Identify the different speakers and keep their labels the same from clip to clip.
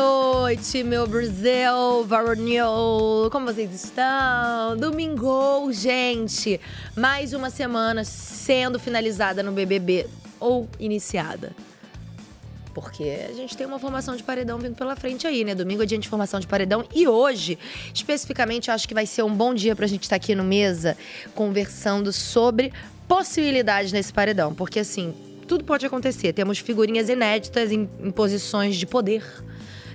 Speaker 1: noite, meu Brasil, Varonil. Como vocês estão? Domingo, gente. Mais uma semana sendo finalizada no BBB ou iniciada. Porque a gente tem uma formação de paredão vindo pela frente aí, né? Domingo é dia de formação de paredão. E hoje, especificamente, eu acho que vai ser um bom dia pra gente estar aqui no Mesa conversando sobre possibilidades nesse paredão. Porque, assim, tudo pode acontecer. Temos figurinhas inéditas em, em posições de poder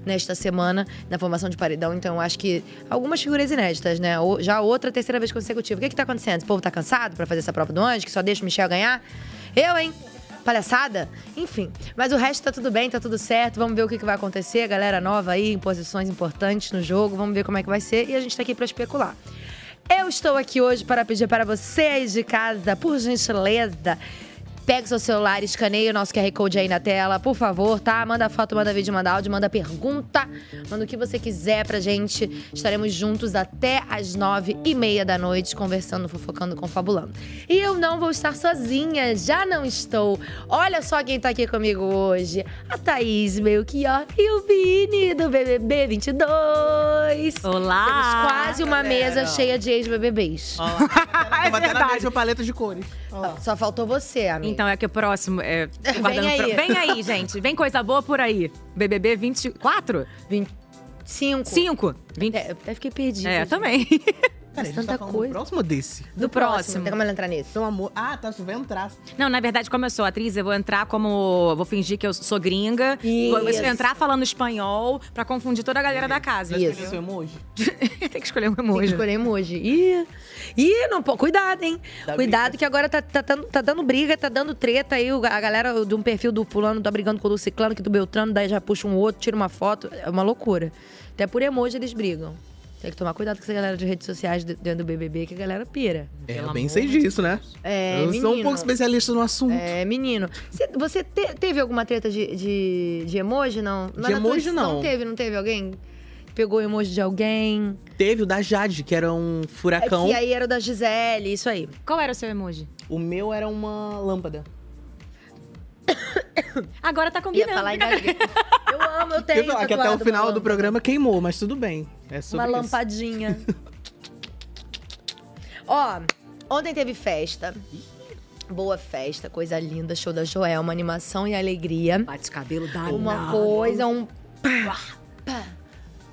Speaker 1: nesta semana na formação de paredão. Então, eu acho que algumas figuras inéditas, né? Ou- Já outra terceira vez consecutiva. O que, que tá acontecendo? O povo tá cansado pra fazer essa prova do anjo, que só deixa o Michel ganhar? Eu, hein? Palhaçada? Enfim. Mas o resto tá tudo bem, tá tudo certo. Vamos ver o que, que vai acontecer. Galera nova aí, em posições importantes no jogo. Vamos ver como é que vai ser. E a gente tá aqui pra especular. Eu estou aqui hoje para pedir para vocês de casa, por gentileza, Pegue seu celular, escaneie o nosso QR Code aí na tela, por favor, tá? Manda foto, manda vídeo, manda áudio, manda pergunta, manda o que você quiser pra gente. Estaremos juntos até as nove e meia da noite, conversando, fofocando, confabulando. E eu não vou estar sozinha, já não estou. Olha só quem tá aqui comigo hoje: a Thaís Melchior e o Vini do BBB 22.
Speaker 2: Olá!
Speaker 1: Temos quase uma mesa cheia de ex-BBBs.
Speaker 3: é
Speaker 2: Tava até na
Speaker 3: mesma paleta de cores.
Speaker 1: Só faltou você, amiga.
Speaker 2: Então é que o próximo é. guardando
Speaker 1: aí.
Speaker 2: pra- Vem aí, gente. Vem coisa boa por aí. BBB 24?
Speaker 1: 25.
Speaker 2: 5? 20...
Speaker 1: É, eu até fiquei perdida.
Speaker 2: É,
Speaker 1: gente.
Speaker 2: também.
Speaker 3: Peraí, a gente
Speaker 1: tanta
Speaker 3: tá falando do
Speaker 1: coisa.
Speaker 3: próximo ou desse?
Speaker 1: Do próximo.
Speaker 2: próximo.
Speaker 1: Tem como ela entrar nisso?
Speaker 3: Pelo amor. Ah, tá, tu vai entrar.
Speaker 2: Não, na verdade, como eu sou atriz, eu vou entrar como. Vou fingir que eu sou gringa. Vou
Speaker 1: Isso.
Speaker 2: entrar falando espanhol pra confundir toda a galera da casa.
Speaker 1: Isso.
Speaker 3: Esse é o emoji.
Speaker 2: Tem que escolher um
Speaker 1: Tem que
Speaker 2: emoji.
Speaker 1: escolher emoji. Ih, Ih não, pô, cuidado, hein?
Speaker 3: Dá
Speaker 1: cuidado que agora tá, tá, dando- tá dando briga, tá dando treta aí. o- A galera de um perfil do fulano tá brigando com o do ciclano, que do Beltrano, daí já puxa um outro, tira uma foto. É uma loucura. Até por emoji eles brigam. Tem que tomar cuidado com essa galera de redes sociais de- dentro do BBB, que a galera pira.
Speaker 3: É,
Speaker 2: Pelo
Speaker 3: eu bem
Speaker 2: amor
Speaker 3: sei
Speaker 2: de
Speaker 3: disso, né?
Speaker 1: É,
Speaker 3: eu sou um
Speaker 1: menino.
Speaker 3: pouco especialista no assunto.
Speaker 1: É, menino. Cê- Você te- teve alguma treta de, de, de emoji, não? Mas na tua
Speaker 3: emoji,
Speaker 1: edição
Speaker 3: não.
Speaker 1: teve, não teve alguém? Pegou emoji de alguém.
Speaker 3: Teve o da Jade, que era um
Speaker 1: É
Speaker 3: furacão.
Speaker 1: que aí era o da Gisele, isso aí.
Speaker 2: Qual era o seu emoji?
Speaker 3: O meu era uma lâmpada.
Speaker 2: Agora tá
Speaker 1: Ia
Speaker 2: combinando.
Speaker 1: falar engasguei. Eu amo, eu tenho.
Speaker 3: eu ia falar que até o
Speaker 1: tatuado uma
Speaker 3: final do
Speaker 1: lâmpada.
Speaker 3: programa queimou, mas tudo bem. É sobre
Speaker 1: Uma
Speaker 3: isso.
Speaker 1: lampadinha. Ó, ontem teve festa. Boa festa, coisa linda, show da Joelma, animação e alegria.
Speaker 2: Bate cabelo da
Speaker 1: Uma coisa, um pá, pá,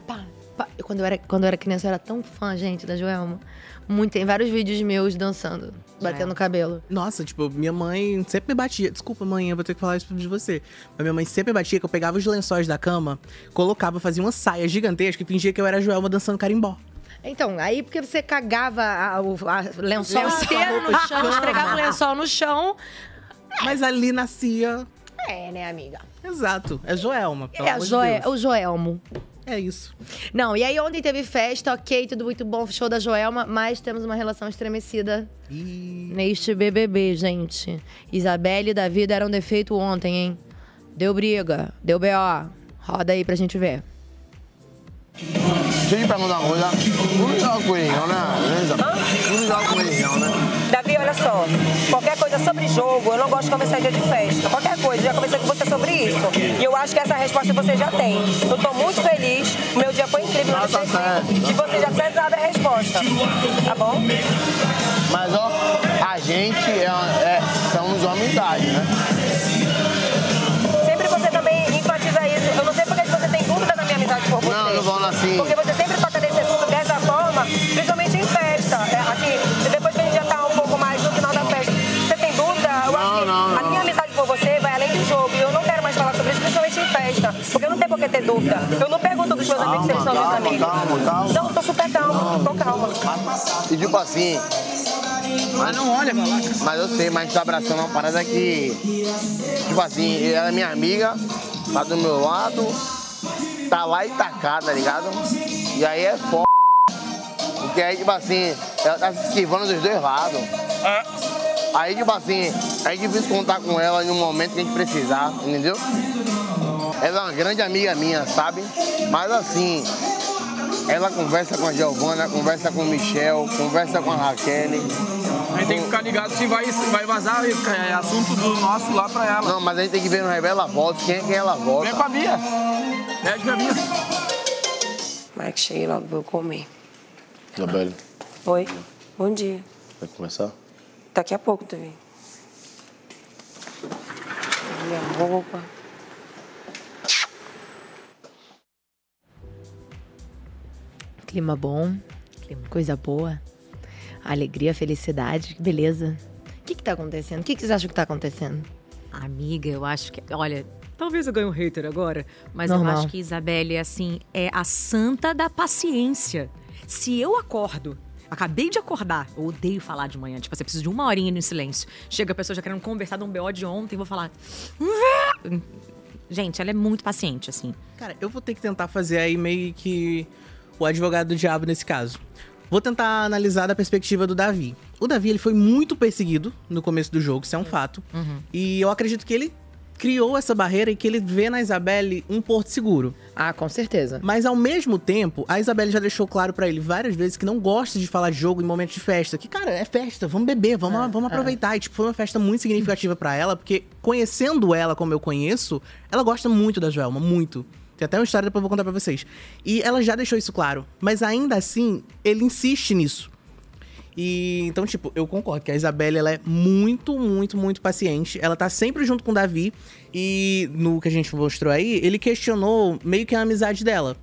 Speaker 1: pá, pá. Eu, Quando eu, era, quando eu era criança, eu era tão fã, gente, da Joelma. Muito, tem vários vídeos meus dançando, batendo cabelo.
Speaker 3: Nossa, tipo, minha mãe sempre me batia. Desculpa, mãe, eu vou ter que falar isso de você. Mas minha mãe sempre batia que eu pegava os lençóis da cama, colocava, fazia uma saia gigantesca e fingia que eu era a Joelma dançando carimbó.
Speaker 1: Então, aí porque você cagava a, o a lençol
Speaker 3: Lençol,
Speaker 1: inteiro no
Speaker 3: roupa de
Speaker 1: chão, né? esfregava o lençol no chão.
Speaker 3: Mas ali nascia.
Speaker 1: É, né, amiga?
Speaker 3: Exato. É Joelma. Pelo
Speaker 1: É,
Speaker 3: amor de
Speaker 1: Joel,
Speaker 3: Deus.
Speaker 1: o Joelmo.
Speaker 3: É isso.
Speaker 1: Não, e aí ontem teve festa, ok, tudo muito bom, show da Joelma, mas temos uma relação estremecida
Speaker 3: E
Speaker 1: neste BBB, gente. Isabelle e Davi deram defeito ontem, hein? Deu briga, deu B.O. Roda aí pra gente ver.
Speaker 4: 先办公大会啦，不知道鬼聊呢，那什么，不知道鬼聊呢。
Speaker 5: Davi, olha só, qualquer coisa sobre jogo, eu não gosto de conversar em dia de festa. Qualquer coisa, já conversei com você sobre isso. E eu acho que essa resposta você já tem. Eu tô muito feliz, o meu dia foi incrível,
Speaker 4: Ah,
Speaker 5: eu
Speaker 4: tá
Speaker 5: sei
Speaker 4: certo.
Speaker 5: que você já sabe a resposta. Tá bom?
Speaker 4: Mas ó, a gente é, é, são os homens idade, né?
Speaker 5: Sempre você também enfatiza isso. Eu não sei porque que você tem dúvida na minha amizade por você.
Speaker 4: Não, não vou falar assim.
Speaker 5: Porque você sempre toca nesse assunto dessa forma, principalmente em festa. É, assim, depois que a gente já tá um pouco mais no final da festa, você tem dúvida? Eu acho
Speaker 4: Não,
Speaker 5: que
Speaker 4: não,
Speaker 5: a
Speaker 4: não.
Speaker 5: minha amizade por você vai além do jogo. E eu não quero mais falar sobre isso, principalmente em festa. Porque eu não tenho por que ter dúvida. Eu não pergunto pros meus amigos se eles são meus
Speaker 4: calma,
Speaker 5: amigos.
Speaker 4: calma, calma.
Speaker 5: Não, tô super calma. Tô calma.
Speaker 4: E tipo assim. Mas não olha, Mas eu sei, mas a gente tá abraçando uma parada que. Tipo assim, ela é minha amiga, tá do meu lado, tá lá e tá cá, tá ligado? E aí é foda. Porque aí, tipo assim, ela tá se esquivando dos dois lados.
Speaker 6: É.
Speaker 4: Aí, tipo assim, é difícil contar com ela em um momento que a gente precisar, entendeu? Ela é uma grande amiga minha, sabe? Mas assim, ela conversa com a Giovana, conversa com o Michel, conversa com a Raquel.
Speaker 6: A gente tem que ficar ligado se vai, se vai vazar é assunto do nosso lá pra ela.
Speaker 4: Não, mas a gente tem que ver no Revela Volta, quem é que ela
Speaker 6: Vem
Speaker 4: volta.
Speaker 6: com a Bia. Pede pra Bia.
Speaker 5: Vai é que cheguei logo pra eu comer.
Speaker 4: Isabelle,
Speaker 5: Oi? Bom dia.
Speaker 4: vai começar?
Speaker 5: Daqui a pouco tu vem. Minha roupa.
Speaker 1: Clima bom, clima- coisa boa, alegria, felicidade, que beleza. O que, que tá acontecendo? O que, que vocês acham que tá acontecendo?
Speaker 2: Amiga, eu acho que. Olha, talvez eu ganhe um hater agora, mas
Speaker 1: Normal.
Speaker 2: eu acho que Isabelle, assim, é a santa da paciência. Se eu acordo. Acabei de acordar. Eu odeio falar de manhã. Tipo, você precisa de uma horinha no silêncio. Chega a pessoa já querendo conversar de um BO de ontem, eu vou falar. "Hum, Gente, ela é muito paciente, assim.
Speaker 3: Cara, eu vou ter que tentar fazer aí meio que o advogado do diabo nesse caso. Vou tentar analisar da perspectiva do Davi. O Davi ele foi muito perseguido no começo do jogo, isso é um fato.
Speaker 1: Uhum.
Speaker 3: E eu acredito que ele criou essa barreira e que ele vê na Isabelle um porto seguro.
Speaker 1: Ah, com certeza.
Speaker 3: Mas ao mesmo tempo, a Isabelle já deixou claro pra ele várias vezes que não gosta de falar de jogo em momentos de festa. Que, cara, é festa, vamos beber, vamos, vamos aproveitar. E, tipo, foi uma festa muito significativa pra ela, porque conhecendo ela como eu conheço, ela gosta muito da Joelma, muito. Tem até uma história depois eu vou contar pra vocês. E ela já deixou isso claro. Mas ainda assim, ele insiste nisso. E então, tipo, eu concordo que a Isabelle ela é muito, muito, muito paciente. Ela tá sempre junto com o Davi. E no que a gente mostrou aí, ele questionou meio que a amizade dela.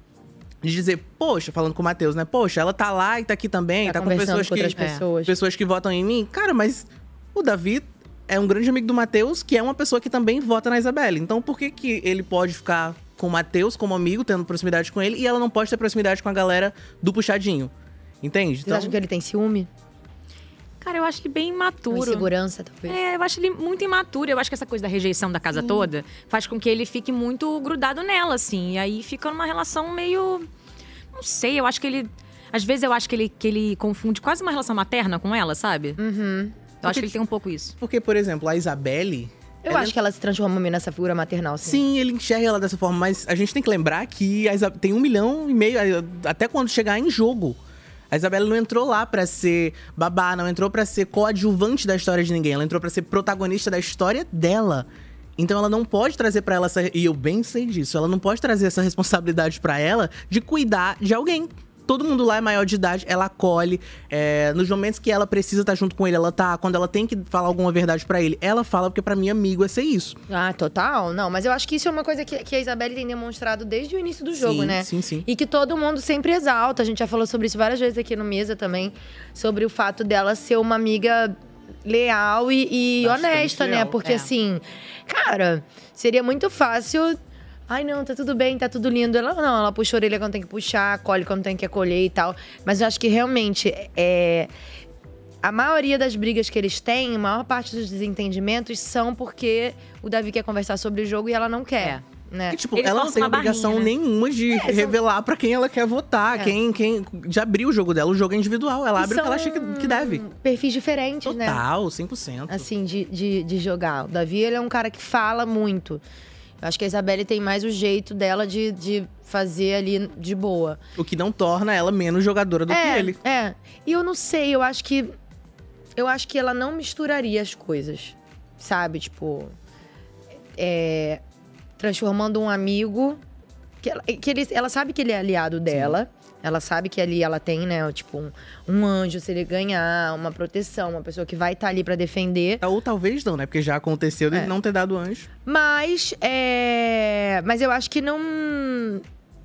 Speaker 3: De dizer, poxa, falando com o Matheus, né? Poxa, ela tá lá e tá aqui também,
Speaker 1: Tá
Speaker 3: tá, com
Speaker 1: conversando
Speaker 3: pessoas
Speaker 1: com
Speaker 3: que. É,
Speaker 1: outras pessoas.
Speaker 3: pessoas que votam em mim. Cara, mas o Davi é um grande amigo do Matheus, que é uma pessoa que também vota na Isabelle. Então por que, que ele pode ficar com o Matheus como amigo, tendo proximidade com ele, e ela não pode ter proximidade com a galera do puxadinho? Entende? Então,
Speaker 1: Vocês acham que ele tem ciúme?
Speaker 2: Cara, eu acho ele bem
Speaker 1: Ou
Speaker 2: imaturo.
Speaker 1: Insegurança, talvez? Hum.
Speaker 2: É, eu acho ele muito imaturo. Eu acho que essa coisa da rejeição da casa toda faz com que ele fique muito grudado nela, assim. E aí fica numa relação meio. Não sei, eu acho que ele. Às vezes eu acho que ele, que ele confunde quase uma relação materna com ela, sabe?
Speaker 1: Uhum.
Speaker 2: Eu acho que ele tem um pouco isso.
Speaker 3: Porque, por exemplo, a Isabelle.
Speaker 1: Eu acho que ela se transforma meio nessa figura maternal, assim. sim.
Speaker 3: Sim, ele enxerga ela dessa forma, mas a gente tem que lembrar que a Isa- tem um milhão e meio, a- até quando chegar em jogo. A Isabela não entrou lá pra ser babá, não entrou pra ser coadjuvante da história de ninguém. Ela entrou pra ser protagonista da história dela. Então ela não pode trazer pra ela essa. E eu bem sei disso. Ela não pode trazer essa responsabilidade pra ela de cuidar de alguém. Todo mundo lá é maior de idade, ela acolhe. é, nos momentos que ela precisa estar junto com ele, ela tá. Quando ela tem que falar alguma verdade pra ele, ela fala, porque pra mim, amigo, é ser isso.
Speaker 1: Ah, total? Não, mas eu acho que isso é uma coisa que, que a Isabelle tem demonstrado desde o início do jogo,
Speaker 3: sim,
Speaker 1: né?
Speaker 3: Sim, sim.
Speaker 1: E que todo mundo sempre exalta. A gente já falou sobre isso várias vezes aqui no Mesa também. Sobre o fato dela ser uma amiga leal e, e
Speaker 6: Bastante
Speaker 1: honesta, né?
Speaker 6: leal.
Speaker 1: Porque
Speaker 2: É.
Speaker 1: assim, cara, seria muito fácil. Ai, não, tá tudo bem, tá tudo lindo. Ela não, ela puxa a orelha quando tem que puxar, acolhe quando tem que acolher e tal. Mas eu acho que realmente é. A maioria das brigas que eles têm, a maior parte dos desentendimentos são porque o Davi quer conversar sobre o jogo e ela não quer, né?
Speaker 3: Porque, tipo,
Speaker 2: É. Eles
Speaker 3: ela não
Speaker 2: forçam
Speaker 3: tem
Speaker 2: uma barrinha,
Speaker 3: obrigação
Speaker 2: né?
Speaker 3: nenhuma de revelar pra quem ela quer votar, quem, quem de abrir o jogo dela. O jogo é individual, ela
Speaker 1: É. E
Speaker 3: abre o que ela acha que,
Speaker 1: são
Speaker 3: que deve.
Speaker 1: Perfis diferentes, né?
Speaker 3: Total, 100%.
Speaker 1: assim, de, de, de jogar. O Davi, ele é um cara que fala muito. Eu acho que a Isabelle tem mais o jeito dela de, de fazer ali de boa.
Speaker 3: O que não torna ela menos jogadora do
Speaker 1: é,
Speaker 3: que ele.
Speaker 1: é. E eu não sei, eu acho que. Eu acho que ela não misturaria as coisas. Sabe? Tipo. É, transformando um amigo. Que ela, que ele, ela sabe que ele é aliado dela. Ela sabe que ali ela tem, né? Tipo, um, um anjo, se ele ganhar, uma proteção, uma pessoa que vai estar ali pra defender.
Speaker 3: Ou talvez não, né? Porque já aconteceu dele
Speaker 1: É.
Speaker 3: não ter dado anjo.
Speaker 1: Mas, é... Mas eu acho que não...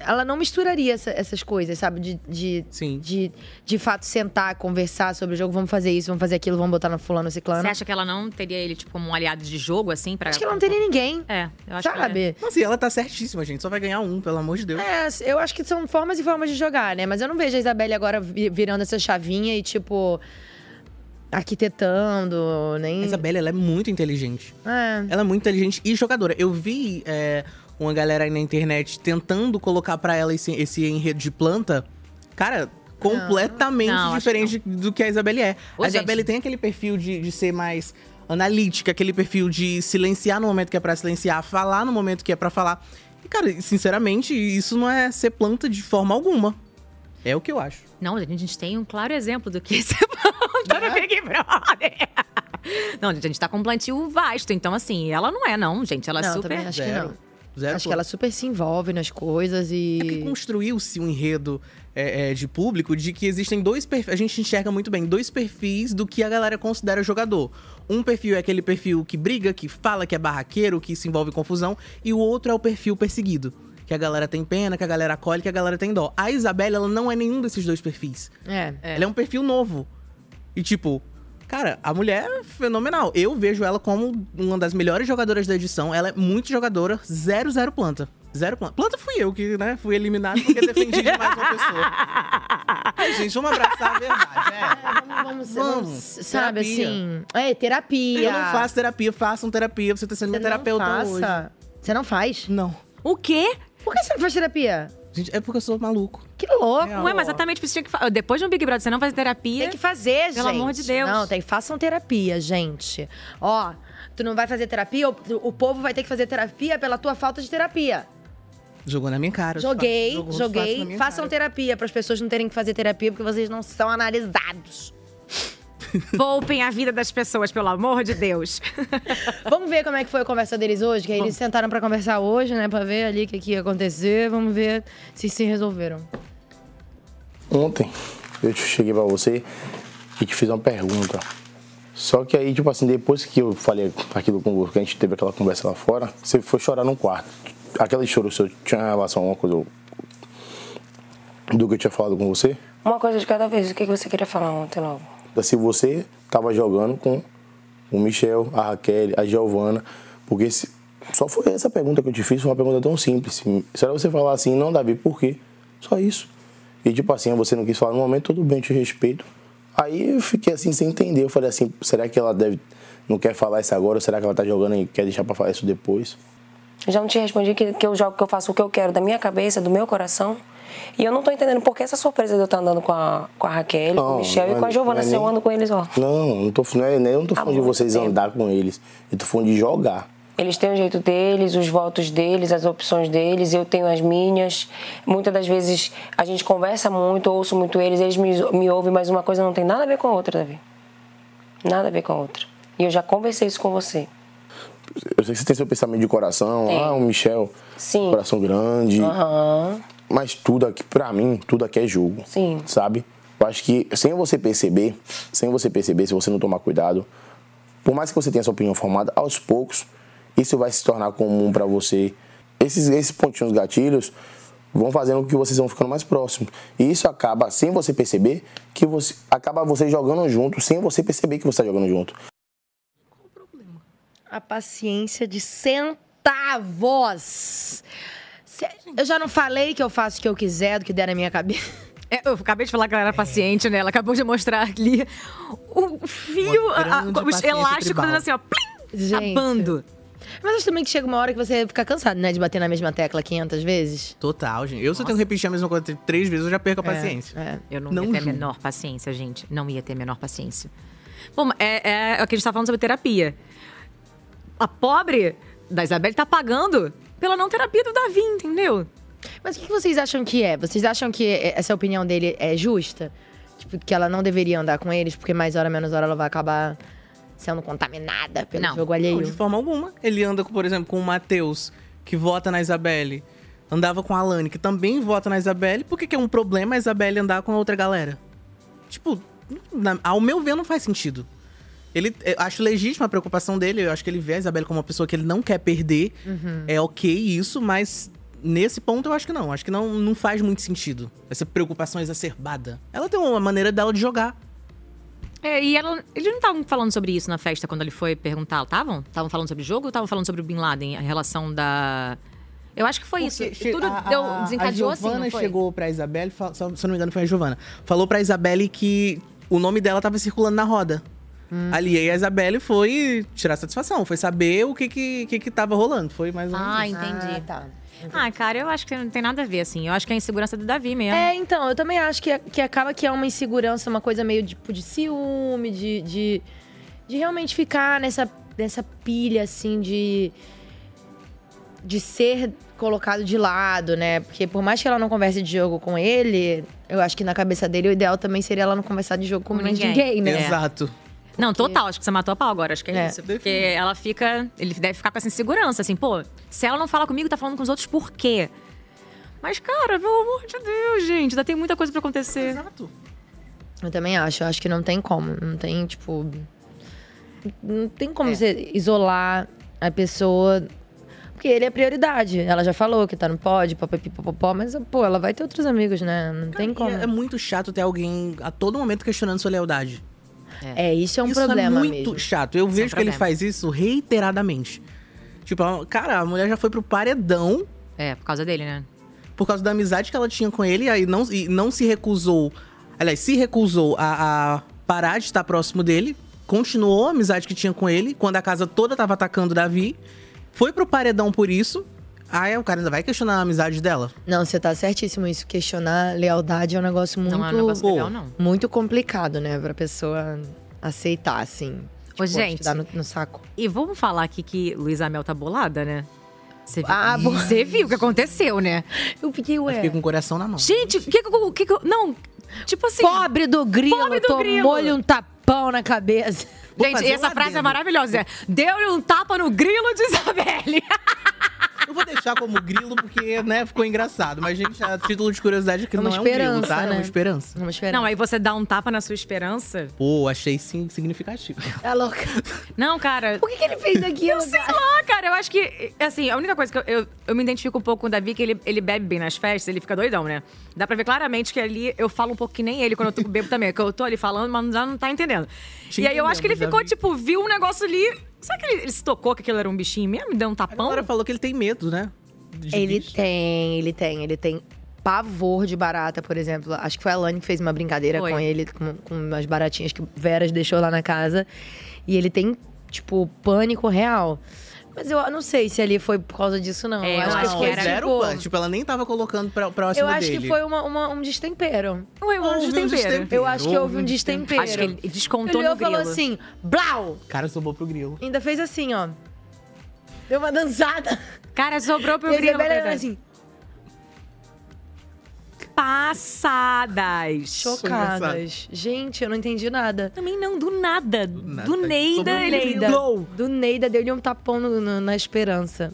Speaker 1: Ela não misturaria essa- essas coisas, sabe? De, de,
Speaker 3: Sim.
Speaker 1: de, de fato sentar, conversar sobre o jogo. Vamos fazer isso, vamos fazer aquilo, vamos botar no fulano,
Speaker 2: Você
Speaker 1: ciclano.
Speaker 2: acha que ela não teria ele, tipo, como um aliado de jogo, assim? Pra...
Speaker 1: né? Acho que ela não teria ninguém,
Speaker 2: É, eu acho que.
Speaker 1: sabe?
Speaker 3: Mas assim, ela tá certíssima, gente. Só vai ganhar um, pelo amor de Deus.
Speaker 1: É, eu acho que são formas e formas de jogar, né? Mas eu não vejo a Isabelle agora vi- virando essa chavinha e, tipo, arquitetando, nem...
Speaker 3: A Isabelle, ela é muito inteligente.
Speaker 1: É.
Speaker 3: Ela é muito inteligente e jogadora. Eu vi é, uma galera aí na internet tentando colocar pra ela esse, esse enredo de planta. Cara, completamente
Speaker 2: Não, acho
Speaker 3: diferente do que a Isabelle é.
Speaker 2: Ô,
Speaker 3: a
Speaker 2: gente.
Speaker 3: Isabelle tem aquele perfil de, de ser mais analítica, aquele perfil de silenciar no momento que é pra silenciar, falar no momento que é pra falar. E, cara, sinceramente, isso não é ser planta de forma alguma. É o que eu acho.
Speaker 2: Não, a gente tem um claro exemplo do que você falou
Speaker 1: Né?
Speaker 2: no Big Brother. Não, gente, a gente tá com um plantio vasto. Então, assim, ela não é, não, gente. Ela é
Speaker 1: Não,
Speaker 2: super.
Speaker 1: também acho que
Speaker 3: Zero.
Speaker 1: não.
Speaker 3: Zero
Speaker 1: Acho
Speaker 3: flop.
Speaker 1: que ela super se envolve nas coisas
Speaker 3: que
Speaker 1: e.
Speaker 3: construiu-se um enredo é, é, de público de que existem dois perfis. A gente enxerga muito bem dois perfis do que a galera considera jogador. Um perfil é aquele perfil que briga, que fala, que é barraqueiro, que se envolve em confusão, e o outro é o perfil perseguido. Que a galera tem pena, que a galera acolhe, que a galera tem dó. A Isabelle, ela não é nenhum desses dois perfis.
Speaker 1: É.
Speaker 3: Ela é um perfil novo. E tipo, cara, a mulher é fenomenal. Eu vejo ela como uma das melhores jogadoras da edição. Ela é muito jogadora, zero, zero planta. Zero planta. Planta fui eu que, né, fui eliminado porque defendi demais uma pessoa. Ai, gente, vamos abraçar a verdade, né?
Speaker 1: Vamos, Ah, vamos,
Speaker 3: Vamos,
Speaker 1: vamos, sabe
Speaker 3: terapia.
Speaker 1: assim. É, terapia.
Speaker 3: Eu não faço terapia, façam terapia. Você tá sendo
Speaker 1: Você
Speaker 3: minha
Speaker 1: não
Speaker 3: terapeuta hoje.
Speaker 1: faça. Você não faz?
Speaker 3: Não.
Speaker 2: O quê?
Speaker 1: Por que você não faz terapia?
Speaker 3: Gente, é porque eu ssou maluco.
Speaker 1: Que louco!
Speaker 3: É,
Speaker 2: Ué, mas exatamente por isso tinha que fa- Depois de um Big Brother, você não faz terapia.
Speaker 1: Tem que fazer, gente.
Speaker 2: Pelo amor de Deus.
Speaker 1: Não, tem façam terapia, gente. Ó, tu não vai fazer terapia, o, o povo vai ter que fazer terapia pela tua falta de terapia.
Speaker 3: Jogou na minha cara.
Speaker 1: Joguei,
Speaker 3: Jogou- faço na
Speaker 1: joguei.
Speaker 3: minha
Speaker 1: Façam
Speaker 3: cara.
Speaker 1: terapia para as pessoas não terem que fazer terapia porque vocês não são analisados.
Speaker 2: Poupem a vida das pessoas, pelo amor de Deus.
Speaker 1: Vamos ver como é que foi a conversa deles hoje, que aí eles sentaram para conversar hoje, né, para ver ali o que, que ia acontecer. Vamos ver se se resolveram.
Speaker 7: Ontem eu te- cheguei pra você e te fiz uma pergunta. Só que aí, tipo assim, depois que eu falei aquilo com você, que a gente teve aquela conversa lá fora, você foi chorar num quarto. Aquele choro seu tinha relação a alguma coisa do que eu tinha falado com você?
Speaker 5: Uma coisa de cada vez. O que que você queria falar ontem logo?
Speaker 7: Então, se você tava jogando com o Michel, a Raquel, a Giovana, porque se- só foi essa pergunta que eu te fiz, foi uma pergunta tão simples. Será você falar assim, não, Davi, por quê? Só isso. E tipo assim, você não quis falar no momento, tudo bem, eu te respeito. Aí eu fiquei assim, sem entender. Eu falei assim, será que ela deve. Não quer falar isso agora? Ou será que ela tá jogando e quer deixar pra falar isso depois?
Speaker 5: Já não te respondi que, que eu jogo, que eu faço o que eu quero da minha cabeça, do meu coração. E eu não tô entendendo por que essa surpresa de eu estar andando com a, com a Raquel, com o
Speaker 7: Não,
Speaker 5: Michel
Speaker 7: não
Speaker 5: e
Speaker 7: é-
Speaker 5: com a
Speaker 7: não
Speaker 5: Giovana.
Speaker 7: é
Speaker 5: se eu
Speaker 7: nem-
Speaker 5: ando com eles, ó.
Speaker 7: Não, não tô, não é, eu não tô falando de
Speaker 5: bom,
Speaker 7: vocês
Speaker 5: entendo.
Speaker 7: andar com eles. Eu tô falando de jogar.
Speaker 5: Eles têm o jeito deles, os votos deles, as opções deles, eu tenho as minhas. Muitas das vezes a gente conversa muito, eu ouço muito eles, eles me, me ouvem, mas uma coisa não tem nada a ver com a outra, Davi. Nada a ver com a outra. E eu já conversei isso com você.
Speaker 7: Eu sei que você tem seu pensamento de coração.
Speaker 5: Tem.
Speaker 7: Ah, o Michel.
Speaker 5: Sim.
Speaker 7: Coração grande.
Speaker 3: Ah.
Speaker 5: Aham.
Speaker 7: Mas tudo aqui, pra mim, tudo aqui é jogo.
Speaker 5: Sim.
Speaker 7: Sabe? Eu acho que sem você perceber, sem você perceber, se você não tomar cuidado, por mais que você tenha sua opinião formada, aos poucos, isso vai se tornar comum pra você. Esses, esses pontinhos gatilhos vão fazendo com que vocês vão ficando mais próximos. E isso acaba, sem você perceber, que você acaba você jogando junto, sem você perceber que você tá jogando junto.
Speaker 1: a paciência de centavos. Cê- Eu já não falei que eu faço o que eu quiser, do que der na minha cabeça.
Speaker 2: É, eu acabei de falar que ela era paciente, né? Ela acabou de mostrar ali o fio,
Speaker 3: Uma
Speaker 2: a, a,
Speaker 3: grande
Speaker 2: os
Speaker 3: paciência
Speaker 2: elásticos
Speaker 3: tribal.
Speaker 2: fazendo assim, ó, plim,
Speaker 1: Gente.
Speaker 2: abando.
Speaker 1: Mas acho também que chega uma hora que você fica cansado, né? De bater na mesma tecla 500 vezes.
Speaker 3: Total, gente. Eu, se eu tenho que repetir a mesma coisa três vezes, eu já perco a paciência.
Speaker 1: É.
Speaker 2: Eu não,
Speaker 3: Não
Speaker 2: ia ter a
Speaker 3: julgo.
Speaker 2: menor paciência, gente. Não ia ter a menor paciência. Bom, é, é o que a gente tá falando sobre terapia. A pobre da Isabelle tá pagando pela não terapia do Davi, entendeu?
Speaker 1: Mas o que que vocês acham que é? Vocês acham que é- essa opinião dele é justa? Tipo, que ela não deveria andar com eles, porque mais hora, menos hora ela vai acabar sendo contaminada pelo
Speaker 2: Não.
Speaker 1: jogo
Speaker 3: Não, de
Speaker 1: alheio.
Speaker 3: forma alguma. Ele anda, com, por exemplo, com o Matheus, que vota na Isabelle. Andava com a Alane, que também vota na Isabelle. Por que, que é um problema a Isabelle andar com a outra galera? Tipo, na- ao meu ver, não faz sentido. Ele, eu acho legítima a preocupação dele. Eu acho que ele vê a Isabelle como uma pessoa que ele não quer perder.
Speaker 2: Uhum.
Speaker 3: É ok isso, mas nesse ponto eu acho que não. Acho que não, não faz muito sentido. Essa preocupação exacerbada. Ela tem uma maneira dela de jogar.
Speaker 2: É, e ela, eles não estavam falando sobre isso na festa quando ele foi perguntar, estavam? Estavam falando sobre o jogo ou estavam falando sobre o Bin Laden, a relação da. Eu acho que foi isso.
Speaker 3: Porque che-
Speaker 2: Tudo
Speaker 3: a- a-
Speaker 2: deu, desencadeou
Speaker 3: a
Speaker 2: assim, não
Speaker 3: Giovana
Speaker 2: foi?
Speaker 3: chegou pra Isabelle, fal- se eu se eu não me engano foi a Giovana, falou pra Isabelle que o nome dela tava circulando na roda.
Speaker 2: Hum.
Speaker 3: Ali, aí a Isabelle foi tirar satisfação, foi saber o que que, que, que tava rolando. Foi mais ou menos
Speaker 2: Ah,
Speaker 3: isso.
Speaker 2: entendi.
Speaker 1: Ah, tá.
Speaker 2: Ah, cara, eu acho que não tem nada a ver, assim. Eu acho que é a insegurança do Davi mesmo.
Speaker 1: É, então, eu também acho que, que acaba que é uma insegurança, uma coisa meio tipo de ciúme, de, de, de realmente ficar nessa, nessa pilha, assim, de, de ser colocado de lado, né? Porque por mais que ela não converse de jogo com ele, eu acho que na cabeça dele o ideal também seria ela não conversar de jogo com,
Speaker 2: Com
Speaker 1: mais
Speaker 2: ninguém.
Speaker 1: ninguém, né?
Speaker 3: Exato.
Speaker 2: Não, total, acho que você matou a pau agora, acho que é,
Speaker 1: É.
Speaker 2: isso. Porque ela fica. Ele deve ficar com essa insegurança, assim, pô, se ela não fala comigo, tá falando com os outros por quê? Mas, cara, pelo amor de Deus, gente, ainda tem muita coisa pra acontecer.
Speaker 3: Exato.
Speaker 1: Eu também acho. Eu acho que não tem como. Não tem, tipo. Não tem
Speaker 3: É.
Speaker 1: como você isolar a pessoa. Porque ele é prioridade. Ela já falou que tá no pod, papapi, papapó, mas, pô, ela vai ter outros amigos, né? Não tem como.
Speaker 3: É, é muito chato ter alguém a todo momento questionando sua lealdade.
Speaker 1: É, isso é um
Speaker 3: isso
Speaker 1: problema
Speaker 3: é muito
Speaker 1: mesmo. um
Speaker 3: chato. Eu vejo que ele
Speaker 2: um problema.
Speaker 3: faz isso reiteradamente. Tipo, ela- cara, a mulher já foi pro paredão
Speaker 2: É, por causa dele, né?
Speaker 3: por causa da amizade que ela tinha com ele, aí não, e não se recusou. Aliás, se recusou a, a parar de estar próximo dele, continuou a amizade que tinha com ele, quando a casa toda tava atacando o Davi, foi pro paredão por isso. Aí o cara ainda vai questionar a amizade dela.
Speaker 1: Não, você tá certíssimo. Isso, questionar lealdade é um negócio muito.
Speaker 2: Não é um negócio
Speaker 3: Pô.
Speaker 2: legal, não.
Speaker 1: muito complicado, né? Pra pessoa aceitar, assim. Tipo, acho que
Speaker 2: gente.
Speaker 1: Dá no, no saco.
Speaker 2: E vamos falar aqui que Luísa Mel tá bolada, né? Você viu,
Speaker 1: Ah, bo-
Speaker 2: Você viu o que aconteceu, né?
Speaker 1: Eu fiquei, ué.
Speaker 3: Fiquei com o coração na mão.
Speaker 2: Gente, o que que eu- o que que eu. Não, tipo assim.
Speaker 1: Pobre do grilo,
Speaker 2: Pobre do
Speaker 1: tomou-lhe
Speaker 2: grilo.
Speaker 1: um tapão na cabeça.
Speaker 3: Vou
Speaker 2: Gente,
Speaker 3: fazer um
Speaker 2: essa frase é
Speaker 3: adendo.
Speaker 2: maravilhosa. é, Deu-lhe um tapa no grilo de Isabelle.
Speaker 3: Eu vou deixar como grilo porque, né, ficou engraçado. Mas, gente, a título de curiosidade é que
Speaker 1: É uma
Speaker 3: não é um grilo,
Speaker 1: esperança,
Speaker 3: tá? É
Speaker 1: né?
Speaker 3: uma esperança.
Speaker 1: Vamos esperar.
Speaker 2: Não, aí você dá um tapa na sua esperança.
Speaker 3: Pô, achei sim significativo.
Speaker 1: É louca.
Speaker 2: Não, cara.
Speaker 1: Por que, que ele fez aquilo?
Speaker 2: Sei
Speaker 1: cara?
Speaker 2: lá, cara. Eu acho que, assim, a única coisa que eu, eu, eu me identifico um pouco com o Davi, que ele, ele bebe bem nas festas, ele fica doidão, né? Dá pra ver claramente que ali eu falo um pouco que nem ele quando eu tô bebo também. É Que eu tô ali falando, mas já não tá entendendo.
Speaker 3: Te
Speaker 2: e aí eu acho que ele
Speaker 3: entendemos,
Speaker 2: ficou, tipo, viu um negócio ali. Será que ele, ele se tocou que aquilo era um bichinho mesmo? Deu um
Speaker 3: A
Speaker 2: tapão?
Speaker 3: galera falou que ele tem medo, né? de
Speaker 1: Ele
Speaker 3: bicho.
Speaker 1: tem, ele tem, ele tem pavor de barata, por exemplo. Acho que foi a Lani que fez uma brincadeira
Speaker 2: Foi.
Speaker 1: com ele, com, com umas baratinhas que Veras deixou lá na casa. E ele tem, tipo, pânico real. Mas eu não sei se ali foi por causa disso, não.
Speaker 2: É, eu
Speaker 1: acho,
Speaker 2: acho
Speaker 1: que
Speaker 2: que
Speaker 1: foi,
Speaker 2: era-
Speaker 3: zero
Speaker 1: tipo,
Speaker 3: punch. Tipo, ela nem tava colocando pra, próximo
Speaker 1: Eu acho
Speaker 3: dele.
Speaker 1: que foi uma- uma- um destempero.
Speaker 2: Ué, um
Speaker 3: Houve um
Speaker 2: destempero.
Speaker 3: destempero.
Speaker 1: Eu acho que houve um destempero.
Speaker 2: Acho que ele descontou
Speaker 1: Ele
Speaker 2: no
Speaker 1: olhou e falou
Speaker 2: grilo.
Speaker 1: assim, blau!
Speaker 3: Cara, sobrou pro grilo.
Speaker 1: Ainda fez assim, ó. Deu uma dançada.
Speaker 2: Cara, sobrou pro
Speaker 1: E a
Speaker 2: grilo.
Speaker 1: Isabela era
Speaker 2: coitada.
Speaker 1: assim,
Speaker 2: Passadas.
Speaker 1: chocadas. Gente, eu não entendi nada.
Speaker 2: Também não, do nada. Do,
Speaker 3: nada.
Speaker 2: Neida,
Speaker 3: Sobrou
Speaker 2: ele
Speaker 1: Neida.
Speaker 3: Blow.
Speaker 1: Do Neida deu-lhe um tapão no- no- na esperança.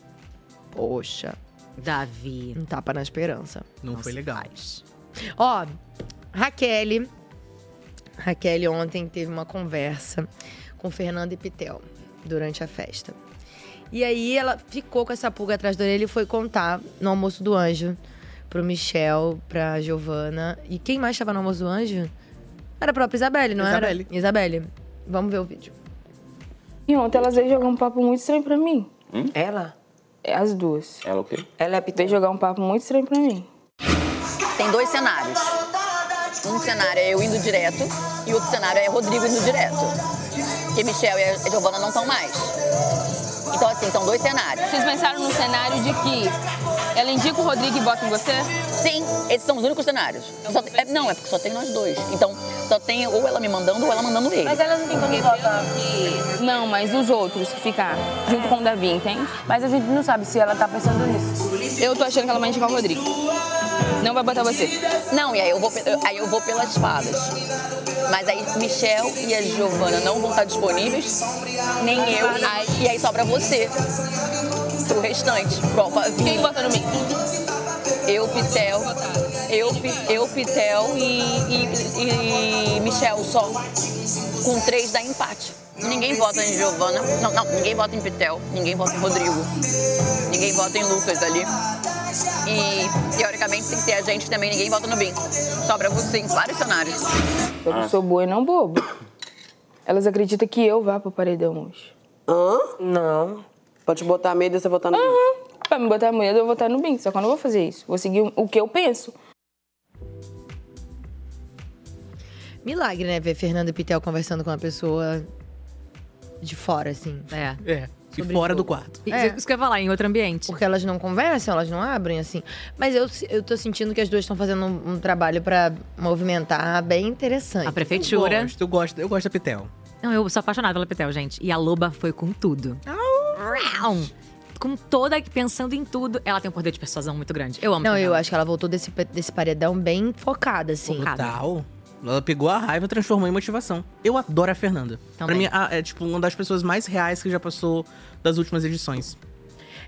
Speaker 1: Poxa,
Speaker 2: Davi.
Speaker 1: um tapa na esperança.
Speaker 3: Não, foi legal.
Speaker 1: Ó, Raquel. Raquel ontem teve uma conversa com Fernanda e Pitel durante a festa. E aí ela ficou com essa pulga atrás da orelha e foi contar no almoço do anjo pro Michel, pra Giovana. E quem mais estava no almoço do anjo? Era a própria Isabelle, não
Speaker 3: Isabelle.
Speaker 1: era? Isabelle. Vamos ver o vídeo.
Speaker 8: E ontem elas veio jogar um papo muito estranho pra mim.
Speaker 9: Hum?
Speaker 8: É,
Speaker 5: Ela?
Speaker 8: As duas.
Speaker 6: Ela o quê?
Speaker 5: Ela é
Speaker 8: Veio
Speaker 5: pitejo.
Speaker 8: jogar um papo muito estranho pra mim.
Speaker 10: Tem dois cenários. Um cenário é eu indo direto e outro cenário é Rodrigo indo direto. Porque Michel e a Giovana não estão mais. Então, assim, são dois cenários.
Speaker 11: Vocês pensaram no cenário de que ela indica o Rodrigo e bota em você? Então
Speaker 10: Sim, esses são os únicos cenários. Só tem- é- não, é porque só tem nós dois. Então, só tem ou ela me mandando ou ela mandando ele.
Speaker 11: elas não têm como votar.
Speaker 8: Não, mas os outros que ficar junto com o Davi, entende?
Speaker 11: Mas a gente não sabe se ela tá pensando nisso. Eu tô achando que ela vai indicar o Rodrigo. Não vai botar você.
Speaker 10: Não, e aí eu vou, pe- aí eu vou pelas falas. Mas aí Michel e a Giovana não vão estar disponíveis, nem eu. Aí- e aí sobra você. Pro restante. Pro,
Speaker 11: Quem bota no mim?
Speaker 10: Eu, Pitel. Eu, Pi- eu Pitel e, e- e Michel só. Com três dá empate. Ninguém vota em Giovana. Não, não, ninguém vota em Pitel. Ninguém vota em Rodrigo. Ninguém vota em Lucas ali. E teoricamente, sem ser a gente também, ninguém vota no Bim. Sobra você em vários cenários.
Speaker 8: Eu não sou boa e não bobo. Elas acreditam que eu vá pro paredão hoje.
Speaker 5: Não.
Speaker 12: Pode botar medo e você votar no uhum.
Speaker 8: Pra me botar medo, eu vou votar no Bim. Só que eu não vou fazer isso. Vou seguir o que eu penso.
Speaker 1: Milagre, né? Ver Fernando e Pitel conversando com uma pessoa de fora, assim.
Speaker 2: É.
Speaker 3: É. E fora do quarto.
Speaker 2: E-
Speaker 1: É.
Speaker 2: Isso que eu ia falar, em outro ambiente.
Speaker 1: Porque elas não conversam, elas não abrem, assim. Mas eu, eu tô sentindo que as duas estão fazendo um, um trabalho pra movimentar bem interessante.
Speaker 2: A prefeitura.
Speaker 3: Eu gosto, eu gosto, eu gosto da Pitel.
Speaker 2: Não, eu sou apaixonada pela Petel, gente. E a Loba foi com tudo. Rau! Com toda, pensando em tudo. Ela tem um poder de persuasão muito grande. Eu amo
Speaker 1: Não,
Speaker 2: também
Speaker 1: eu
Speaker 2: ela.
Speaker 1: acho que ela voltou desse, pe- desse paredão bem focada, assim.
Speaker 2: Focada.
Speaker 3: Tal. Ela pegou a raiva e transformou em motivação. Eu adoro a Fernanda. Pra
Speaker 1: Também.
Speaker 3: mim, a- é tipo uma das pessoas mais reais que já passou das últimas edições.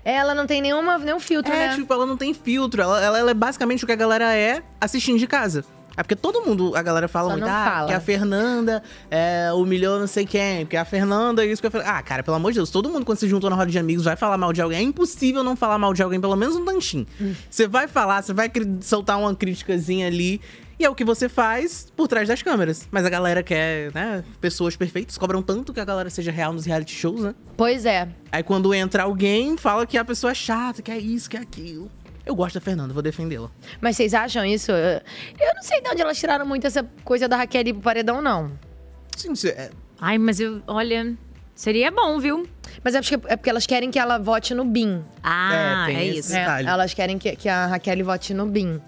Speaker 1: Ela não tem nenhuma, nenhum filtro,
Speaker 3: É,
Speaker 1: né?
Speaker 3: tipo, ela não tem filtro. Ela, ela- ela é basicamente o que a galera é assistindo de casa. É porque todo mundo, a galera fala
Speaker 1: Só
Speaker 3: muito,
Speaker 1: não
Speaker 3: ah,
Speaker 1: fala."
Speaker 3: que a Fernanda é, humilhou não sei quem, porque a Fernanda é isso que eu falei. Ah, cara, pelo amor de Deus, todo mundo quando se juntou na roda de amigos vai falar mal de alguém. É impossível não falar mal de alguém, pelo menos um tantinho.
Speaker 1: Hum.
Speaker 3: Você vai falar, você vai cri- soltar uma criticazinha ali. E é o que você faz por trás das câmeras. Mas a galera quer, né, pessoas perfeitas, cobram tanto que a galera seja real nos reality shows, né?
Speaker 1: Pois é.
Speaker 3: Aí quando entra alguém, fala que a pessoa é chata, que é isso, que é aquilo. Eu gosto da Fernanda, vou defendê-la.
Speaker 1: Mas vocês acham isso? Eu eu não sei de onde elas tiraram muito essa coisa da Raquel ir pro paredão, não.
Speaker 3: Sim, isso é...
Speaker 1: Ai, mas eu, olha, seria bom, viu? Mas é porque, é porque elas querem que ela vote no BIM.
Speaker 2: Ah, É, tem é esse isso. detalhe.
Speaker 1: elas querem que, que a Raquel vote no BIM.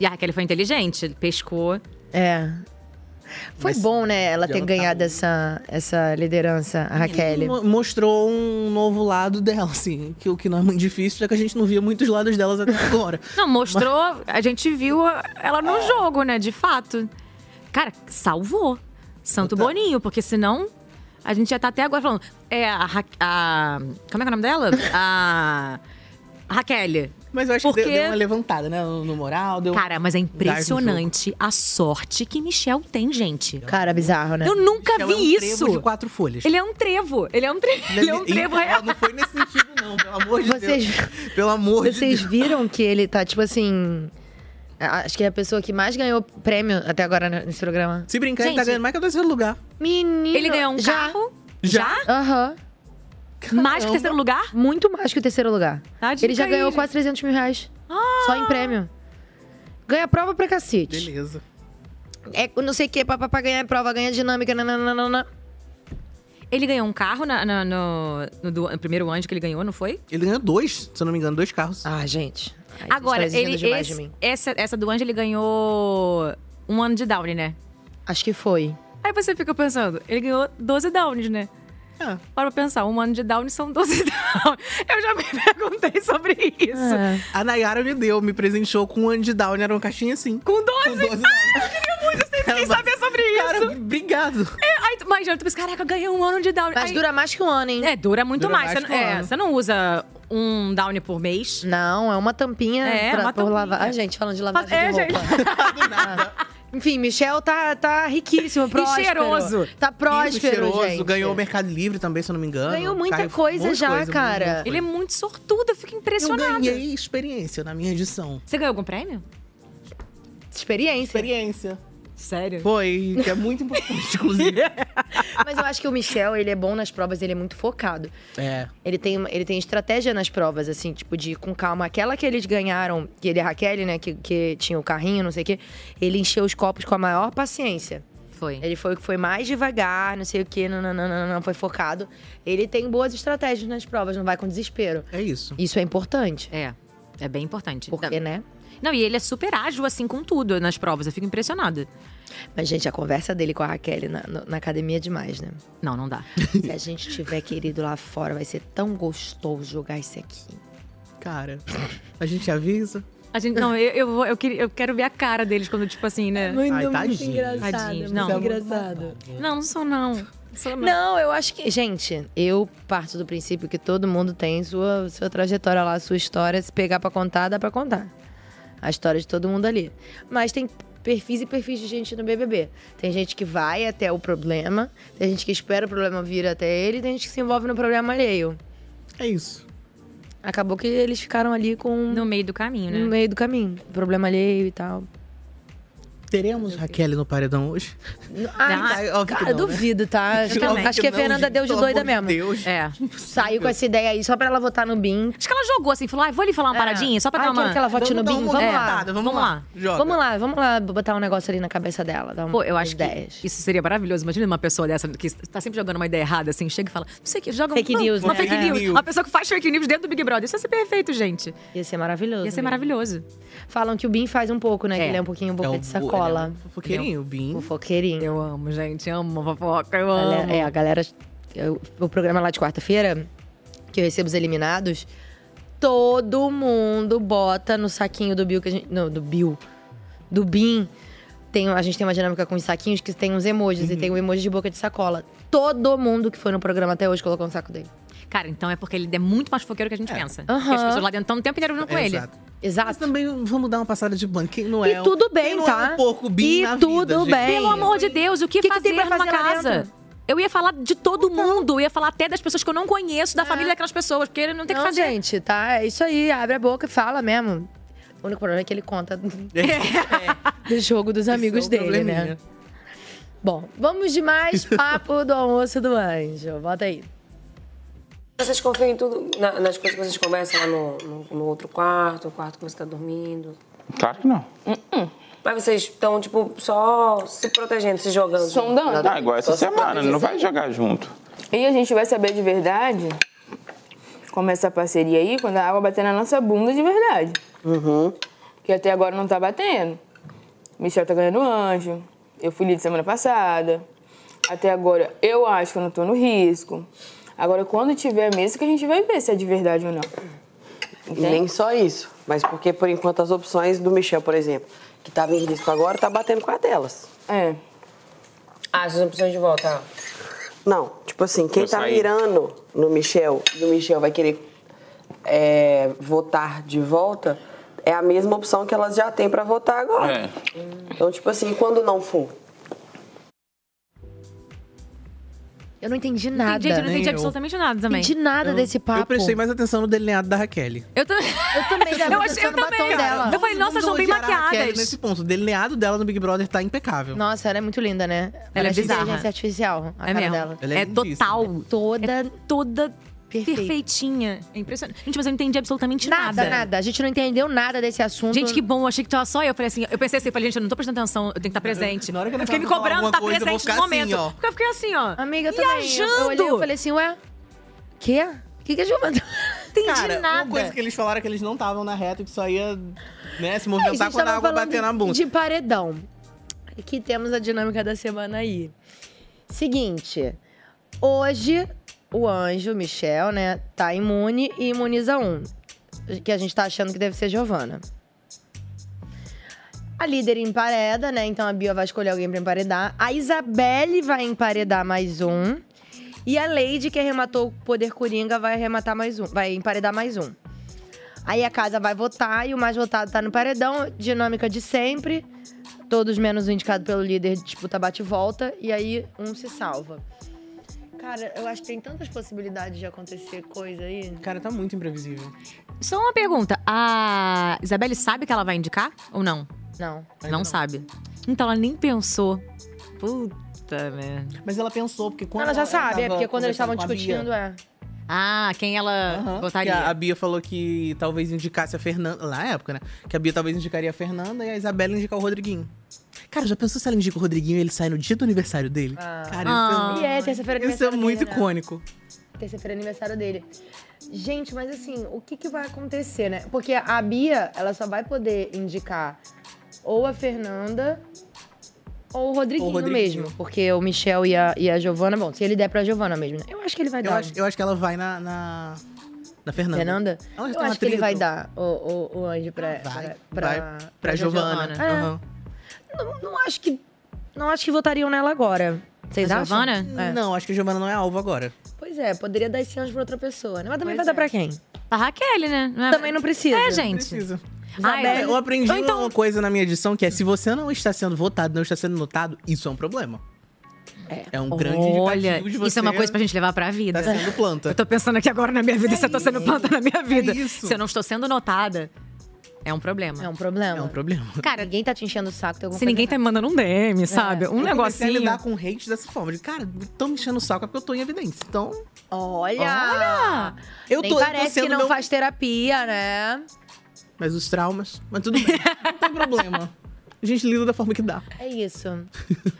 Speaker 2: E a Raquel foi inteligente, pescou.
Speaker 1: É. Foi bom, né, ela ter
Speaker 2: ela tá
Speaker 1: ganhado essa, essa liderança, a Raquel.
Speaker 3: Mo- Mostrou um novo lado dela, assim, que o que não é muito difícil, já que a gente não via muitos lados delas até agora.
Speaker 2: Não, mostrou, a gente viu ela no
Speaker 3: É.
Speaker 2: jogo, né, de fato. Cara, salvou. Santo Boninho, porque senão a gente ia estar até agora falando. É a, Ra- a- Como é que é o nome dela? A. Raquel.
Speaker 3: Mas eu acho
Speaker 2: porque...
Speaker 3: que deu, deu uma levantada, né, no, no moral. Deu
Speaker 2: Cara, mas
Speaker 3: gás
Speaker 2: é
Speaker 3: no jogo.
Speaker 2: impressionante a sorte que Michel tem, gente.
Speaker 1: Cara, bizarro, né?
Speaker 2: Eu nunca
Speaker 3: Michel é um
Speaker 2: vi
Speaker 3: trevo
Speaker 2: isso.
Speaker 3: de quatro folhas.
Speaker 2: Ele é um trevo. Ele é um trevo. Ele é um trevo real.
Speaker 3: Não foi nesse sentido, não, pelo amor de
Speaker 1: Vocês-
Speaker 3: Deus. Pelo amor de
Speaker 1: Vocês viram que ele tá, tipo assim. a- Acho que é a pessoa que mais ganhou prêmio até agora n- nesse programa.
Speaker 3: Se brincar, ele tá ganhando mais que o terceiro lugar.
Speaker 1: Menino.
Speaker 2: Ele ganhou um carro?
Speaker 3: Já?
Speaker 1: Aham.
Speaker 2: Mais que o terceiro lugar?
Speaker 1: Muito mais que o terceiro lugar.
Speaker 2: Tá de
Speaker 1: ele já
Speaker 2: cair.
Speaker 1: ganhou quase 300 mil reais.
Speaker 2: Ah!
Speaker 1: Só em prêmio. Ganha prova pra cacete.
Speaker 3: Beleza.
Speaker 1: É não sei o que, pra, pra- pra ganhar prova, ganha dinâmica, nananana.
Speaker 2: Ele ganhou um carro na- na- no, no do- no primeiro anjo que ele ganhou, não foi?
Speaker 3: Ele ganhou dois, se eu não me engano, dois carros.
Speaker 1: Ah, gente.
Speaker 2: Agora,
Speaker 1: exigindo
Speaker 2: ele,
Speaker 1: demais de
Speaker 2: esse-
Speaker 1: mim.
Speaker 2: essa, essa do anjo ele ganhou um ano de Downy, né?
Speaker 1: Acho que foi.
Speaker 2: Aí você fica pensando, ele ganhou 12 Downs, né?
Speaker 3: Para
Speaker 2: pra pensar, um ano de Downy são 12 Downs. Eu já me perguntei sobre isso.
Speaker 1: É.
Speaker 3: A Nayara me deu, me presenteou com um Andy Down, era uma caixinha assim. Com
Speaker 2: 12? Ah, eu queria muito, eu sempre quis saber sobre isso.
Speaker 3: Cara, obrigado.
Speaker 2: É, aí, tu- mas já tu pensa, caraca, eu ganhei um ano de Down.
Speaker 1: Mas dura mais que um ano, hein?
Speaker 2: É, dura muito
Speaker 1: Dura
Speaker 2: mais.
Speaker 1: mais
Speaker 2: Você, não-
Speaker 1: que um
Speaker 2: é,
Speaker 1: ano.
Speaker 2: você não usa um Downy por mês.
Speaker 1: Não, é uma tampinha
Speaker 2: É,
Speaker 1: pra,
Speaker 2: uma
Speaker 1: por lavar. Ah, gente, falando de lavagem
Speaker 2: É,
Speaker 1: de roupa. Ah. Enfim, Michel tá, tá riquíssimo, próspero. Tá próspero,
Speaker 3: Isso, cheiroso.
Speaker 1: gente.
Speaker 3: Ganhou o Mercado Livre também, se eu não me engano.
Speaker 1: Ganhou muita
Speaker 3: Caiu um
Speaker 1: coisa
Speaker 3: monte de
Speaker 1: já,
Speaker 3: coisa,
Speaker 1: cara.
Speaker 3: muita coisa.
Speaker 2: Ele é muito sortudo, eu fico impressionada.
Speaker 3: Eu ganhei experiência na minha edição.
Speaker 2: Você ganhou algum prêmio?
Speaker 1: Experiência.
Speaker 3: Experiência.
Speaker 2: Sério?
Speaker 3: Foi, que é muito importante, inclusive.
Speaker 1: Mas eu acho que o Michel, ele é bom nas provas, ele é muito focado.
Speaker 3: É.
Speaker 1: Ele tem, ele tem estratégia nas provas, assim, tipo, de ir com calma. Aquela que eles ganharam, que ele e a Raquel, né, que, que tinha o carrinho, não sei o quê, ele encheu os copos com a maior paciência.
Speaker 2: Foi.
Speaker 1: Ele foi o que foi mais devagar, não sei o quê, não, não, não, não, não, foi focado. Ele tem boas estratégias nas provas, não vai com desespero.
Speaker 3: É isso.
Speaker 1: Isso é importante.
Speaker 2: É, é bem importante.
Speaker 1: Porque, né?
Speaker 2: Não, e ele é super ágil, assim, com tudo nas provas. Eu fico impressionada.
Speaker 1: Mas, gente, a conversa dele com a Raquel na, no- na academia é demais, né?
Speaker 2: Não, não dá.
Speaker 1: Se a gente tiver querido lá fora, vai ser tão gostoso jogar isso aqui.
Speaker 3: Cara, a gente avisa.
Speaker 2: A gente, não, eu, eu, vou- eu, queria- eu quero ver a cara deles quando, tipo assim, né?
Speaker 1: muito, Ai, muito tadinhos. engraçado,
Speaker 2: Tadinhos,
Speaker 1: muito
Speaker 2: não.
Speaker 1: engraçado.
Speaker 2: Não, não sou não. Não sou não.
Speaker 1: Não, eu acho que. Gente, eu parto do princípio que todo mundo tem sua, sua trajetória lá, sua história. Se pegar pra contar, dá pra contar. A história de todo mundo ali. Mas tem perfis e perfis de gente no BBB. Tem gente que vai até o problema, tem gente que espera o problema vir até ele, tem gente que se envolve no problema alheio.
Speaker 3: É isso.
Speaker 1: Acabou que eles ficaram ali com.
Speaker 2: No meio do caminho, né?
Speaker 1: No meio do caminho. Problema alheio e tal.
Speaker 3: Teremos Raquel no paredão hoje?
Speaker 2: Ah,
Speaker 1: Ai,
Speaker 3: tá, óbvio que
Speaker 1: cara,
Speaker 3: não, né?
Speaker 1: duvido, tá? Acho que,
Speaker 3: Óbvio
Speaker 1: acho que a
Speaker 3: não,
Speaker 1: Fernanda
Speaker 3: gente,
Speaker 1: deu de
Speaker 3: pelo
Speaker 1: doida
Speaker 3: amor de
Speaker 1: mesmo.
Speaker 3: Deus.
Speaker 2: É.
Speaker 1: Saiu com essa ideia aí só pra ela votar no BIM.
Speaker 2: Acho que ela jogou assim, falou, ah, vou ali falar uma
Speaker 1: É.
Speaker 2: paradinha, só pra
Speaker 1: Ah,
Speaker 2: dar
Speaker 1: eu
Speaker 2: uma.
Speaker 1: quero que ela vote no Binho. Vamos lá.
Speaker 2: Vamos lá.
Speaker 1: Vamos lá, vamos lá botar um negócio ali na cabeça dela. Dar um,
Speaker 2: Pô, eu acho
Speaker 1: ideias.
Speaker 2: que isso seria maravilhoso. Imagina uma pessoa dessa que tá sempre jogando uma ideia errada, assim, chega e fala, não sei o que, joga
Speaker 1: Fake
Speaker 2: uma,
Speaker 1: news,
Speaker 2: uma
Speaker 1: né?
Speaker 2: fake
Speaker 1: É.
Speaker 2: news. Uma pessoa que faz fake news dentro do Big Brother. Isso ia ser perfeito, gente.
Speaker 1: Ia ser maravilhoso.
Speaker 2: Ia ser
Speaker 1: mesmo.
Speaker 2: maravilhoso.
Speaker 1: Falam que o BIM faz um pouco, né? Que ele é um pouquinho boca
Speaker 2: É um
Speaker 1: de
Speaker 2: bo- ele é um
Speaker 1: sacola.
Speaker 3: Fofoqueirinho, o Bim.
Speaker 1: Fofoqueirinho.
Speaker 2: Eu amo, gente. Eu amo fofoca, eu
Speaker 1: Galera-
Speaker 2: amo.
Speaker 1: É, a galera. eu- o programa lá de quarta-feira, que eu recebo os eliminados, todo mundo bota no saquinho do Bill que a gente. Não, do Bill. Do Bin. tem- a gente tem uma dinâmica com os saquinhos que tem uns emojis
Speaker 2: Uhum.
Speaker 1: e tem um emoji de boca de sacola. Todo mundo que foi no programa até hoje colocou um saco dele.
Speaker 2: Cara, então é porque ele é muito mais fofoqueiro que a gente pensa. Porque as
Speaker 1: Aham.
Speaker 2: pessoas lá dentro estão o tempo inteiro vindo com ele.
Speaker 3: Exato.
Speaker 1: Exato.
Speaker 3: Mas também vamos dar uma passada de pano. Quem não é.
Speaker 2: E
Speaker 3: um-
Speaker 2: tudo bem,
Speaker 3: quem não
Speaker 2: tá?
Speaker 3: É um porco bi
Speaker 2: E
Speaker 3: na
Speaker 2: tudo
Speaker 3: vida, gente?
Speaker 2: bem. Pelo amor de Deus, o que, fazer,
Speaker 1: tem pra fazer
Speaker 2: numa
Speaker 1: lá
Speaker 2: casa?
Speaker 1: dentro?
Speaker 2: Eu ia falar de todo mundo, eu ia falar até das pessoas que eu não conheço, da família daquelas pessoas, porque ele não tem o
Speaker 1: Não,
Speaker 2: que fazer.
Speaker 1: gente, tá? É isso aí, abre a boca e fala mesmo. O único problema é que ele conta do jogo dos
Speaker 2: é um
Speaker 1: amigos dele, né? Bom, vamos de mais papo do almoço do anjo. Bota aí.
Speaker 5: Vocês confiam em tudo, na- nas coisas que vocês conversam lá no, no- no outro quarto, o quarto que você tá dormindo.
Speaker 9: Claro que não.
Speaker 5: Mas vocês estão, tipo, só se protegendo, se jogando.
Speaker 8: Sondando.
Speaker 9: Ah, igual essa semana, não vai jogar junto.
Speaker 8: E a gente vai saber de verdade como é essa parceria aí quando a água bater na nossa bunda de verdade. Uhum. Que até agora não tá batendo. Michel tá ganhando anjo. Eu fui líder semana passada. Até agora eu acho que eu não tô no risco. Agora, quando tiver a mesa, que a gente vai ver se é de verdade ou não.
Speaker 12: E nem só isso, mas porque por enquanto as opções do Michel, por exemplo, que tava em risco agora, tá batendo com a delas.
Speaker 8: É.
Speaker 5: Ah, vocês não precisam de volta.
Speaker 12: Não, tipo assim, quem
Speaker 5: Eu
Speaker 12: tá
Speaker 5: saí.
Speaker 12: mirando no Michel e o Michel vai querer é, votar de volta, é a mesma opção que elas já têm pra votar agora.
Speaker 9: É.
Speaker 12: Então, tipo assim, quando não for?
Speaker 1: Eu não entendi nada.
Speaker 2: Gente, eu não entendi
Speaker 3: Nem eu.
Speaker 2: absolutamente nada também.
Speaker 1: Entendi nada desse papo.
Speaker 3: Eu prestei mais atenção no delineado da Raquel.
Speaker 2: Eu, tô... eu
Speaker 1: também,
Speaker 2: eu achei eu também. Eu falei, nossa, elas são bem maquiadas.
Speaker 3: Nesse ponto, o delineado dela no Big Brother tá impecável.
Speaker 1: Nossa, ela é muito linda, né?
Speaker 3: Ela é
Speaker 1: Parece
Speaker 3: bizarra.
Speaker 1: inteligência artificial, a
Speaker 3: É
Speaker 1: cara
Speaker 3: mesmo.
Speaker 1: dela.
Speaker 3: Ela é É lindíssima.
Speaker 2: total. É
Speaker 1: Toda.
Speaker 2: toda perfeitinha. É impressionante. Gente, mas eu não entendi absolutamente
Speaker 1: Nada,
Speaker 2: nada.
Speaker 1: nada. A gente não entendeu nada desse assunto.
Speaker 2: Gente, que bom, eu achei que tava só eu. Eu falei assim, eu pensei assim, eu falei, gente, eu não tô prestando atenção, eu tenho que estar presente. Na hora que eu fiquei me
Speaker 1: falar
Speaker 2: cobrando,
Speaker 1: alguma
Speaker 2: tá
Speaker 1: coisa, eu vou
Speaker 2: presente no
Speaker 1: ficar assim,
Speaker 2: momento.
Speaker 1: ó.
Speaker 2: Porque eu fiquei assim, ó.
Speaker 1: Amiga, eu também. Eu- Eu, olhei, eu
Speaker 2: viajando.
Speaker 1: falei assim, ué, quê? O que, que a Giovana. tá-"
Speaker 2: Entendi
Speaker 3: Cara, uma coisa que eles falaram é que eles não estavam na reta, que só ia né, se
Speaker 1: Aí,
Speaker 3: movimentar
Speaker 1: gente,
Speaker 3: quando a
Speaker 1: tava
Speaker 3: água
Speaker 1: falando
Speaker 3: bater na bunda.
Speaker 1: De paredão. Aqui temos a dinâmica da semana aí. Seguinte, hoje o anjo, Michel, né, tá imune e imuniza um. Que a gente tá achando que deve ser Giovana. A líder empareda, né? Então a Bia vai escolher alguém pra emparedar. A Isabelle vai emparedar mais um. E a Lady, que arrematou o poder coringa, vai arrematar mais um. Vai emparedar mais um. Aí a casa vai votar e o mais votado tá no paredão, dinâmica de sempre. Todos menos o indicado pelo líder disputa bate e volta e aí um se salva. Cara, eu acho que tem tantas possibilidades de acontecer coisa aí.
Speaker 3: Cara, tá muito imprevisível.
Speaker 2: Só uma pergunta. A Isabelle sabe que ela vai indicar ou não?
Speaker 1: Não.
Speaker 2: Não, sabe. Então ela nem pensou. Puta né? merda.
Speaker 3: Mas ela pensou, porque quando.
Speaker 1: Ela já sabe, é
Speaker 3: tava
Speaker 1: porque quando eles estavam
Speaker 3: conversando com a
Speaker 1: discutindo,
Speaker 3: Bia,
Speaker 1: é.
Speaker 2: Ah, quem ela
Speaker 3: que
Speaker 2: votaria?
Speaker 3: a, a Bia falou que talvez indicasse a Fernanda. Lá na época, né? Que a Bia talvez indicaria a Fernanda e a Isabela indicar o Rodriguinho. Cara, já pensou se ela indica o Rodriguinho e ele sai no dia do aniversário dele? Cara,
Speaker 2: Ah.
Speaker 3: isso é-
Speaker 1: Ah. E é, terça-feira é
Speaker 3: isso é
Speaker 1: aniversário
Speaker 3: muito
Speaker 1: dele, né?
Speaker 3: icônico.
Speaker 1: Terça-feira é aniversário dele. Gente, mas assim, o que, que vai acontecer, né? Porque a Bia, ela só vai poder indicar ou a Fernanda ou o Rodriguinho,
Speaker 3: Rodriguinho.
Speaker 1: mesmo. Porque o Michel e a, e a Giovana, bom, se ele der pra Giovana mesmo, né? Eu acho que ele vai
Speaker 3: Eu
Speaker 1: dar.
Speaker 3: acho, eu acho que ela vai na. na... Na Fernanda.
Speaker 1: Fernanda?
Speaker 3: Ela já
Speaker 1: eu
Speaker 3: tem um
Speaker 1: acho que ele
Speaker 3: atrito. Ah,
Speaker 1: vai dar o, o, o anjo pra, pra,
Speaker 3: Vai
Speaker 1: pra,
Speaker 3: pra, Giovana.
Speaker 1: É.
Speaker 3: Aham.
Speaker 1: Não, não acho que. Não acho que votariam nela agora. Vocês
Speaker 3: A
Speaker 1: acham?
Speaker 3: Giovana?
Speaker 1: É.
Speaker 3: Não, acho que a Giovana não é alvo agora.
Speaker 1: Pois é, poderia dar esse anjo pra outra pessoa, né? Mas também
Speaker 2: Pois
Speaker 1: vai dar
Speaker 2: é.
Speaker 1: pra quem?
Speaker 2: Pra Raquel, né?
Speaker 1: Também não precisa.
Speaker 2: É, gente.
Speaker 3: Precisa.
Speaker 2: Ah,
Speaker 3: É,
Speaker 2: é.
Speaker 3: eu aprendi
Speaker 2: Ou então-
Speaker 3: uma coisa na minha edição que é se você não está sendo votado, não está sendo notado, isso é um problema. É, um grande
Speaker 2: Olha,
Speaker 3: indicativo de
Speaker 2: isso é uma coisa pra gente levar pra vida.
Speaker 3: tá sendo planta. É
Speaker 2: Eu tô pensando aqui agora na minha vida se eu tô sendo planta na minha vida. Se eu não estou sendo notada, é um problema.
Speaker 1: É um problema. É um
Speaker 3: problema.
Speaker 1: Cara, ninguém tá te enchendo o saco. Tem alguma
Speaker 2: Se ninguém
Speaker 1: coisa
Speaker 2: tá me mandando um DM, sabe?
Speaker 1: É.
Speaker 2: Um
Speaker 1: Eu
Speaker 3: Comecei a
Speaker 2: negocinho.
Speaker 3: lidar com hate dessa forma. De, cara, estão me enchendo o saco é porque eu tô em evidência. Então.
Speaker 1: Olha!
Speaker 3: Olha! Eu
Speaker 1: Nem
Speaker 3: tô, eu tô
Speaker 1: parece
Speaker 3: sendo
Speaker 1: que não
Speaker 3: meu-
Speaker 1: faz terapia, né?
Speaker 3: Mas os traumas. Mas tudo bem. não tem problema. A gente lida da forma que dá.
Speaker 1: É isso.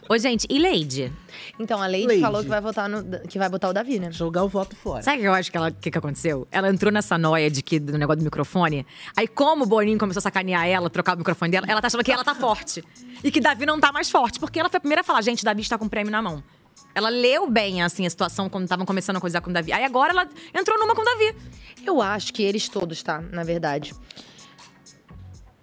Speaker 2: Ô, gente, e Lady?
Speaker 1: Então, a Lady,
Speaker 2: Lady.
Speaker 1: falou que vai, votar no, que vai botar o Davi, né?
Speaker 3: Jogar o voto fora.
Speaker 2: Sabe o que eu acho que ela que, que aconteceu? Ela entrou nessa noia de que do negócio do microfone. Aí, como o Boninho começou a sacanear ela, trocar o microfone dela, ela tá achando que ela tá forte. E que Davi não tá mais forte. Porque ela foi a primeira a falar, gente, Davi está com o prêmio na mão. Ela leu bem, assim, a situação quando estavam começando a coisar com o Davi. Aí agora ela entrou numa com o Davi.
Speaker 1: Eu acho que eles todos, tá? Na verdade.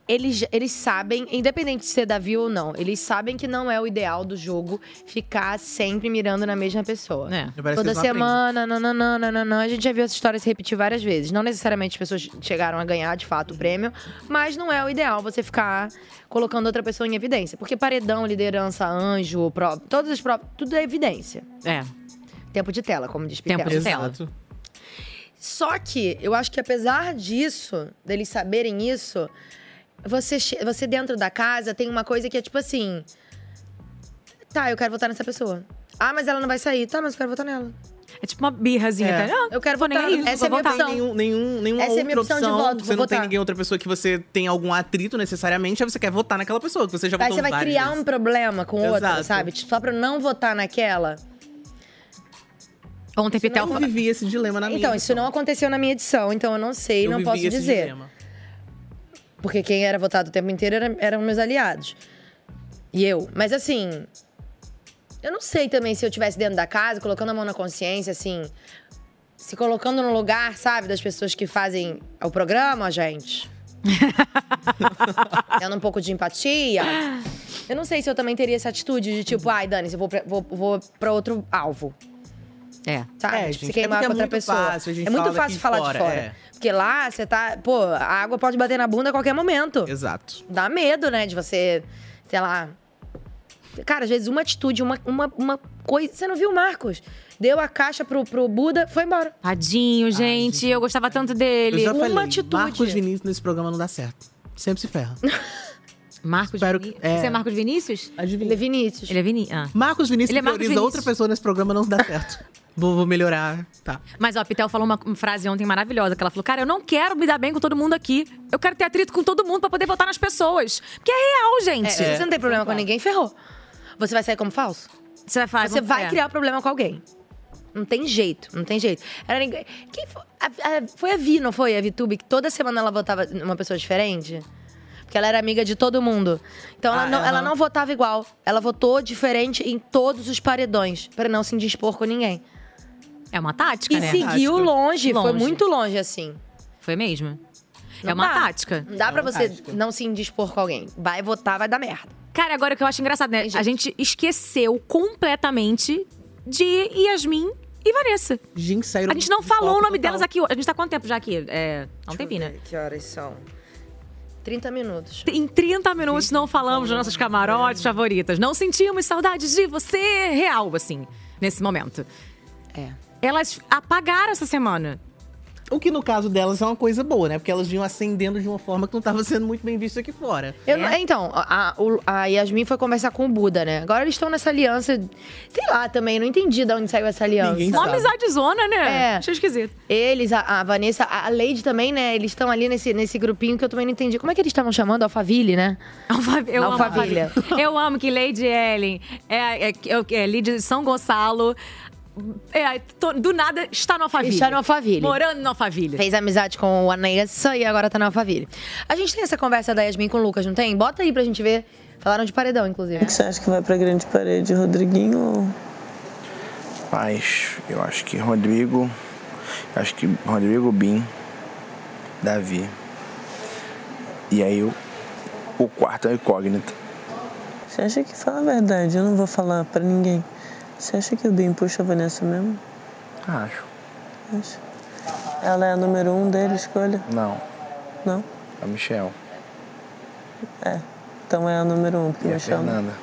Speaker 1: eles, já- eles sabem, independente de ser Davi ou não, eles sabem que não é o ideal do jogo ficar sempre mirando na mesma pessoa.
Speaker 2: É.
Speaker 13: Parece que
Speaker 1: Toda
Speaker 13: eles não aprendem.
Speaker 1: semana, nananã, nananã, a gente já viu essa história se repetir várias vezes. Não necessariamente as pessoas chegaram a ganhar, de fato, o prêmio, mas não é o ideal você ficar colocando outra pessoa em evidência. Porque paredão, liderança, anjo, pró todas as provas, tudo é evidência.
Speaker 2: É.
Speaker 1: Tempo de tela, como diz
Speaker 2: Tempo
Speaker 1: Pitel.
Speaker 2: de tela. Exato.
Speaker 1: Só que eu acho que apesar disso, deles saberem isso, você, che- você dentro da casa tem uma coisa que é tipo assim. Tá, eu quero votar nessa pessoa. Ah, mas ela não vai sair. Tá, mas eu quero votar nela.
Speaker 2: É tipo uma birrazinha.
Speaker 3: É.
Speaker 2: tá? Ah,
Speaker 1: Eu quero
Speaker 2: vou
Speaker 1: votar.
Speaker 2: nem aí,
Speaker 1: Essa é a
Speaker 2: vou
Speaker 1: minha
Speaker 2: votar.
Speaker 3: Nenhum,
Speaker 1: opção.
Speaker 3: nenhum, nenhuma
Speaker 1: Essa é a
Speaker 3: outra
Speaker 1: minha opção de
Speaker 3: opção.
Speaker 1: voto,
Speaker 3: você
Speaker 1: vou
Speaker 3: não tem
Speaker 1: votar.
Speaker 3: ninguém outra pessoa que você tem algum atrito necessariamente, aí você quer votar naquela pessoa, que você já
Speaker 1: Aí
Speaker 3: votou
Speaker 1: você vai
Speaker 3: várias
Speaker 1: criar
Speaker 3: vezes.
Speaker 1: um problema com outra,
Speaker 3: Exato.
Speaker 1: sabe? Tipo, só pra eu não votar naquela.
Speaker 2: Ontem,
Speaker 1: Pitel.
Speaker 3: Eu vivi esse dilema na minha.
Speaker 1: um- Então, isso não aconteceu na minha edição, então eu não sei,
Speaker 3: Eu
Speaker 1: não
Speaker 3: vivi
Speaker 1: posso
Speaker 3: esse
Speaker 1: dizer.
Speaker 3: dilema.
Speaker 1: Porque quem era votado o tempo inteiro era- eram meus aliados. E eu. Mas assim. Eu não sei também se eu tivesse dentro da casa, colocando a mão na consciência, assim. Se colocando no lugar, sabe, das pessoas que fazem o programa, gente. Tendo um pouco de empatia. Eu não sei se eu também teria essa atitude de tipo, ai, Dani, eu vou pra, vou, vou pra outro alvo.
Speaker 2: É.
Speaker 1: Sabe?
Speaker 3: É,
Speaker 1: tipo, se
Speaker 3: gente,
Speaker 1: queimar
Speaker 3: é porque é
Speaker 1: com outra
Speaker 3: muito
Speaker 1: pessoa.
Speaker 3: fácil a gente
Speaker 1: é muito
Speaker 3: falar
Speaker 1: fácil
Speaker 3: daqui
Speaker 1: falar
Speaker 3: fora,
Speaker 1: de fora.
Speaker 3: é.
Speaker 1: Porque lá você tá. Pô, a água pode bater na bunda a qualquer momento.
Speaker 3: Exato.
Speaker 1: Dá medo, né? De você, sei lá. Cara, às vezes uma atitude, uma, uma, uma coisa. Você não viu o Marcos? Deu a caixa pro, pro Buda, foi embora.
Speaker 2: Tadinho, gente, eu gostava tanto dele.
Speaker 3: Eu já falei,
Speaker 2: Uma atitude.
Speaker 3: Marcos Vinícius nesse programa não dá certo. Sempre se ferra.
Speaker 2: Marcos
Speaker 3: Vinícius? É.
Speaker 2: Você é Marcos Vinícius?
Speaker 3: Ele
Speaker 1: é Vinícius.
Speaker 2: Ele é Vinícius. Ah.
Speaker 3: Marcos Vinícius
Speaker 2: Ele é Marcos
Speaker 3: prioriza
Speaker 2: Vinícius.
Speaker 3: outra pessoa nesse programa, não dá certo. vou, vou melhorar, tá.
Speaker 2: Mas ó, a Pitel falou uma frase ontem maravilhosa, que ela falou, cara, eu não quero me dar bem com todo mundo aqui. Eu quero ter atrito com todo mundo pra poder votar nas pessoas. Porque é real,
Speaker 1: É,
Speaker 2: gente.
Speaker 1: se você não tem problema com ninguém, ferrou. Você vai sair como falso?
Speaker 2: Você vai falar.
Speaker 1: Você
Speaker 2: vamos-
Speaker 1: vai
Speaker 2: é.
Speaker 1: criar problema com alguém. Não tem jeito, não tem jeito. Era ninguém. Quem foi? A, a- foi a Vi, não foi? A ViTube, que toda semana ela votava numa pessoa diferente? Porque ela era amiga de todo mundo. Então ela,
Speaker 13: Ah,
Speaker 1: não, ela
Speaker 13: aham.
Speaker 1: não votava igual. Ela votou diferente em todos os paredões, pra não se indispor com ninguém.
Speaker 2: É uma tática,
Speaker 1: e
Speaker 2: né?
Speaker 1: seguiu longe, foi
Speaker 2: Longe.
Speaker 1: muito longe assim.
Speaker 2: Foi mesmo.
Speaker 1: Não
Speaker 2: é uma
Speaker 1: dá.
Speaker 2: tática.
Speaker 1: Não dá pra
Speaker 2: uma
Speaker 1: você
Speaker 2: tática.
Speaker 1: não se indispor com alguém. Vai votar, vai dar merda.
Speaker 2: Cara, agora o que eu acho engraçado, né? A gente esqueceu completamente de Yasmin e Vanessa.
Speaker 3: Gente, saíram
Speaker 2: A gente não
Speaker 3: de
Speaker 2: falou o
Speaker 3: foco
Speaker 2: nome
Speaker 3: total.
Speaker 2: delas aqui. A gente tá há quanto tempo já aqui? É, há um tempinho, né?
Speaker 1: Que horas são? 30 minutos.
Speaker 2: Em 30 minutos não falamos de nossas camarotes favoritas. Não sentimos saudades de você real, assim, nesse momento.
Speaker 1: É.
Speaker 2: Elas apagaram essa semana.
Speaker 3: O que no caso delas é uma coisa boa, né? Porque elas vinham ascendendo de uma forma que não tava sendo muito bem vista aqui fora.
Speaker 2: É?
Speaker 1: Eu não- Então, a, a- o- a Yasmin foi conversar com o Buda, né? Agora eles estão nessa aliança. Sei lá também, não entendi de onde saiu essa aliança.
Speaker 2: Ninguém Uma sabe. amizadezona, né?
Speaker 1: É.
Speaker 2: Achei esquisito.
Speaker 1: Eles, a, a Vanessa, a a Lady também, né? Eles estão ali nesse, nesse grupinho que eu também não entendi. Como é que eles estavam chamando? Alphaville, né?
Speaker 2: Alphaville. Eu
Speaker 1: Alphaville.
Speaker 2: amo Alphaville. Eu amo que Lady Ellen é, é, é, é Lady de São Gonçalo. É, tô- do nada está no Alphaville.
Speaker 1: Está no Alphaville.
Speaker 2: Morando no Alphaville.
Speaker 1: Fez amizade com o Anessa e agora tá na Alphaville. A gente tem essa conversa da Yasmin com o Lucas, não tem? Bota aí pra gente ver. Falaram de paredão,
Speaker 2: É.
Speaker 1: inclusive.
Speaker 14: O que você acha que vai pra grande parede, Rodriguinho? ou-
Speaker 9: Mas eu acho que Rodrigo. Acho que Rodrigo Bin, Davi. E aí o, o quarto é o incógnito.
Speaker 14: Você acha que fala a verdade? Eu não vou falar pra ninguém. Você acha que o Bim puxa a Vanessa mesmo?
Speaker 9: Acho.
Speaker 14: Acho. Ela é a número um dele, escolha?
Speaker 9: Não.
Speaker 14: Não?
Speaker 9: A Michel.
Speaker 14: É. Então é a número um, porque
Speaker 9: E a
Speaker 14: Michel não.
Speaker 9: Fernanda.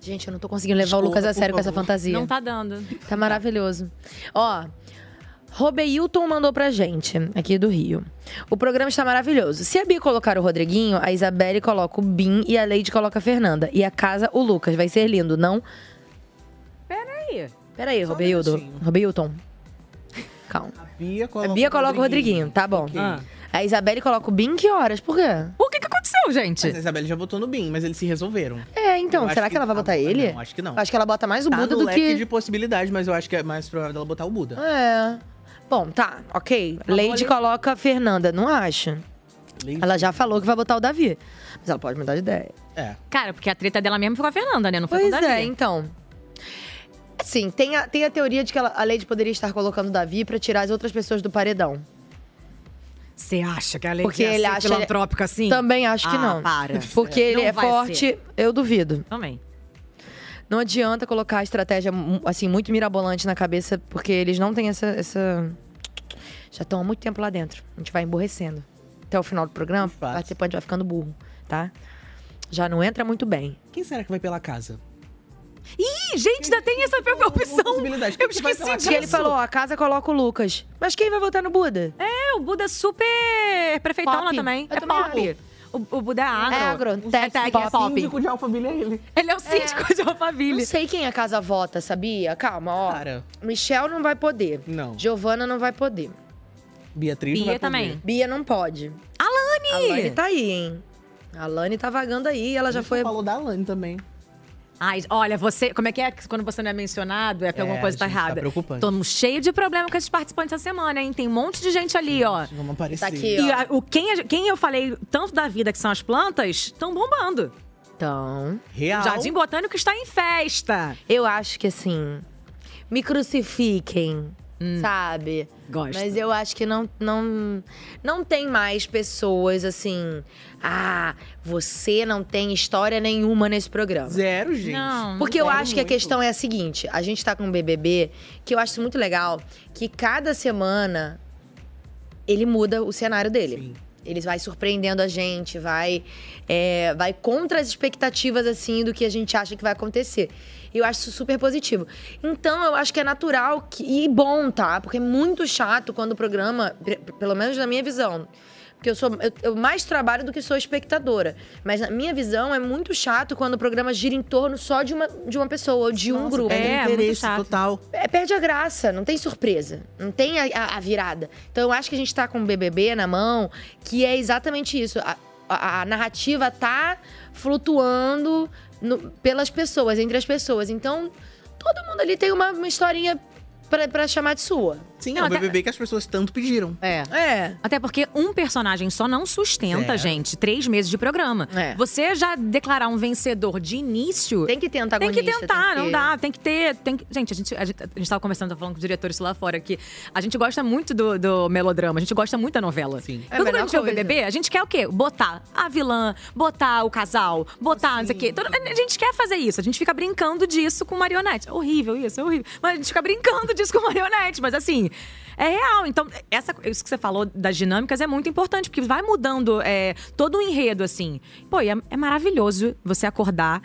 Speaker 1: Gente, eu não tô conseguindo levar
Speaker 14: Desculpa,
Speaker 1: o Lucas a
Speaker 14: por
Speaker 1: sério com essa
Speaker 14: favor.
Speaker 1: fantasia.
Speaker 2: Não tá dando.
Speaker 1: Tá maravilhoso. Ó, Robeilton mandou pra gente, aqui do Rio. O programa está maravilhoso. Se a Bia colocar o Rodriguinho, a Isabelle coloca o Bim e a Leide coloca a Fernanda. E a casa, o Lucas. Vai ser lindo, não?
Speaker 2: Peraí.
Speaker 1: Peraí,
Speaker 2: um
Speaker 1: Robeildo. Robeilton. Calma. A
Speaker 3: Bia
Speaker 1: coloca, o Rodriguinho, tá bom.
Speaker 3: Ah.
Speaker 1: A Isabelle coloca o Bim que horas? Por quê?
Speaker 2: O que, que aconteceu, gente?
Speaker 3: Mas a Isabelle já votou no BIM, mas eles se resolveram.
Speaker 1: É, então,
Speaker 3: Eu acho tá
Speaker 1: será que, ela vai botar ele?
Speaker 3: Não, acho que não.
Speaker 1: Acho que ela bota mais o
Speaker 3: tá
Speaker 1: Buda
Speaker 3: no
Speaker 1: do
Speaker 3: leque
Speaker 1: que.
Speaker 3: de possibilidade, mas eu acho que é mais provável dela botar o Buda.
Speaker 2: Ah,
Speaker 1: É. Bom, tá, ok. Lady coloca a Fernanda, não acha? Ela já falou que vai botar o Davi. Mas ela pode mudar de ideia.
Speaker 3: É.
Speaker 2: Cara, porque a treta dela mesma foi com a Fernanda, né? Não foi
Speaker 1: Pois
Speaker 2: com o Davi.
Speaker 1: é, então. Assim, tem a, tem a teoria de que ela- a Lady poderia estar colocando o Davi pra tirar as outras pessoas do paredão.
Speaker 2: Você acha que ela
Speaker 1: Porque
Speaker 2: ia
Speaker 1: ele
Speaker 2: ser
Speaker 1: acha.
Speaker 2: filantrópica assim?
Speaker 1: Também acho que
Speaker 2: Ah,
Speaker 1: não.
Speaker 2: para.
Speaker 1: Porque ele
Speaker 2: Não
Speaker 1: é
Speaker 2: vai
Speaker 1: forte,
Speaker 2: ser.
Speaker 1: eu duvido.
Speaker 2: Também.
Speaker 1: Não adianta colocar a estratégia mu- assim muito mirabolante na cabeça, porque eles não têm essa. essa- Já estão há muito tempo lá dentro. A gente vai emborrecendo. Até o final do programa, o participante vai ficando burro, tá? Já não entra muito bem.
Speaker 3: Quem será que vai pela casa?
Speaker 2: Ih, gente, ainda tem essa opção. Eu esqueci disso.
Speaker 1: E ele falou: ó, a casa coloca o Lucas. Mas quem vai votar no Buda?
Speaker 2: É, o Buda é super prefeitão
Speaker 1: Pop.
Speaker 2: lá também.
Speaker 1: Eu
Speaker 2: é
Speaker 1: também
Speaker 2: pop. O, o Buda é agro.
Speaker 1: É agro,
Speaker 2: é
Speaker 1: tech,
Speaker 2: tech,
Speaker 1: pop.
Speaker 2: é pop.
Speaker 1: O síndico
Speaker 3: de Alphaville é ele.
Speaker 2: Ele é o síndico de Alphaville.
Speaker 1: Não sei quem a casa vota, sabia? Calma, ó. Michel não vai poder.
Speaker 3: Não.
Speaker 1: Giovana não vai poder.
Speaker 3: Beatriz não vai poder.
Speaker 1: Bia não pode.
Speaker 2: Alane!
Speaker 1: Alane tá aí, hein? A Alane tá vagando aí, ela já foi. falou
Speaker 3: da Alane também.
Speaker 2: Ai, olha, você. Como é que é? Quando você não é mencionado, é porque
Speaker 1: É,
Speaker 2: alguma coisa
Speaker 1: a
Speaker 2: tá
Speaker 1: gente tá
Speaker 2: errada.
Speaker 1: preocupante.
Speaker 2: Tô cheio de problema com esses participantes essa semana, hein? Tem um monte de gente ali, ó.
Speaker 3: Vamos aparecer.
Speaker 1: Tá aqui,
Speaker 2: E
Speaker 1: ó.
Speaker 2: a- o, quem, a- quem eu falei tanto da vida que são as plantas, estão bombando.
Speaker 1: Então.
Speaker 3: Real.
Speaker 2: O Jardim Botânico está em festa.
Speaker 1: Eu acho que assim. Me crucifiquem, sabe?
Speaker 2: Gosto.
Speaker 1: Mas eu acho que não, não, não tem mais pessoas assim. Ah, você não tem história nenhuma nesse programa.
Speaker 3: Zero, gente. Não,
Speaker 1: Porque eu
Speaker 3: zero
Speaker 1: acho que a
Speaker 3: muito.
Speaker 1: questão é a seguinte: a gente tá com um BBB que eu acho muito legal, que cada semana ele muda o cenário dele. Ele vai surpreendendo a gente, vai, é, vai contra as expectativas, assim, do que a gente acha que vai acontecer. E Eu acho isso super positivo. Então, eu acho que é natural que- e bom, tá? Porque é muito chato quando o programa, pe- pelo menos na minha visão, porque eu, sou, eu, eu mais trabalho do que sou espectadora. Mas na minha visão, é muito chato quando o programa gira em torno só de uma, de uma pessoa ou de um grupo.
Speaker 3: perde É, o interesse muito chato. total.
Speaker 1: É, perde a graça, não tem surpresa, não tem a, a- a virada. Então eu acho que a gente tá com o BBB na mão, que é exatamente isso. A, a- a narrativa tá flutuando no- pelas pessoas, entre as pessoas. Então todo mundo ali tem uma, uma historinha pra, pra chamar de sua.
Speaker 3: Sim, é o BBB que as pessoas tanto pediram.
Speaker 2: tá- É.
Speaker 1: É.
Speaker 2: Até porque um personagem só não sustenta,
Speaker 3: Zero.
Speaker 2: gente, três meses de programa. Você já declarar um vencedor de início.
Speaker 1: É. Tem que tentar
Speaker 2: Tem que
Speaker 1: antagonista,
Speaker 2: tentar,
Speaker 1: tem que-
Speaker 2: não dá. Tem que ter. Tem que... Gente, a gente, a, gente, a gente tava conversando, tava falando com os diretores lá fora que a gente gosta muito do, do melodrama, a gente gosta muito da novela. Sim.
Speaker 1: É a
Speaker 2: Quando
Speaker 1: melhor
Speaker 2: a gente vê o
Speaker 1: coisa.
Speaker 2: BBB, a gente quer o quê? Botar a vilã, botar o casal, botar não sei o quê. Todo- A gente quer fazer isso, a gente fica brincando disso com marionete. É horrível isso, é horrível. Mas a gente fica brincando disso com marionete, mas assim, é real. Então, essa, isso que você falou das dinâmicas é muito importante, porque vai mudando é, todo o enredo, assim. Pô, e é, é maravilhoso você acordar.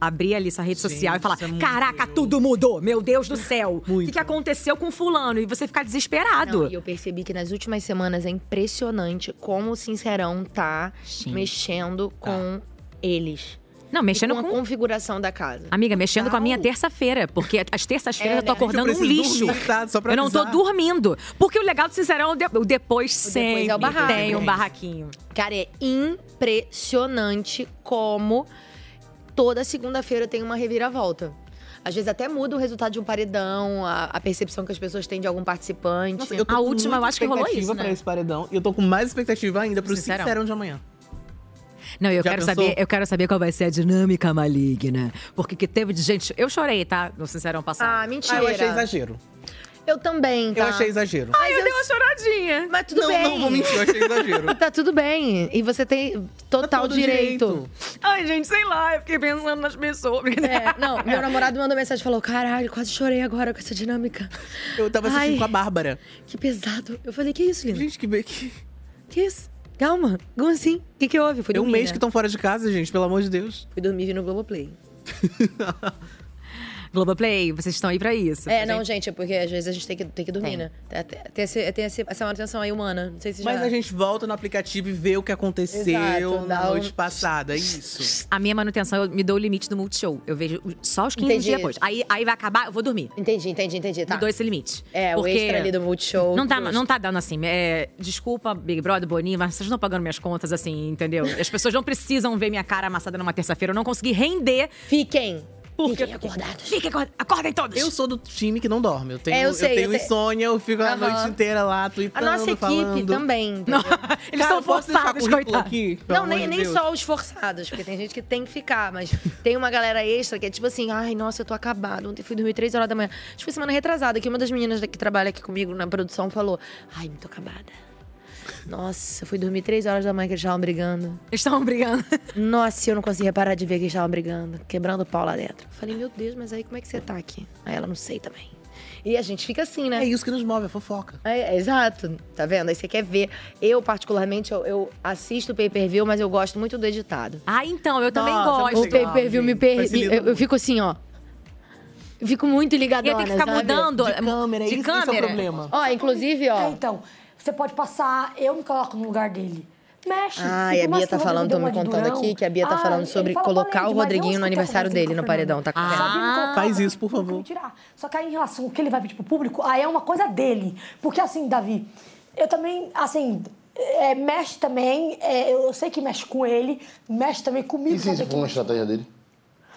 Speaker 2: Abrir ali sua rede social e falar: Caraca, tudo mudou! Meu Deus do céu! O que, que aconteceu com fulano? E você ficar desesperado.
Speaker 1: Não, e eu percebi que nas últimas semanas é impressionante como o Sincerão tá mexendo com eles.
Speaker 2: Não, mexendo
Speaker 1: e com,
Speaker 2: com-
Speaker 1: a configuração da casa.
Speaker 2: Amiga, mexendo com a minha terça-feira, porque as terças-feiras
Speaker 1: É,
Speaker 2: eu tô
Speaker 1: né? Eu
Speaker 2: acordando um
Speaker 1: preciso
Speaker 2: lixo.
Speaker 1: dormir, tá? Só pra
Speaker 2: eu não tô
Speaker 1: avisar.
Speaker 2: dormindo. Porque o legal do Sincerão é o, de- o depois
Speaker 1: Depois
Speaker 2: sempre
Speaker 1: é o barraco.
Speaker 2: tem um barraquinho.
Speaker 1: Cara, é impressionante como toda segunda-feira tem uma reviravolta. Às vezes até muda o resultado de um paredão, a, a percepção que as pessoas têm de algum participante.
Speaker 3: Nossa, eu tô com muita expectativa
Speaker 2: né?
Speaker 3: pra esse paredão. E eu tô com mais expectativa ainda pro
Speaker 1: Sincerão.
Speaker 3: Sincerão, de amanhã.
Speaker 2: Não, eu
Speaker 3: Já
Speaker 2: quero,
Speaker 3: pensou?
Speaker 2: saber, eu quero saber qual vai ser a dinâmica maligna. Porque que teve de gente. Eu chorei, tá? No Sincerão passado.
Speaker 1: Ah, mentira.
Speaker 3: Ah, eu achei exagero.
Speaker 1: Eu também, tá?
Speaker 3: Eu achei exagero.
Speaker 1: Mas
Speaker 2: eu dei uma choradinha.
Speaker 1: Mas tudo
Speaker 3: Não,
Speaker 1: bem.
Speaker 3: não vou mentir, eu achei exagero. Tá
Speaker 1: tá tudo bem. E você tem total
Speaker 2: todo
Speaker 1: direito.
Speaker 2: Ai, gente, sei lá, eu fiquei pensando nas pessoas.
Speaker 1: É, não, meu namorado mandou mensagem e falou: caralho, quase chorei agora com essa dinâmica.
Speaker 3: Eu tava assistindo
Speaker 1: Ai.
Speaker 3: com a Bárbara.
Speaker 1: Que pesado. Eu falei, que isso, Lina?
Speaker 3: Gente, que be- que.
Speaker 1: Que isso? Calma, como assim? O que, que houve? Fui
Speaker 3: É um
Speaker 1: dormir,
Speaker 3: mês
Speaker 1: né?
Speaker 3: que estão fora de casa, gente, pelo amor de Deus.
Speaker 1: Fui dormir e vi no Globoplay.
Speaker 2: Globoplay, vocês estão aí pra isso.
Speaker 3: né,
Speaker 1: É, não, gente, é porque às vezes a gente tem que, tem que
Speaker 3: É.
Speaker 1: dormir, né? Tem, tem esse- tem esse- essa manutenção aí humana. Não sei se já.
Speaker 3: Mas a gente volta no aplicativo e vê o que aconteceu
Speaker 1: Exato, dá
Speaker 3: na
Speaker 1: um-
Speaker 3: noite passada. É isso.
Speaker 2: A minha manutenção, eu me dou o limite do Multishow. Eu vejo só os 15
Speaker 1: Entendi.
Speaker 2: dias depois. Aí, aí vai acabar, eu vou dormir.
Speaker 1: Entendi, entendi, entendi. Tá.
Speaker 2: Me dou esse limite.
Speaker 1: É, o extra ali do Multishow.
Speaker 2: Não tá,
Speaker 1: justo.
Speaker 2: não tá dando assim. é, desculpa, Big Brother, Boninho, mas vocês não estão pagando minhas contas assim, entendeu? As pessoas não precisam ver minha cara amassada numa terça-feira. Eu não consegui render.
Speaker 1: Fiquem.
Speaker 2: Porque
Speaker 1: Fiquem acordados.
Speaker 2: Fiquem acordados. Acordem todos.
Speaker 3: Eu sou do time que não dorme. Eu tenho,
Speaker 1: É, eu
Speaker 3: eu
Speaker 1: sei,
Speaker 3: tenho
Speaker 1: eu te-
Speaker 3: insônia, eu fico a
Speaker 1: Aham.
Speaker 3: noite inteira lá,
Speaker 1: A
Speaker 3: tweetando,
Speaker 1: nossa equipe
Speaker 3: falando.
Speaker 1: também.
Speaker 2: Eles
Speaker 3: Cara,
Speaker 2: são
Speaker 3: posso deixar
Speaker 2: forçados,
Speaker 3: currículo
Speaker 2: coitados.
Speaker 3: aqui? Pelo
Speaker 1: Não,
Speaker 3: amor
Speaker 1: nem,
Speaker 3: de
Speaker 1: nem
Speaker 3: Deus.
Speaker 1: só os forçados, porque tem gente que tem que ficar, mas tem uma galera extra que é tipo assim, ai, nossa, eu tô acabada. Ontem fui dormir três horas da manhã. Tipo, Acho que foi semana retrasada, que uma das meninas que trabalha aqui comigo na produção falou, ai, muito acabada. Nossa, eu fui dormir três horas da manhã que eles estavam brigando.
Speaker 2: Eles estavam brigando.
Speaker 1: Nossa, eu não conseguia parar de ver que eles estavam brigando, quebrando o pau lá dentro. Falei, meu Deus, mas aí como é que você tá aqui? Aí ela, não sei também. E a gente fica assim, né?
Speaker 3: É isso que nos move, a fofoca.
Speaker 1: É, é, exato, tá vendo? Aí você quer ver. Eu, particularmente, eu, eu assisto o pay-per-view, mas eu gosto muito do editado.
Speaker 2: Ah, então, eu também
Speaker 1: Nossa,
Speaker 2: gosto.
Speaker 1: O pay-per-view me per... me- eu, eu fico assim, ó. Eu Fico muito ligadona,
Speaker 2: E tem que ficar
Speaker 1: sabe?
Speaker 2: mudando, De câmera, de isso- esse é o câmera. problema.
Speaker 1: Ó, inclusive, ó.
Speaker 13: então, você pode passar, eu me coloco no lugar dele. Mexe.
Speaker 1: Ah, e
Speaker 13: fica
Speaker 1: a Bia
Speaker 13: mais
Speaker 1: tá
Speaker 13: que o
Speaker 1: falando,
Speaker 13: Rodrigo
Speaker 1: tô
Speaker 13: deu
Speaker 1: me
Speaker 13: uma de
Speaker 1: contando
Speaker 13: durão.
Speaker 1: aqui que a Bia tá
Speaker 13: Ah,
Speaker 1: falando
Speaker 13: ele
Speaker 1: sobre
Speaker 13: fala,
Speaker 1: colocar
Speaker 13: "Valente,
Speaker 1: o
Speaker 13: mas eu
Speaker 1: Rodriguinho no
Speaker 13: escuto
Speaker 1: aniversário
Speaker 13: o Rodrigo
Speaker 1: dele,
Speaker 13: falando."
Speaker 1: no paredão, tá com
Speaker 13: Ah,
Speaker 3: Faz isso, por
Speaker 13: favor. tirar. Só que aí, em relação ao que ele vai pedir pro público, aí é uma coisa dele. Porque, assim, Davi, eu também, assim, é, mexe também, é, eu sei que mexe com ele, mexe também comigo.
Speaker 7: E se isso
Speaker 13: sabe
Speaker 7: for uma estratégia dele?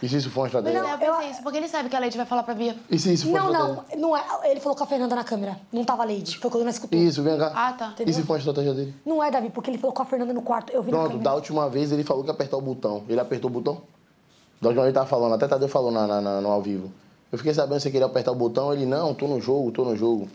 Speaker 7: E se isso for uma estratégia?
Speaker 13: Não, eu pensei isso, porque ele sabe que a Leide vai falar pra Bia.
Speaker 7: E se isso for
Speaker 13: Não, não,
Speaker 7: estratégia?
Speaker 13: não é. Ele falou com a Fernanda na câmera. Não tava a Leide. Foi quando eu não escutei.
Speaker 7: Isso, vem cá.
Speaker 13: Ah, tá.
Speaker 7: E se for uma estratégia dele?
Speaker 13: Não é, Davi, porque ele falou com a Fernanda no quarto. Eu vi na
Speaker 7: Pronto,
Speaker 13: câmera.
Speaker 7: da última vez ele falou que ia apertar o botão. Ele apertou o botão? Da última vez ele tava falando, até Tadeu falou na, na- na- no ao vivo. Eu fiquei sabendo se ele queria apertar o botão, ele, não, tô no jogo, tô no jogo.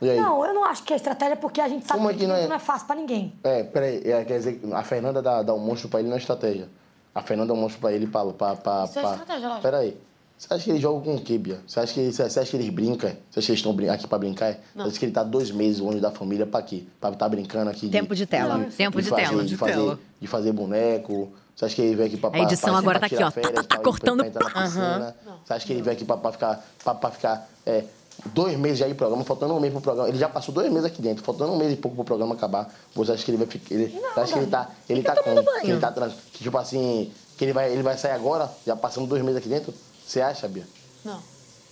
Speaker 7: E aí?
Speaker 13: Não, eu não acho que é estratégia, porque a gente sabe
Speaker 7: Como é que não é?
Speaker 13: não é fácil pra ninguém.
Speaker 7: É, peraí, é, quer dizer, que a Fernanda dá, dá um monstro pra ele não é estratégia. A Fernanda dá um monstro pra ele pra. pra, pra
Speaker 13: Isso é
Speaker 7: pra-
Speaker 13: estratégia, lógico.
Speaker 7: Peraí. Você acha que eles jogam com o quê, Bia? Você acha que, você, você acha que eles brincam? Você acha que eles estão brin- aqui pra brincar?
Speaker 2: Não.
Speaker 7: Você acha que ele tá dois meses longe da família pra quê? Pra estar brincando aqui.
Speaker 1: Tempo de tela. Tempo de
Speaker 7: fazer,
Speaker 1: tela.
Speaker 7: De fazer,
Speaker 1: Tela.
Speaker 7: de fazer boneco. Você acha que ele veio aqui pra
Speaker 2: A
Speaker 7: pra-
Speaker 2: edição
Speaker 7: pra-
Speaker 2: agora
Speaker 7: pra
Speaker 2: tá
Speaker 7: tirar
Speaker 2: aqui, ó.
Speaker 7: férias,
Speaker 2: Tá, tá, tá,
Speaker 7: pra-
Speaker 2: cortando,
Speaker 7: pra entrar na
Speaker 2: pá.
Speaker 7: piscina?
Speaker 2: Aham.
Speaker 7: Você acha que ele veio aqui pra, pra ficar. Pra, pra ficar é, dois meses já aí pro programa, faltando um mês pro programa. Ele já passou dois meses aqui dentro, faltando um mês e pouco pro programa acabar. Você acha que ele vai ficar. Ele, você acha que ele tá. Ele, tá, com.
Speaker 1: banho.
Speaker 7: que Ele tá trans, que, tipo assim, que ele vai, ele vai sair agora, já passando dois meses aqui dentro? Você acha, Bia?
Speaker 15: Não.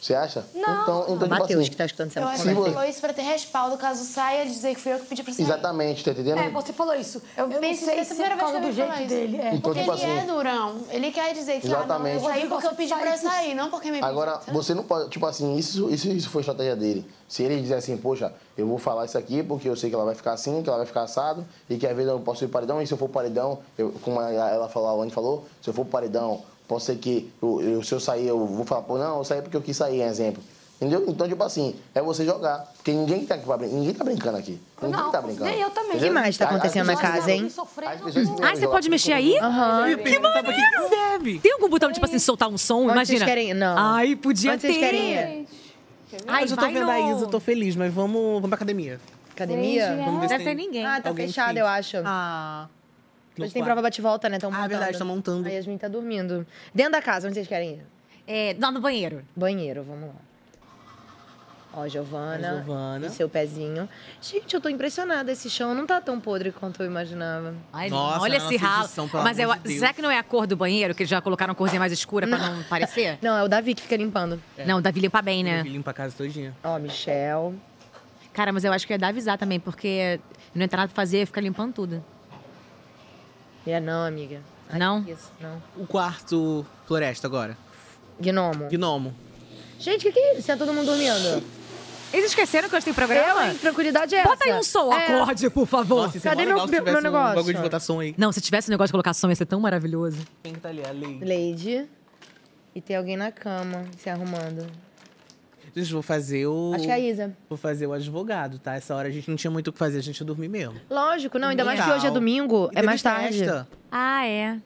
Speaker 7: Você acha?
Speaker 15: Não.
Speaker 7: Então, então tipo
Speaker 1: Matheus,
Speaker 7: assim,
Speaker 1: que tá escutando
Speaker 15: Eu acho
Speaker 7: se
Speaker 15: que
Speaker 7: vo-
Speaker 15: ele falou isso pra ter respaldo, caso saia, dizer que fui eu que pedi pra sair.
Speaker 7: Exatamente, tá entendendo?
Speaker 15: É,
Speaker 13: Você falou isso.
Speaker 15: Eu,
Speaker 13: não
Speaker 15: pensei
Speaker 13: sei
Speaker 15: que essa
Speaker 13: se é
Speaker 15: primeira
Speaker 13: por
Speaker 15: vez que eu
Speaker 13: causa
Speaker 15: ouvi
Speaker 13: do
Speaker 15: falar isso.
Speaker 13: jeito dele, é.
Speaker 7: Então,
Speaker 15: Porque
Speaker 7: tipo
Speaker 15: ele
Speaker 7: assim-
Speaker 15: é durão. Ele quer dizer que ah,
Speaker 7: Exatamente.
Speaker 15: não, eu saí porque eu pedi pra sair, não porque me
Speaker 7: Agora,
Speaker 15: pediu.
Speaker 7: você não pode, tipo assim, isso, isso, isso foi estratégia dele. Se ele dizer assim, poxa, eu vou falar isso aqui porque eu sei que ela vai ficar assim, que ela vai ficar assado, e que às vezes eu posso ir pro paredão, e se eu for pro paredão, eu- como a- ela falou, a Lani falou, se eu for pro paredão, posso ser que eu, eu- se eu sair, eu vou falar, pô, não, eu saí porque eu quis sair, é exemplo. Entendeu? Então, tipo assim, é você jogar. Porque ninguém tá, aqui pra brin- ninguém tá brincando aqui. Ninguém
Speaker 13: Não,
Speaker 7: tá brincando.
Speaker 2: É,
Speaker 13: nem eu também.
Speaker 7: Entendeu?
Speaker 13: O que mais tá
Speaker 7: A- as
Speaker 1: acontecendo na
Speaker 7: pessoas-
Speaker 1: casa, hein?
Speaker 7: As pessoas que
Speaker 2: Ai, Ah, você pode mexer aí?
Speaker 1: Aham.
Speaker 2: Que maneiro! Tem algum botão, tipo assim, soltar um som?
Speaker 1: Onde
Speaker 2: Imagina.
Speaker 1: vocês querem? Não.
Speaker 2: Ai, podia
Speaker 1: Onde
Speaker 2: ter.
Speaker 1: vocês querem ir?
Speaker 2: Ai,
Speaker 3: Mas eu tô
Speaker 2: vai
Speaker 3: vendo
Speaker 2: no-
Speaker 3: a Isa, eu tô feliz, mas vamos, vamos pra academia.
Speaker 1: Academia?
Speaker 2: é.
Speaker 3: Vamos ver se tem-
Speaker 1: Ah, tá
Speaker 3: alguém
Speaker 1: fechado,
Speaker 3: fit.
Speaker 1: eu acho.
Speaker 3: Ah.
Speaker 1: Hoje tem prova bate-volta, né? Tão
Speaker 3: Ah, verdade,
Speaker 1: tá
Speaker 3: tão montando.
Speaker 1: A Yasmin tá dormindo. Dentro da casa, onde vocês querem ir?
Speaker 2: É, lá no banheiro.
Speaker 1: Banheiro, vamos lá. Ó, Giovana.
Speaker 3: A Giovana.
Speaker 1: E seu pezinho. Gente, eu tô impressionada. Esse chão não tá tão podre quanto eu imaginava.
Speaker 2: Ai,
Speaker 3: Nossa,
Speaker 2: olha
Speaker 3: nossa
Speaker 2: esse ralo.
Speaker 3: edição, pelo
Speaker 2: Mas
Speaker 3: amor
Speaker 2: eu-
Speaker 3: de Deus.
Speaker 2: será que não é a cor do banheiro, que eles já colocaram uma corzinha mais escura pra não parecer?
Speaker 1: Não, é o Davi que fica limpando.
Speaker 2: Não, o Davi limpa bem, né?
Speaker 3: Ele limpa a casa todinha.
Speaker 1: Ó, Michel.
Speaker 2: Cara, mas eu acho que ia dar avisar também, porque não entra nada pra fazer, fica limpando tudo.
Speaker 1: E é não, amiga.
Speaker 2: não?
Speaker 1: Isso, não.
Speaker 3: O quarto floresta agora.
Speaker 1: Gnomo.
Speaker 3: Gnomo.
Speaker 1: Gente, o que, que é isso? Tá todo mundo dormindo?
Speaker 2: Eles esqueceram que hoje tem programa?
Speaker 1: Eu, hein? Tranquilidade é
Speaker 2: Bota
Speaker 1: essa.
Speaker 2: aí um som,
Speaker 1: É.
Speaker 2: acorde, por favor.
Speaker 1: Nossa, isso é Cadê mó meu- legal se meu- tivesse meu um negócio? bagulho de
Speaker 3: votação aí.
Speaker 2: Não, se tivesse um negócio de colocação ia ser tão maravilhoso.
Speaker 3: Quem que tá ali? A Lei.
Speaker 1: Lady. E tem alguém na cama se arrumando.
Speaker 3: Gente, vou fazer o.
Speaker 1: Acho que é a Isa.
Speaker 3: Vou fazer o advogado, tá? Essa hora a gente não tinha muito o que fazer, a gente ia dormir mesmo.
Speaker 1: Lógico, não, ainda mais que
Speaker 3: Legal.
Speaker 1: hoje é domingo,
Speaker 3: E
Speaker 1: é
Speaker 3: teve
Speaker 1: mais tarde.
Speaker 3: festa.
Speaker 2: Ah, é.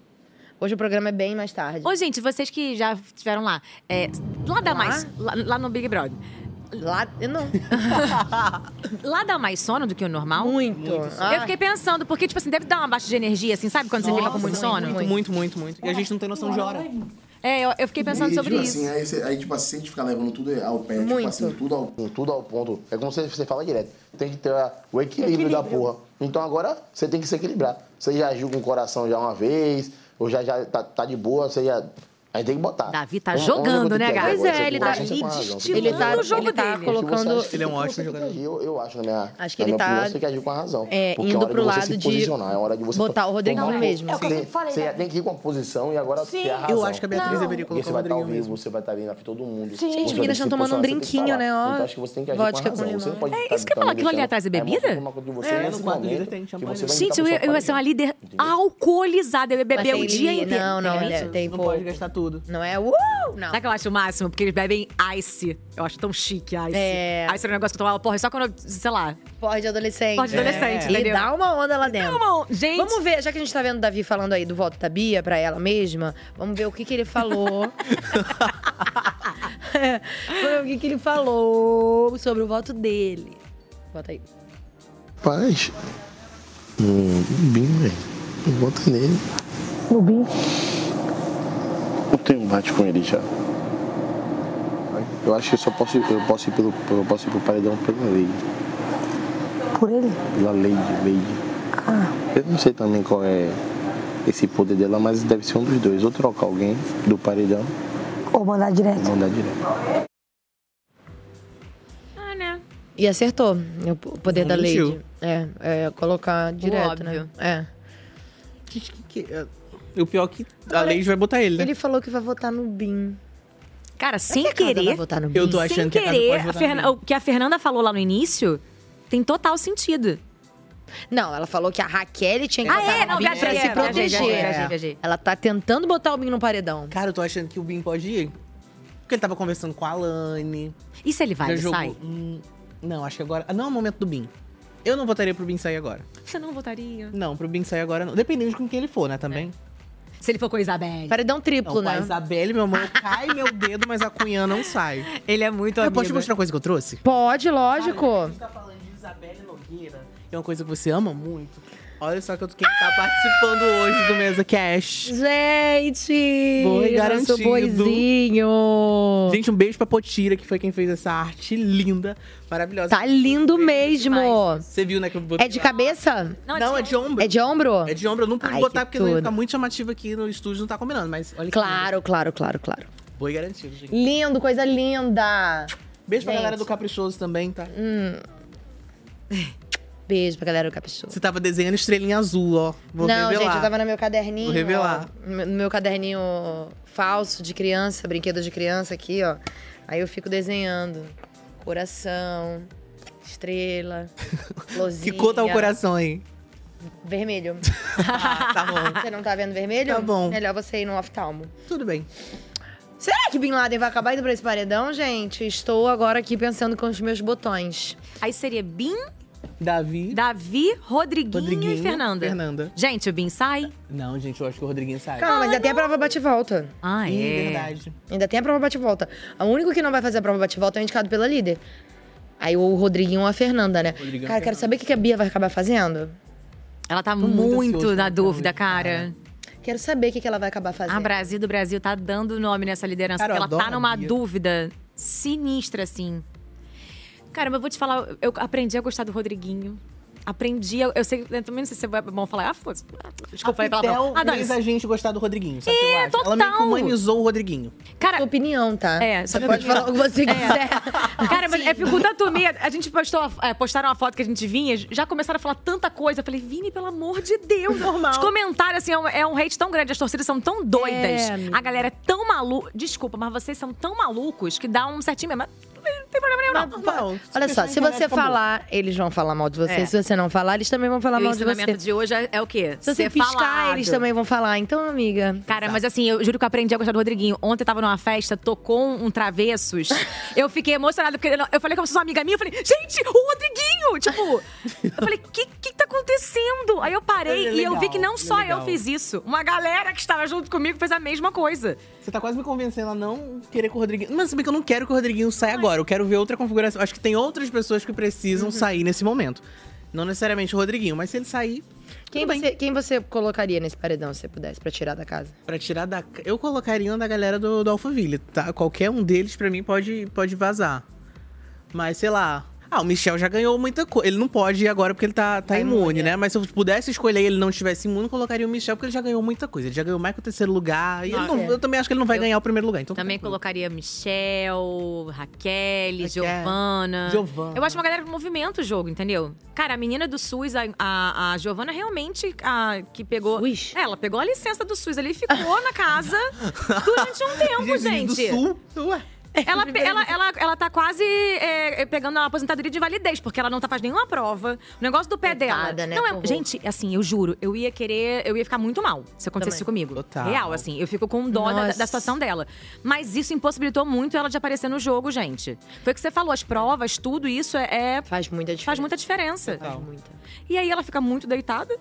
Speaker 1: Hoje o programa é bem mais tarde.
Speaker 2: Ô, gente, vocês que já estiveram lá, é, lá dá
Speaker 1: Lá?
Speaker 2: mais. Lá, lá no Big Brother.
Speaker 1: Lá. Eu não.
Speaker 2: lá dá mais sono do que o normal?
Speaker 1: Muito.
Speaker 2: Eu fiquei pensando, porque, tipo assim, deve dar uma baixa de energia, assim, sabe? Quando você fica com muito sono.
Speaker 3: Muito, muito, muito, muito. E a gente não tem noção de hora.
Speaker 2: É, eu, eu fiquei pensando
Speaker 7: E,
Speaker 2: sobre
Speaker 7: tipo
Speaker 2: isso.
Speaker 7: Assim, aí, você- aí, tipo assim, se a gente ficar levando tudo ao pé,
Speaker 2: Muito.
Speaker 7: tipo assim, tudo ao, tudo ao ponto. É como você, você fala direto. Tem que ter a- o equilíbrio,
Speaker 9: Equilíbrio.
Speaker 7: da porra. Então agora você tem que se equilibrar. Você já agiu com o coração já uma vez, ou já, já tá, tá de boa, você já. Aí tem que botar. Davi
Speaker 2: tá jogando, né, Gabi? Pois é, ele tá
Speaker 7: assim,
Speaker 2: ali destilando
Speaker 1: Ele tá- o jogo ele tá dele. colocando-
Speaker 7: Ele é um ótimo jogador. Eu, eu acho, na minha,
Speaker 1: Acho que
Speaker 7: na
Speaker 1: ele
Speaker 7: minha opinião,
Speaker 1: tá,
Speaker 7: você tem que agir com a razão.
Speaker 1: é,
Speaker 7: Porque é
Speaker 1: indo
Speaker 7: hora
Speaker 1: pro
Speaker 7: de você
Speaker 1: lado
Speaker 7: se
Speaker 1: de
Speaker 7: posicionar, é hora de você
Speaker 1: botar o Rodrigão
Speaker 7: tomar-
Speaker 1: mesmo. É o que eu
Speaker 7: Você-
Speaker 1: sempre falei,
Speaker 7: Você
Speaker 1: né?
Speaker 7: tem que ir com a posição e agora
Speaker 1: Sim.
Speaker 7: ter a
Speaker 1: Eu
Speaker 7: razão.
Speaker 1: acho que a Beatriz Não. deveria
Speaker 7: Porque
Speaker 1: colocar
Speaker 7: você
Speaker 1: o
Speaker 7: vai estar ao
Speaker 1: Rodriguinho
Speaker 7: vivo, você vai estar vindo na frente de todo mundo.
Speaker 1: Sim.
Speaker 7: Você vai
Speaker 1: As
Speaker 7: ter
Speaker 1: meninas
Speaker 7: que
Speaker 1: estão
Speaker 7: se
Speaker 1: tomando
Speaker 7: posicionar,
Speaker 1: um
Speaker 7: você assim, tem que
Speaker 1: drinquinho,
Speaker 7: falar.
Speaker 1: né? Ó,
Speaker 7: Então acho que você tem que agir
Speaker 1: vodka
Speaker 7: com a razão.
Speaker 1: com
Speaker 7: Você não
Speaker 1: limão.
Speaker 7: pode
Speaker 1: É
Speaker 7: estar
Speaker 2: isso que eu ia falar,
Speaker 7: falando
Speaker 2: aquilo ali atrás é bebida?
Speaker 3: É,
Speaker 7: É,
Speaker 3: no quarto líder tem champanhe.
Speaker 2: Gente, eu, ia- eu ia ser uma líder alcoolizada, eu ia beber o dia inteiro.
Speaker 1: Não, não,
Speaker 2: Tem
Speaker 1: é,
Speaker 2: limite?
Speaker 1: tem pouco.
Speaker 3: gastar tudo.
Speaker 1: Não é? Uh, não.
Speaker 2: Sabe o que eu acho o máximo? Porque eles bebem ice. Eu acho tão chique ice.
Speaker 1: É.
Speaker 2: Ice era um negócio que eu tomava, porra, só quando, eu, sei lá.
Speaker 1: Porra é de adolescente.
Speaker 2: Porra de adolescente,
Speaker 1: É. E
Speaker 2: entendeu?
Speaker 1: dá uma onda lá dentro.
Speaker 2: uma Gente.
Speaker 1: Vamos ver, já que a gente tá vendo o Davi falando aí do voto da Bia pra ela mesma, vamos ver o que que ele falou. Vamos ver o que que ele falou sobre o voto dele. Bota aí.
Speaker 7: Paz. Hum, Bim, velho. Não Bota nele.
Speaker 13: No Bim.
Speaker 7: Eu tenho um bate com ele já. Eu acho que eu só posso, eu posso ir pelo. Eu posso ir pro paredão pela lei.
Speaker 13: Por ele?
Speaker 7: Pela lei, lei. Eu não sei também qual é esse poder dela, mas deve ser um dos dois. Ou trocar alguém do paredão
Speaker 13: Ou mandar direto.
Speaker 7: ou mandar direto.
Speaker 2: Ah, né?
Speaker 1: E acertou o poder
Speaker 3: Não
Speaker 1: da
Speaker 3: mentiu.
Speaker 1: Lady. É, é colocar direto,
Speaker 2: óbvio.
Speaker 1: né?
Speaker 3: Que, que- que- é, e o pior é que a Lady vai botar ele,
Speaker 1: É.
Speaker 3: né?
Speaker 1: Ele falou que vai votar no Bim.
Speaker 2: Cara, sem
Speaker 1: que a Casa
Speaker 2: querer.
Speaker 1: vai votar no
Speaker 3: Eu tô
Speaker 2: sem
Speaker 3: achando que a Casa
Speaker 2: querer,
Speaker 3: pode votar
Speaker 2: a Ferna-
Speaker 3: no
Speaker 2: o que a Fernanda falou lá no início tem total sentido.
Speaker 1: Não, ela falou que a Raquel tinha que
Speaker 2: Ah,
Speaker 1: votar
Speaker 2: é?
Speaker 1: no
Speaker 2: Não,
Speaker 1: Bim
Speaker 2: viajei, é,
Speaker 1: pra se
Speaker 2: viajei,
Speaker 1: proteger.
Speaker 2: viajei, viajei, viajei.
Speaker 1: Ela tá tentando botar o Bim no paredão.
Speaker 3: Cara, eu tô achando que o Bim pode ir. Porque ele tava conversando com a Alane.
Speaker 2: E se ele vai,
Speaker 3: Já
Speaker 2: ele
Speaker 3: jogou-
Speaker 2: sai?
Speaker 3: Hum, não, acho que agora. ah, Não é o momento do Bim. Eu não votaria pro Bim sair agora.
Speaker 2: Você não votaria?
Speaker 3: Não, pro Bim sair agora não. Dependendo de com quem ele for, né, também.
Speaker 2: Se ele for com a Isabelle.
Speaker 1: Paredão
Speaker 3: Não,
Speaker 2: né?
Speaker 3: com a
Speaker 2: É.
Speaker 3: Isabelle, é meu amor, cai meu dedo, mas a Cunha não sai.
Speaker 2: Ele é muito
Speaker 3: Eu
Speaker 2: amigo.
Speaker 3: posso te mostrar uma coisa que eu trouxe?
Speaker 1: Pode, lógico.
Speaker 3: É uma coisa que você ama muito. Olha só que eu- quem tá participando hoje do Mesa Cash.
Speaker 1: Gente!
Speaker 3: Boi
Speaker 1: nosso
Speaker 3: garantido.
Speaker 1: boizinho!
Speaker 3: Gente, um beijo pra Potira, que foi quem fez essa arte linda, maravilhosa.
Speaker 1: Tá lindo mesmo!
Speaker 3: Você viu, né, que eu botei
Speaker 1: É de
Speaker 3: lá?
Speaker 1: cabeça?
Speaker 3: Não, é de ombro.
Speaker 1: É de ombro?
Speaker 3: É de ombro, eu não pude
Speaker 1: Ai,
Speaker 3: botar
Speaker 1: que
Speaker 3: porque não ia
Speaker 1: tudo.
Speaker 3: ficar muito chamativo aqui no estúdio, não tá combinando, mas olha
Speaker 1: Claro, claro, claro, claro.
Speaker 3: que lindo. Boi garantido, gente.
Speaker 1: Lindo, coisa linda!
Speaker 3: Beijo pra
Speaker 1: Gente.
Speaker 3: galera do Caprichoso também, tá?
Speaker 1: Hum. Beijo pra galera do Caprichoso.
Speaker 3: Você tava desenhando estrelinha azul, ó. Vou
Speaker 1: Não,
Speaker 3: revelar.
Speaker 1: gente, eu tava no meu caderninho.
Speaker 3: Vou revelar.
Speaker 1: ó, No meu caderninho falso de criança, brinquedo de criança aqui, ó. Aí eu fico desenhando. Coração, estrela,
Speaker 3: Que
Speaker 1: lozinha.
Speaker 3: cor tá o coração aí?
Speaker 1: Vermelho.
Speaker 3: tá bom.
Speaker 1: Você não tá vendo vermelho?
Speaker 3: Tá bom.
Speaker 1: Melhor você ir no oftalmo.
Speaker 3: Tudo bem.
Speaker 1: Será que Bin Laden vai acabar indo pra esse paredão, gente? Estou agora aqui pensando com os meus botões.
Speaker 2: Aí seria Bim,
Speaker 3: Davi,
Speaker 2: Davi, Rodriguinho, e Fernanda.
Speaker 3: Fernanda.
Speaker 2: Gente, o Bim sai.
Speaker 3: Não, gente, eu acho que o Rodriguinho sai.
Speaker 1: Calma, mas ainda tem a prova bate-volta.
Speaker 2: Ah,
Speaker 3: Ih, é. verdade.
Speaker 1: Ainda tem a prova bate-volta. O único que não vai fazer a prova bate-volta é o indicado pela líder. Aí o Rodriguinho ou a Fernanda, né?
Speaker 2: Rodriguinho
Speaker 1: cara,
Speaker 2: ou a
Speaker 1: quero saber o que que a Bia vai acabar fazendo.
Speaker 2: Ela tá
Speaker 1: muito
Speaker 2: muito
Speaker 1: ansioso
Speaker 2: na
Speaker 1: pra
Speaker 2: dúvida,
Speaker 3: né?
Speaker 2: cara.
Speaker 1: Quero saber o que que ela vai acabar fazendo.
Speaker 2: A Brasil do Brasil tá dando nome nessa liderança,
Speaker 1: Cara, eu
Speaker 2: porque ela tá
Speaker 1: adoro a
Speaker 2: numa
Speaker 1: Bia.
Speaker 2: dúvida sinistra, assim. Cara, mas eu vou te falar, eu aprendi a gostar do Rodriguinho. Aprendi, eu, eu sei, eu também não sei se você vai bom falar. Ah, foda-se. Desculpa,
Speaker 3: a
Speaker 2: falei palavrão.
Speaker 3: Pitel
Speaker 2: Ah,
Speaker 3: fez
Speaker 2: dane-se.
Speaker 3: a gente gostar do Rodriguinho, sabe o que eu acho? Ela
Speaker 2: total.
Speaker 3: meio que humanizou o Rodriguinho.
Speaker 2: Cara,
Speaker 1: Sua opinião, tá?
Speaker 2: É, só
Speaker 1: Você pode falar o que você quiser.
Speaker 2: Cara, mas é porque da turminha, a gente postou, a- é, postaram uma foto que a gente vinha, já começaram a falar tanta coisa. Eu falei, Vini, pelo amor de Deus.
Speaker 1: Normal.
Speaker 2: Os comentários, assim, é um, é um hate tão grande, as torcidas são tão doidas.
Speaker 1: É, amiga.
Speaker 2: a galera é tão maluca. Desculpa, mas vocês são tão malucos que dá um certinho mesmo. Mas Não tem problema nenhum, não.
Speaker 1: Olha só, se você falar, eles vão falar mal de você.
Speaker 2: É.
Speaker 1: Se você não falar, eles também vão falar
Speaker 2: E o
Speaker 1: mal de
Speaker 2: ensinamento
Speaker 1: você.
Speaker 2: de hoje é, é o quê?
Speaker 1: Se você
Speaker 2: Ser
Speaker 1: piscar,
Speaker 2: falado.
Speaker 1: eles também vão falar. Então, amiga.
Speaker 2: Cara, mas assim, eu juro que eu aprendi a gostar do Rodriguinho. Ontem eu tava numa festa, tocou um travessos. eu fiquei emocionada, porque eu falei com uma amiga minha, eu falei, gente, o Rodriguinho! Tipo, eu falei, o que, que tá acontecendo? Aí eu
Speaker 3: Ele é
Speaker 2: parei e eu
Speaker 3: legal,
Speaker 2: vi que não
Speaker 3: ele é
Speaker 2: só eu
Speaker 3: legal.
Speaker 2: fiz isso. Uma galera que estava junto comigo fez a mesma coisa.
Speaker 3: Você tá quase me convencendo a não querer que o Rodriguinho. Mas se bem que eu não quero que o Rodriguinho saia agora. Eu quero ver outra configuração. Acho que tem outras pessoas que precisam sair nesse momento. Não necessariamente o Rodriguinho, mas se ele sair
Speaker 1: Quem você, quem você colocaria nesse paredão se você pudesse pra tirar da casa?
Speaker 3: pra tirar da. ca- Eu colocaria uma da galera do, do Alphaville, tá? Qualquer um deles, pra mim, pode, pode vazar. Mas sei lá. Ah, o Michel já ganhou muita coisa. Ele não pode ir agora porque ele tá, tá, imune,
Speaker 2: é.
Speaker 3: né? Mas se eu pudesse escolher e ele não estivesse imune, eu colocaria o Michel porque ele já ganhou muita coisa. Ele já ganhou mais que o terceiro lugar. E ele
Speaker 2: Nossa,
Speaker 3: não-
Speaker 2: é.
Speaker 3: eu também acho que ele não vai ganhar o primeiro lugar. Então,
Speaker 2: Também colocaria Michel, Raquel, Giovana.
Speaker 3: Giovana.
Speaker 2: Eu acho uma galera que movimenta o jogo, entendeu? Cara, a menina do SUS, a, a, a Giovana realmente a, que pegou. É, Ela pegou a licença do SUS ali e ficou na casa durante um tempo,
Speaker 3: Gente,
Speaker 2: gente.
Speaker 3: do Sul. Ué.
Speaker 2: Ela, pe- ela, ela, ela tá quase é, é, pegando a aposentadoria de validez, porque ela não tá fazendo nenhuma prova. O negócio do pé dela.
Speaker 1: né,
Speaker 2: não
Speaker 1: com
Speaker 2: é,
Speaker 1: o
Speaker 2: gente, assim, eu juro, eu ia querer. Eu ia ficar muito mal se acontecesse isso comigo. Real, assim. Eu fico com dó da,
Speaker 1: Nossa.
Speaker 2: da situação dela. Mas isso impossibilitou muito ela de aparecer no jogo, gente. Foi o que você falou, as provas, tudo isso é.
Speaker 1: Faz muita diferença.
Speaker 2: Faz muita diferença. E aí ela fica muito deitada,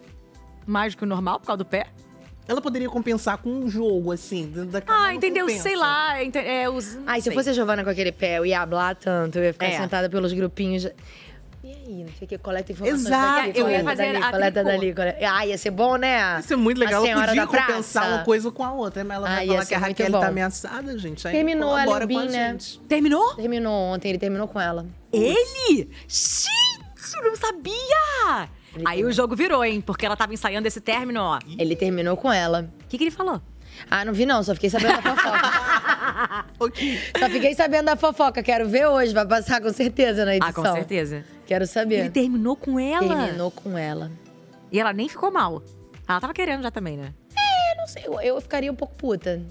Speaker 2: mais do que o normal, por causa do pé.
Speaker 3: Ela poderia compensar com um jogo, assim, dentro da
Speaker 2: Ah, entendeu? Sei lá. ente- É, os,
Speaker 1: Ai, se eu fosse a Giovana com aquele pé, eu ia hablar tanto, eu ia ficar
Speaker 2: É.
Speaker 1: sentada pelos grupinhos. E aí, não sei o que, coleta informações
Speaker 3: Exato.
Speaker 1: daqui,
Speaker 3: Eu ia
Speaker 1: coleta
Speaker 3: fazer
Speaker 1: dali,
Speaker 3: a
Speaker 1: coleta
Speaker 3: tricô.
Speaker 1: dali. Coleta... Ai, ia ser bom, né?
Speaker 3: Isso é muito legal.
Speaker 1: A
Speaker 3: Ela
Speaker 1: senhora
Speaker 3: podia
Speaker 1: da praça.
Speaker 3: compensar uma coisa com a outra, mas ela vai
Speaker 2: Ah,
Speaker 1: Ai, ia
Speaker 3: falar
Speaker 1: ser
Speaker 3: que a
Speaker 1: muito
Speaker 3: Raquel
Speaker 1: bom.
Speaker 3: tá ameaçada, gente. Aí
Speaker 1: Terminou a
Speaker 3: colabora com
Speaker 1: Lebim, né?
Speaker 3: gente.
Speaker 2: Terminou?
Speaker 1: Terminou ontem, ele terminou com ela.
Speaker 2: Ele? Gente, eu não sabia! Aí o jogo virou, hein? Porque ela tava ensaiando esse término, ó.
Speaker 1: Ele terminou com ela.
Speaker 2: O que, que ele falou?
Speaker 1: Ah, não vi não, só fiquei sabendo da fofoca. Só fiquei sabendo da fofoca. Quero ver hoje, vai passar com certeza na edição.
Speaker 2: Ah, com certeza.
Speaker 1: Quero saber.
Speaker 2: Ele terminou com ela?
Speaker 1: Terminou com ela.
Speaker 2: E ela nem ficou mal. Ela tava querendo já também, né?
Speaker 1: É, não sei, eu- eu ficaria um pouco puta.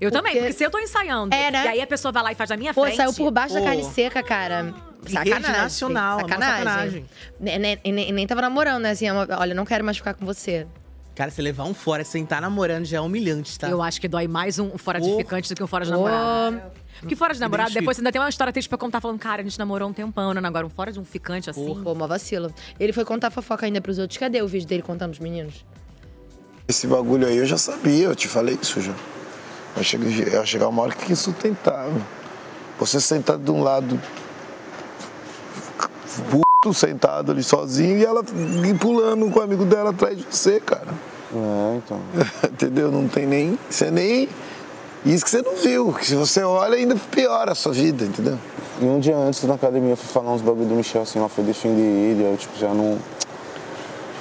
Speaker 2: Eu também, porque se eu tô ensaiando
Speaker 1: É, né?
Speaker 2: e aí a pessoa vai lá e faz na minha
Speaker 1: Pô,
Speaker 2: frente.
Speaker 1: saiu por baixo da
Speaker 2: Pô.
Speaker 1: carne seca, cara.
Speaker 2: Rede
Speaker 1: Sacanagem.
Speaker 2: nacional, é uma
Speaker 1: sacanagem.
Speaker 2: sacanagem.
Speaker 1: Ne- ne- E nem, nem tava namorando, né? Assim, é uma- olha, não quero mais ficar com você.
Speaker 3: Cara, você levar um fora sem estar namorando já é humilhante, tá?
Speaker 2: Eu acho que dói mais um fora de ficante do que um fora de namorado. Porque fora de namorado,
Speaker 3: Identifico.
Speaker 2: depois você ainda tem uma história triste pra contar falando, cara, a gente namorou um tempão, né? Agora um fora de um ficante assim.
Speaker 1: Pô, mó vacilo. Ele foi contar fofoca ainda pros outros. Cadê o vídeo dele contando os meninos?
Speaker 16: Esse bagulho aí eu já sabia, eu te falei isso já. Vai chegar, vai chegar uma hora que é insustentável. Você sentado de um lado, puto, sentado ali sozinho, e ela pulando com o amigo dela atrás de você, cara.
Speaker 17: É, então.
Speaker 16: Entendeu? Não tem nem. Você nem. Isso que você não viu, que se você olha ainda piora a sua vida, entendeu?
Speaker 17: E um dia antes na academia eu fui falar uns bagulho do Michel assim, ela foi defender ele, aí eu tipo, já não.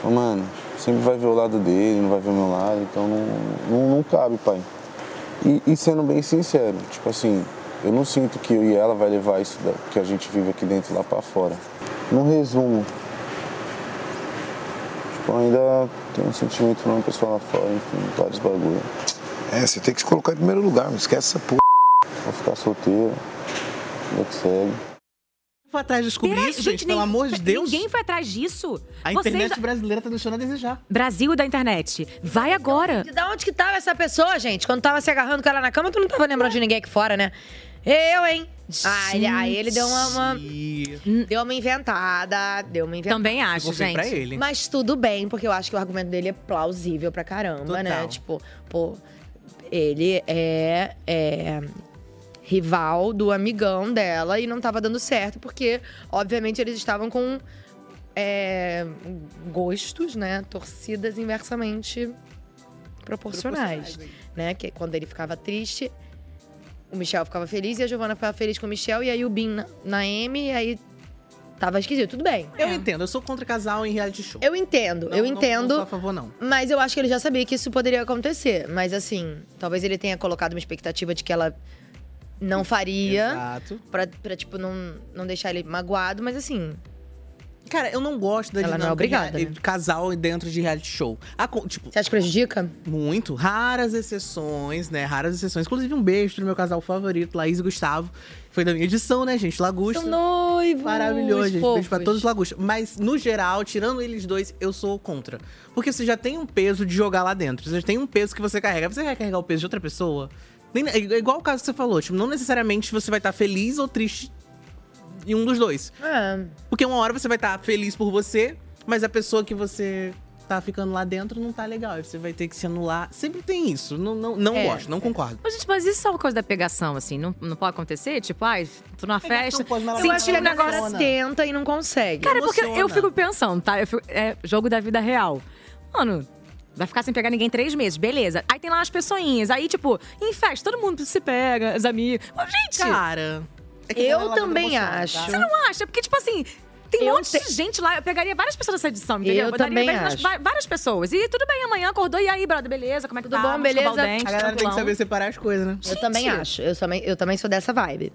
Speaker 17: Ô, mano, sempre vai ver o lado dele, não vai ver o meu lado, então não, não, não cabe, pai. E, e sendo bem sincero, tipo assim, eu não sinto que eu e ela vai levar isso da- que a gente vive aqui dentro lá pra fora. Num resumo, tipo, eu ainda tem um sentimento pra uma pessoa lá fora, enfim, vários bagulho.
Speaker 16: É, você tem que se colocar em primeiro lugar, não esquece essa porra.
Speaker 17: Vou ficar solteiro, vida que segue.
Speaker 3: Vou atrás de descobrir
Speaker 2: Pera-
Speaker 3: isso, gente, pelo amor de Deus.
Speaker 2: Ninguém foi atrás disso.
Speaker 3: A
Speaker 2: Vocês-
Speaker 3: internet brasileira tá deixando a desejar.
Speaker 2: Brasil da internet. Vai agora.
Speaker 1: Da onde que tava essa pessoa, gente? Quando tava se agarrando com ela na cama, tu não tava lembrando de ninguém aqui fora, né? Eu, hein? Ah, ele, aí ele deu uma, uma- Hum, Deu uma inventada. Deu uma inventada.
Speaker 2: Também acho, Ficou feio gente. pra ele.
Speaker 1: Mas tudo bem, porque eu acho que o argumento dele é plausível pra caramba, né?
Speaker 2: Total.
Speaker 1: Tipo, pô, ele é. é rival do amigão dela e não tava dando certo, porque, obviamente, eles estavam com. é, gostos, né? Torcidas inversamente proporcionais, né? Que quando ele ficava triste, o Michel ficava feliz e a Giovana ficava feliz com o Michel e aí o Bin na, na M e aí tava esquisito, tudo bem.
Speaker 3: Eu entendo, eu sou contra casal em reality show.
Speaker 1: Eu entendo,
Speaker 3: Não-
Speaker 1: eu
Speaker 3: não-
Speaker 1: entendo.
Speaker 3: Não sou a favor, não.
Speaker 1: Mas eu acho que ele já sabia que isso poderia acontecer. Mas assim, talvez ele tenha colocado uma expectativa de que ela não faria.
Speaker 3: Exato.
Speaker 1: Pra, pra, tipo, não, não deixar ele magoado, mas assim.
Speaker 3: Cara, eu não gosto da
Speaker 1: Ela não é
Speaker 3: dinâmica
Speaker 1: obrigada,
Speaker 3: de,
Speaker 1: né?
Speaker 3: de casal dentro de reality show. A co- tipo,
Speaker 1: Você acha que prejudica?
Speaker 3: Muito. Raras exceções, né? Raras exceções. Inclusive, um beijo pro meu casal favorito, Laís e Gustavo. Foi da minha edição, né, gente? Lagusta.
Speaker 1: São noivos,
Speaker 3: Maravilhoso, gente. Beijo pra
Speaker 1: fofos.
Speaker 3: todos os Lagusta. Mas, no geral, tirando eles dois, eu sou contra. Porque você já tem um peso de jogar lá dentro. Você já tem um peso que você carrega. Você vai carregar o peso de outra pessoa? Nem- é igual o caso que você falou. Tipo, não necessariamente você vai estar feliz ou triste em um dos dois.
Speaker 1: É.
Speaker 3: Porque uma hora você vai estar feliz por você, mas a pessoa que você tá ficando lá dentro não tá legal. E você vai ter que se anular. Sempre tem isso. Não, não, não
Speaker 2: É,
Speaker 3: gosto, não concordo.
Speaker 2: Mas, gente, mas isso é uma coisa da pegação, assim. Não, não pode acontecer? Tipo, ai, tô numa festa.
Speaker 1: Eu acho que
Speaker 2: Senti
Speaker 1: ele
Speaker 2: um
Speaker 1: agora
Speaker 2: negócio.
Speaker 1: tenta e é não consegue.
Speaker 2: Cara, é porque eu fico pensando, tá? Eu fico- é jogo da vida real. Mano, vai ficar sem pegar ninguém três meses, beleza. Aí tem lá as pessoinhas. Aí, tipo, em festa, todo mundo se pega, os amigos. Mas, gente.
Speaker 3: Cara. é que não é
Speaker 2: eu
Speaker 3: lá do
Speaker 2: também
Speaker 3: emocionado, tá?
Speaker 2: acho. Você não acha? Porque, tipo assim. Tem um monte de gente lá, eu pegaria várias pessoas dessa edição, entendeu?
Speaker 1: Eu
Speaker 2: daria
Speaker 1: também
Speaker 2: várias,
Speaker 1: acho.
Speaker 2: va- várias pessoas. E tudo bem, amanhã acordou, e aí, brother, beleza? Como é que
Speaker 1: Tudo
Speaker 2: tá?
Speaker 1: bom,
Speaker 2: Vamos escovar
Speaker 1: beleza?
Speaker 2: o dente, tá
Speaker 1: A galera tem que
Speaker 2: tranquilão.
Speaker 1: saber
Speaker 3: separar as coisas, né?
Speaker 1: Eu também acho. Eu também, eu também sou dessa vibe.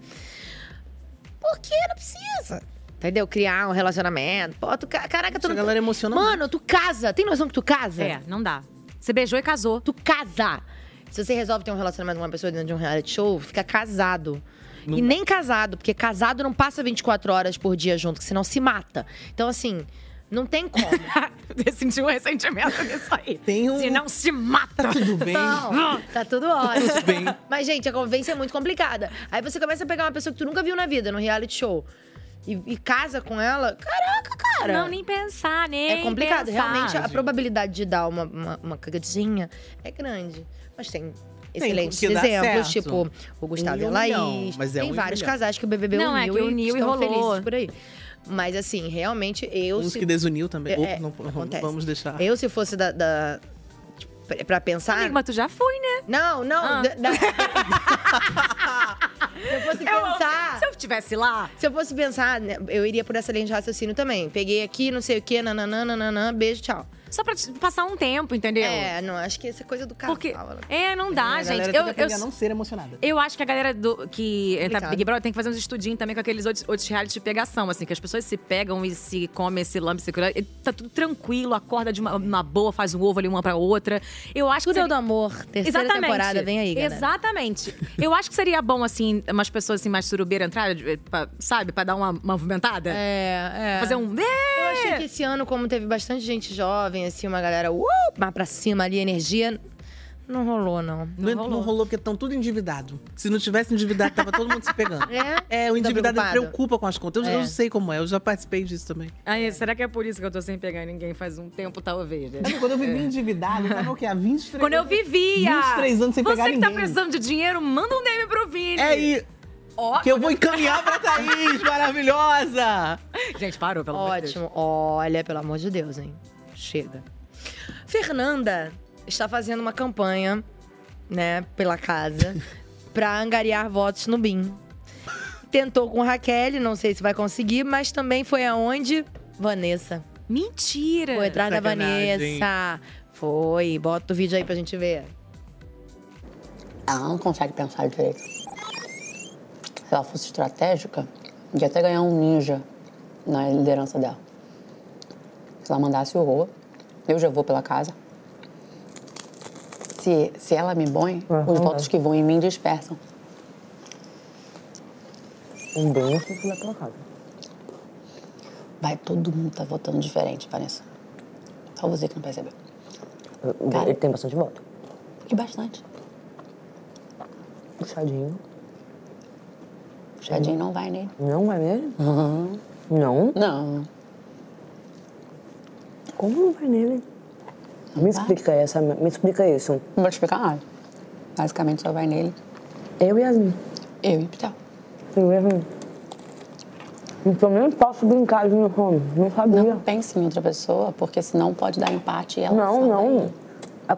Speaker 1: Porque não precisa. Entendeu? Criar um relacionamento. Pô, tu, ca- caraca, tu não. A galera
Speaker 3: emociona
Speaker 1: Mano, tu casa. Tem noção que tu casa?
Speaker 2: É, não dá. Você beijou e casou.
Speaker 1: Tu casa. Se você resolve ter um relacionamento com uma pessoa dentro de um reality show, fica casado. E nem casado, porque casado não passa 24 horas por dia junto, que senão se mata. Então, assim, não tem como.
Speaker 2: Senti um ressentimento nisso aí.
Speaker 1: Tem um-
Speaker 2: Se não se mata. Tá tudo bem.
Speaker 1: Não, tá tudo ótimo.
Speaker 2: Tudo bem.
Speaker 1: Mas, gente, a convivência é muito complicada. Aí você começa a pegar uma pessoa que tu nunca viu na vida, num reality show, e, e casa com ela, caraca, cara.
Speaker 2: Não, nem pensar, nem
Speaker 1: É complicado.
Speaker 2: pensar.
Speaker 1: Realmente, a probabilidade de dar uma, uma, uma cagadinha é grande. Mas tem excelentes
Speaker 3: um que dá certo.
Speaker 1: exemplos, tipo o Gustavo
Speaker 3: Um
Speaker 1: e a
Speaker 3: milhão,
Speaker 1: Laís.
Speaker 3: mas é
Speaker 1: tem
Speaker 3: um
Speaker 1: vários
Speaker 3: milhão.
Speaker 1: casais que o BBB
Speaker 2: Não, é
Speaker 1: uniu
Speaker 2: que uniu e
Speaker 1: estão
Speaker 2: rolou.
Speaker 1: felizes por aí. Mas, assim, realmente, eu...
Speaker 3: Uns
Speaker 1: se-
Speaker 3: que desuniu também.
Speaker 1: É,
Speaker 3: Opa,
Speaker 1: é,
Speaker 3: não, não-
Speaker 1: acontece.
Speaker 3: vamos deixar.
Speaker 1: Eu, se fosse da... da pra- Pra pensar.
Speaker 2: Amigo, mas tu já foi, né?
Speaker 1: Não, não.
Speaker 2: Ah.
Speaker 1: da- da- se eu fosse pensar. se eu
Speaker 2: estivesse lá.
Speaker 1: Tá. Se eu fosse pensar, né, eu iria por essa linha de raciocínio também. Peguei aqui, não sei o quê, nananã, nananã, beijo, tchau.
Speaker 2: Só pra te- passar um tempo, entendeu?
Speaker 1: É, não, acho que essa é coisa do casal. Porque...
Speaker 2: É, não dá, gente.
Speaker 3: Eu,
Speaker 2: Eu,
Speaker 3: aprender
Speaker 2: eu-
Speaker 3: a não ser emocionada.
Speaker 2: eu acho que a galera do, que é, tá
Speaker 3: Complicado.
Speaker 2: Big Brother tem que fazer uns estudinhos também com aqueles outros, outros reality de pegação, assim, que as pessoas se pegam e se comem, se lambem, se curam. E Tá tudo tranquilo, acorda de uma, uma boa, faz um ovo ali uma pra outra. Eu acho
Speaker 1: Tudo
Speaker 2: que.
Speaker 1: é o do amor. Terceira temporada, vem aí, galera.
Speaker 2: Exatamente. Eu acho que seria bom, assim, umas pessoas assim, mais surubeiras entrar, de- pra- sabe, pra dar uma, uma movimentada.
Speaker 1: É, é.
Speaker 2: Fazer um.
Speaker 1: Eu achei que esse ano, como teve bastante gente jovem, assim, uma galera, uh, mais pra cima ali, energia. Não rolou, não.
Speaker 3: Não, não rolou. porque estão tudo endividado. Se não tivesse endividado, tava todo mundo se pegando.
Speaker 1: É,
Speaker 3: o endividado ele preocupa com as contas. Eu, eu
Speaker 2: tá É.
Speaker 3: sei como é, eu já participei disso também.
Speaker 2: Ai, será que é por isso que eu tô sem pegar ninguém faz um tempo, talvez? né?
Speaker 3: Quando eu vivi
Speaker 2: É.
Speaker 3: endividado, tava o quê? Há 23
Speaker 2: Quando eu vivia!
Speaker 3: 23 né? anos sem
Speaker 2: Você
Speaker 3: pegar
Speaker 2: que tá
Speaker 3: ninguém.
Speaker 2: precisando de dinheiro, manda um DM pro Vini.
Speaker 3: É aí.
Speaker 2: Ó,
Speaker 3: Que eu vou encaminhar pra Thaís, maravilhosa!
Speaker 2: Gente, parou, pelo amor de Deus.
Speaker 1: Ótimo. Olha, pelo amor de Deus, hein? Chega. Fernanda está fazendo uma campanha, né, pela casa, pra angariar votos no BIM. Tentou com Raquel, não sei se vai conseguir, mas também foi aonde? Vanessa.
Speaker 2: Mentira!
Speaker 1: Foi atrás
Speaker 18: Sacanagem.
Speaker 1: da Vanessa. Foi. Bota o vídeo aí pra gente ver.
Speaker 18: Ela não consegue pensar direito. Se ela fosse estratégica, podia até ganhar um ninja na liderança dela. Se ela mandasse o Rô, eu já vou pela casa. Se, se ela me põe, os votos que vão em mim dispersam.
Speaker 14: Um bem que vai pela casa.
Speaker 18: Vai, todo mundo tá votando diferente, Vanessa. Só você que não percebeu. Cara.
Speaker 14: Ele tem bastante voto.
Speaker 18: Que bastante.
Speaker 14: Puxadinho.
Speaker 18: O Chadinho não vai nele.
Speaker 14: Não vai nele?
Speaker 18: Uhum.
Speaker 14: Não?
Speaker 18: Não.
Speaker 14: Como não vai nele? Me explica, essa, me explica isso.
Speaker 18: Não vou te explicar nada. Basicamente só vai nele.
Speaker 14: Eu e Yasmin.
Speaker 18: Eu e Pitel.
Speaker 14: Eu e Yasmin. Então nem posso brincar de uniforme. Não sabia.
Speaker 18: Não pense em outra pessoa, porque senão pode dar empate e ela
Speaker 14: não, não. Eu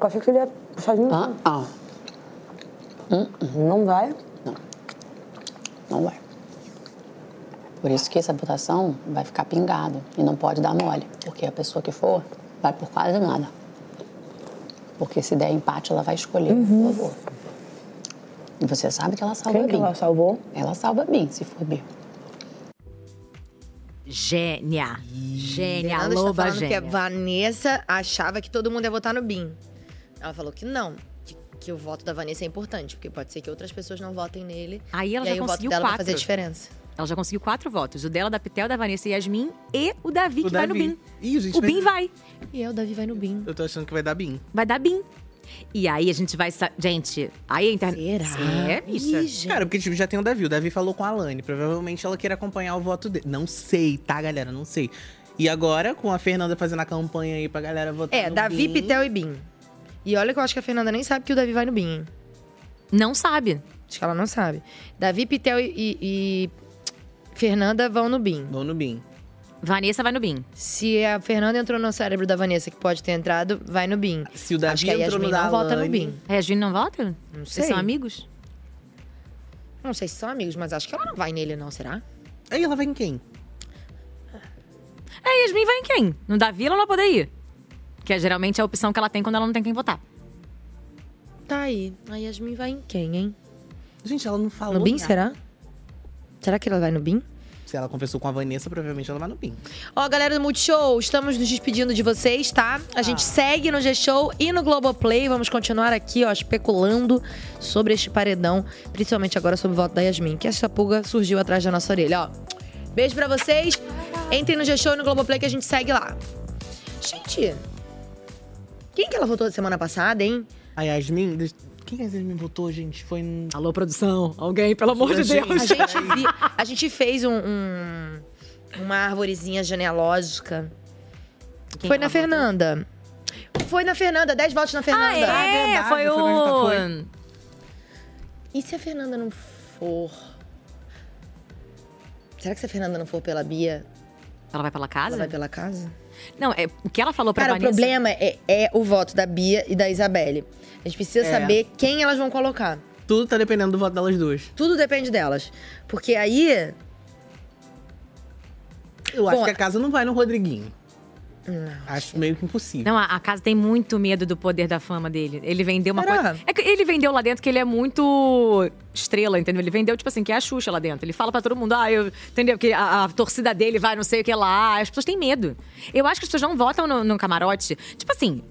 Speaker 14: achei que seria puxadinho.
Speaker 18: Ah, ah.
Speaker 14: assim.
Speaker 18: Hum,
Speaker 14: Não vai?
Speaker 18: não vai. Por isso que essa votação vai ficar pingado e não pode dar mole, porque a pessoa que for vai por quase nada. Porque se der empate, ela vai escolher a favor. E você sabe que ela salva
Speaker 14: Uhum. Quem
Speaker 18: bem.
Speaker 14: que ela salvou?
Speaker 18: Ela salva bem, se for bem.
Speaker 2: Gênia. Gênia,
Speaker 1: Fernanda está
Speaker 2: loba
Speaker 1: falando que a
Speaker 2: gênia.
Speaker 1: Vanessa achava que todo mundo ia votar no BIM. Ela falou que não. Que, que o voto da Vanessa é importante, porque pode ser que outras pessoas não votem nele.
Speaker 2: Aí ela
Speaker 1: e
Speaker 2: já
Speaker 1: aí o voto
Speaker 2: conseguiu
Speaker 1: dela vai
Speaker 2: quatro.
Speaker 1: fazer a diferença.
Speaker 2: Ela já conseguiu quatro votos. O dela, da Pitel, da Vanessa e Yasmin e o Davi, que vai no
Speaker 3: Davi.
Speaker 2: BIM.
Speaker 3: Ih, gente,
Speaker 2: o
Speaker 3: mas-
Speaker 2: BIM vai.
Speaker 1: E eu, o Davi vai no BIM.
Speaker 3: Eu tô achando que vai dar BIM.
Speaker 2: Vai dar BIM. E aí a gente vai. sa- Gente, aí a internet. Será? É, bicha.
Speaker 3: Cara, porque tipo, já tem o Davi. O Davi falou com a Alane. Provavelmente ela queira acompanhar o voto dele. Não sei, tá, galera? Não sei. E agora, com a Fernanda fazendo a campanha aí pra galera votar.
Speaker 1: É,
Speaker 3: no
Speaker 1: Davi,
Speaker 3: BIM.
Speaker 1: Pitel e BIM. E olha que eu acho que a Fernanda nem sabe que o Davi vai no BIM. hein?
Speaker 2: Não sabe.
Speaker 1: Acho que ela não sabe. Davi, Pitel e, e- e Fernanda vão no BIM.
Speaker 3: Vão no BIM.
Speaker 2: Vanessa vai no BIM.
Speaker 1: Se a Fernanda entrou no cérebro da Vanessa, que pode ter entrado, vai no BIM.
Speaker 3: Se o Davi
Speaker 1: Acho que a
Speaker 3: entrou
Speaker 1: Yasmin
Speaker 3: no
Speaker 1: não
Speaker 3: da
Speaker 1: vota no
Speaker 3: Alane.
Speaker 1: BIM.
Speaker 2: A Yasmin não vota? Não
Speaker 1: sei.
Speaker 2: Vocês são amigos?
Speaker 1: Não sei se são amigos, mas acho que ela não vai nele, não, será?
Speaker 3: Aí ela vai em quem?
Speaker 2: É, Yasmin vai em quem? No Davi ela não vai poder ir. Que é geralmente a opção que ela tem quando ela não tem quem votar.
Speaker 1: Tá aí. A Yasmin vai em quem, hein?
Speaker 3: Gente, ela não falou.
Speaker 1: No BIM,
Speaker 3: nada.
Speaker 1: será? Será que ela vai no BIM?
Speaker 3: Se ela confessou com a Vanessa, provavelmente ela vai no Bim.
Speaker 1: Ó, galera do Multishow, estamos nos despedindo de vocês, tá? A gente
Speaker 3: Ah.
Speaker 1: segue no G-Show e no Globoplay. Vamos continuar aqui, ó, especulando sobre este paredão, principalmente agora sobre o voto da Yasmin, que essa pulga surgiu atrás da nossa orelha, ó. Beijo pra vocês. Entrem no G-Show e no Globoplay que a gente segue lá. Gente, quem que ela votou semana passada, hein?
Speaker 3: A Yasmin. deixa- Quem que a Yasmin votou, gente? Foi um.
Speaker 2: Alô, produção. Alguém, pelo amor de Deus.
Speaker 1: A gente, vi- a gente fez um- um- uma arvorezinha genealógica.
Speaker 2: Quem
Speaker 1: Foi
Speaker 2: que
Speaker 1: na
Speaker 2: ela
Speaker 1: Fernanda. Foi na Fernanda, 10 votos na Fernanda.
Speaker 2: Ah, é? Foi Foi o-
Speaker 1: tá
Speaker 2: onde foi.
Speaker 1: um- E se a Fernanda não for? Será que se a Fernanda não for pela Bia,
Speaker 2: Ela vai pela casa?
Speaker 1: ela vai pela casa?
Speaker 2: Não, é, o que ela falou pra
Speaker 1: Cara, o
Speaker 2: Vanessa...
Speaker 1: problema é, é o voto da Bia e da Isabelle. A gente precisa
Speaker 3: É.
Speaker 1: saber quem elas vão colocar.
Speaker 3: Tudo tá dependendo do voto delas duas.
Speaker 1: Tudo depende delas. Porque aí.
Speaker 3: Eu acho
Speaker 1: Bom,
Speaker 3: que a casa não vai no Rodriguinho.
Speaker 1: Não.
Speaker 3: Acho meio que impossível.
Speaker 2: Não, a, a casa tem muito medo do poder da fama dele. Ele vendeu uma coisa. É que ele vendeu lá dentro que ele é muito estrela, entendeu? Ele vendeu, tipo assim, que é a Xuxa lá dentro. Ele fala pra todo mundo, ah, eu. Entendeu? Que a, a torcida dele vai não sei o que lá. As pessoas têm medo. Eu acho que as pessoas não votam no, no camarote. Tipo assim.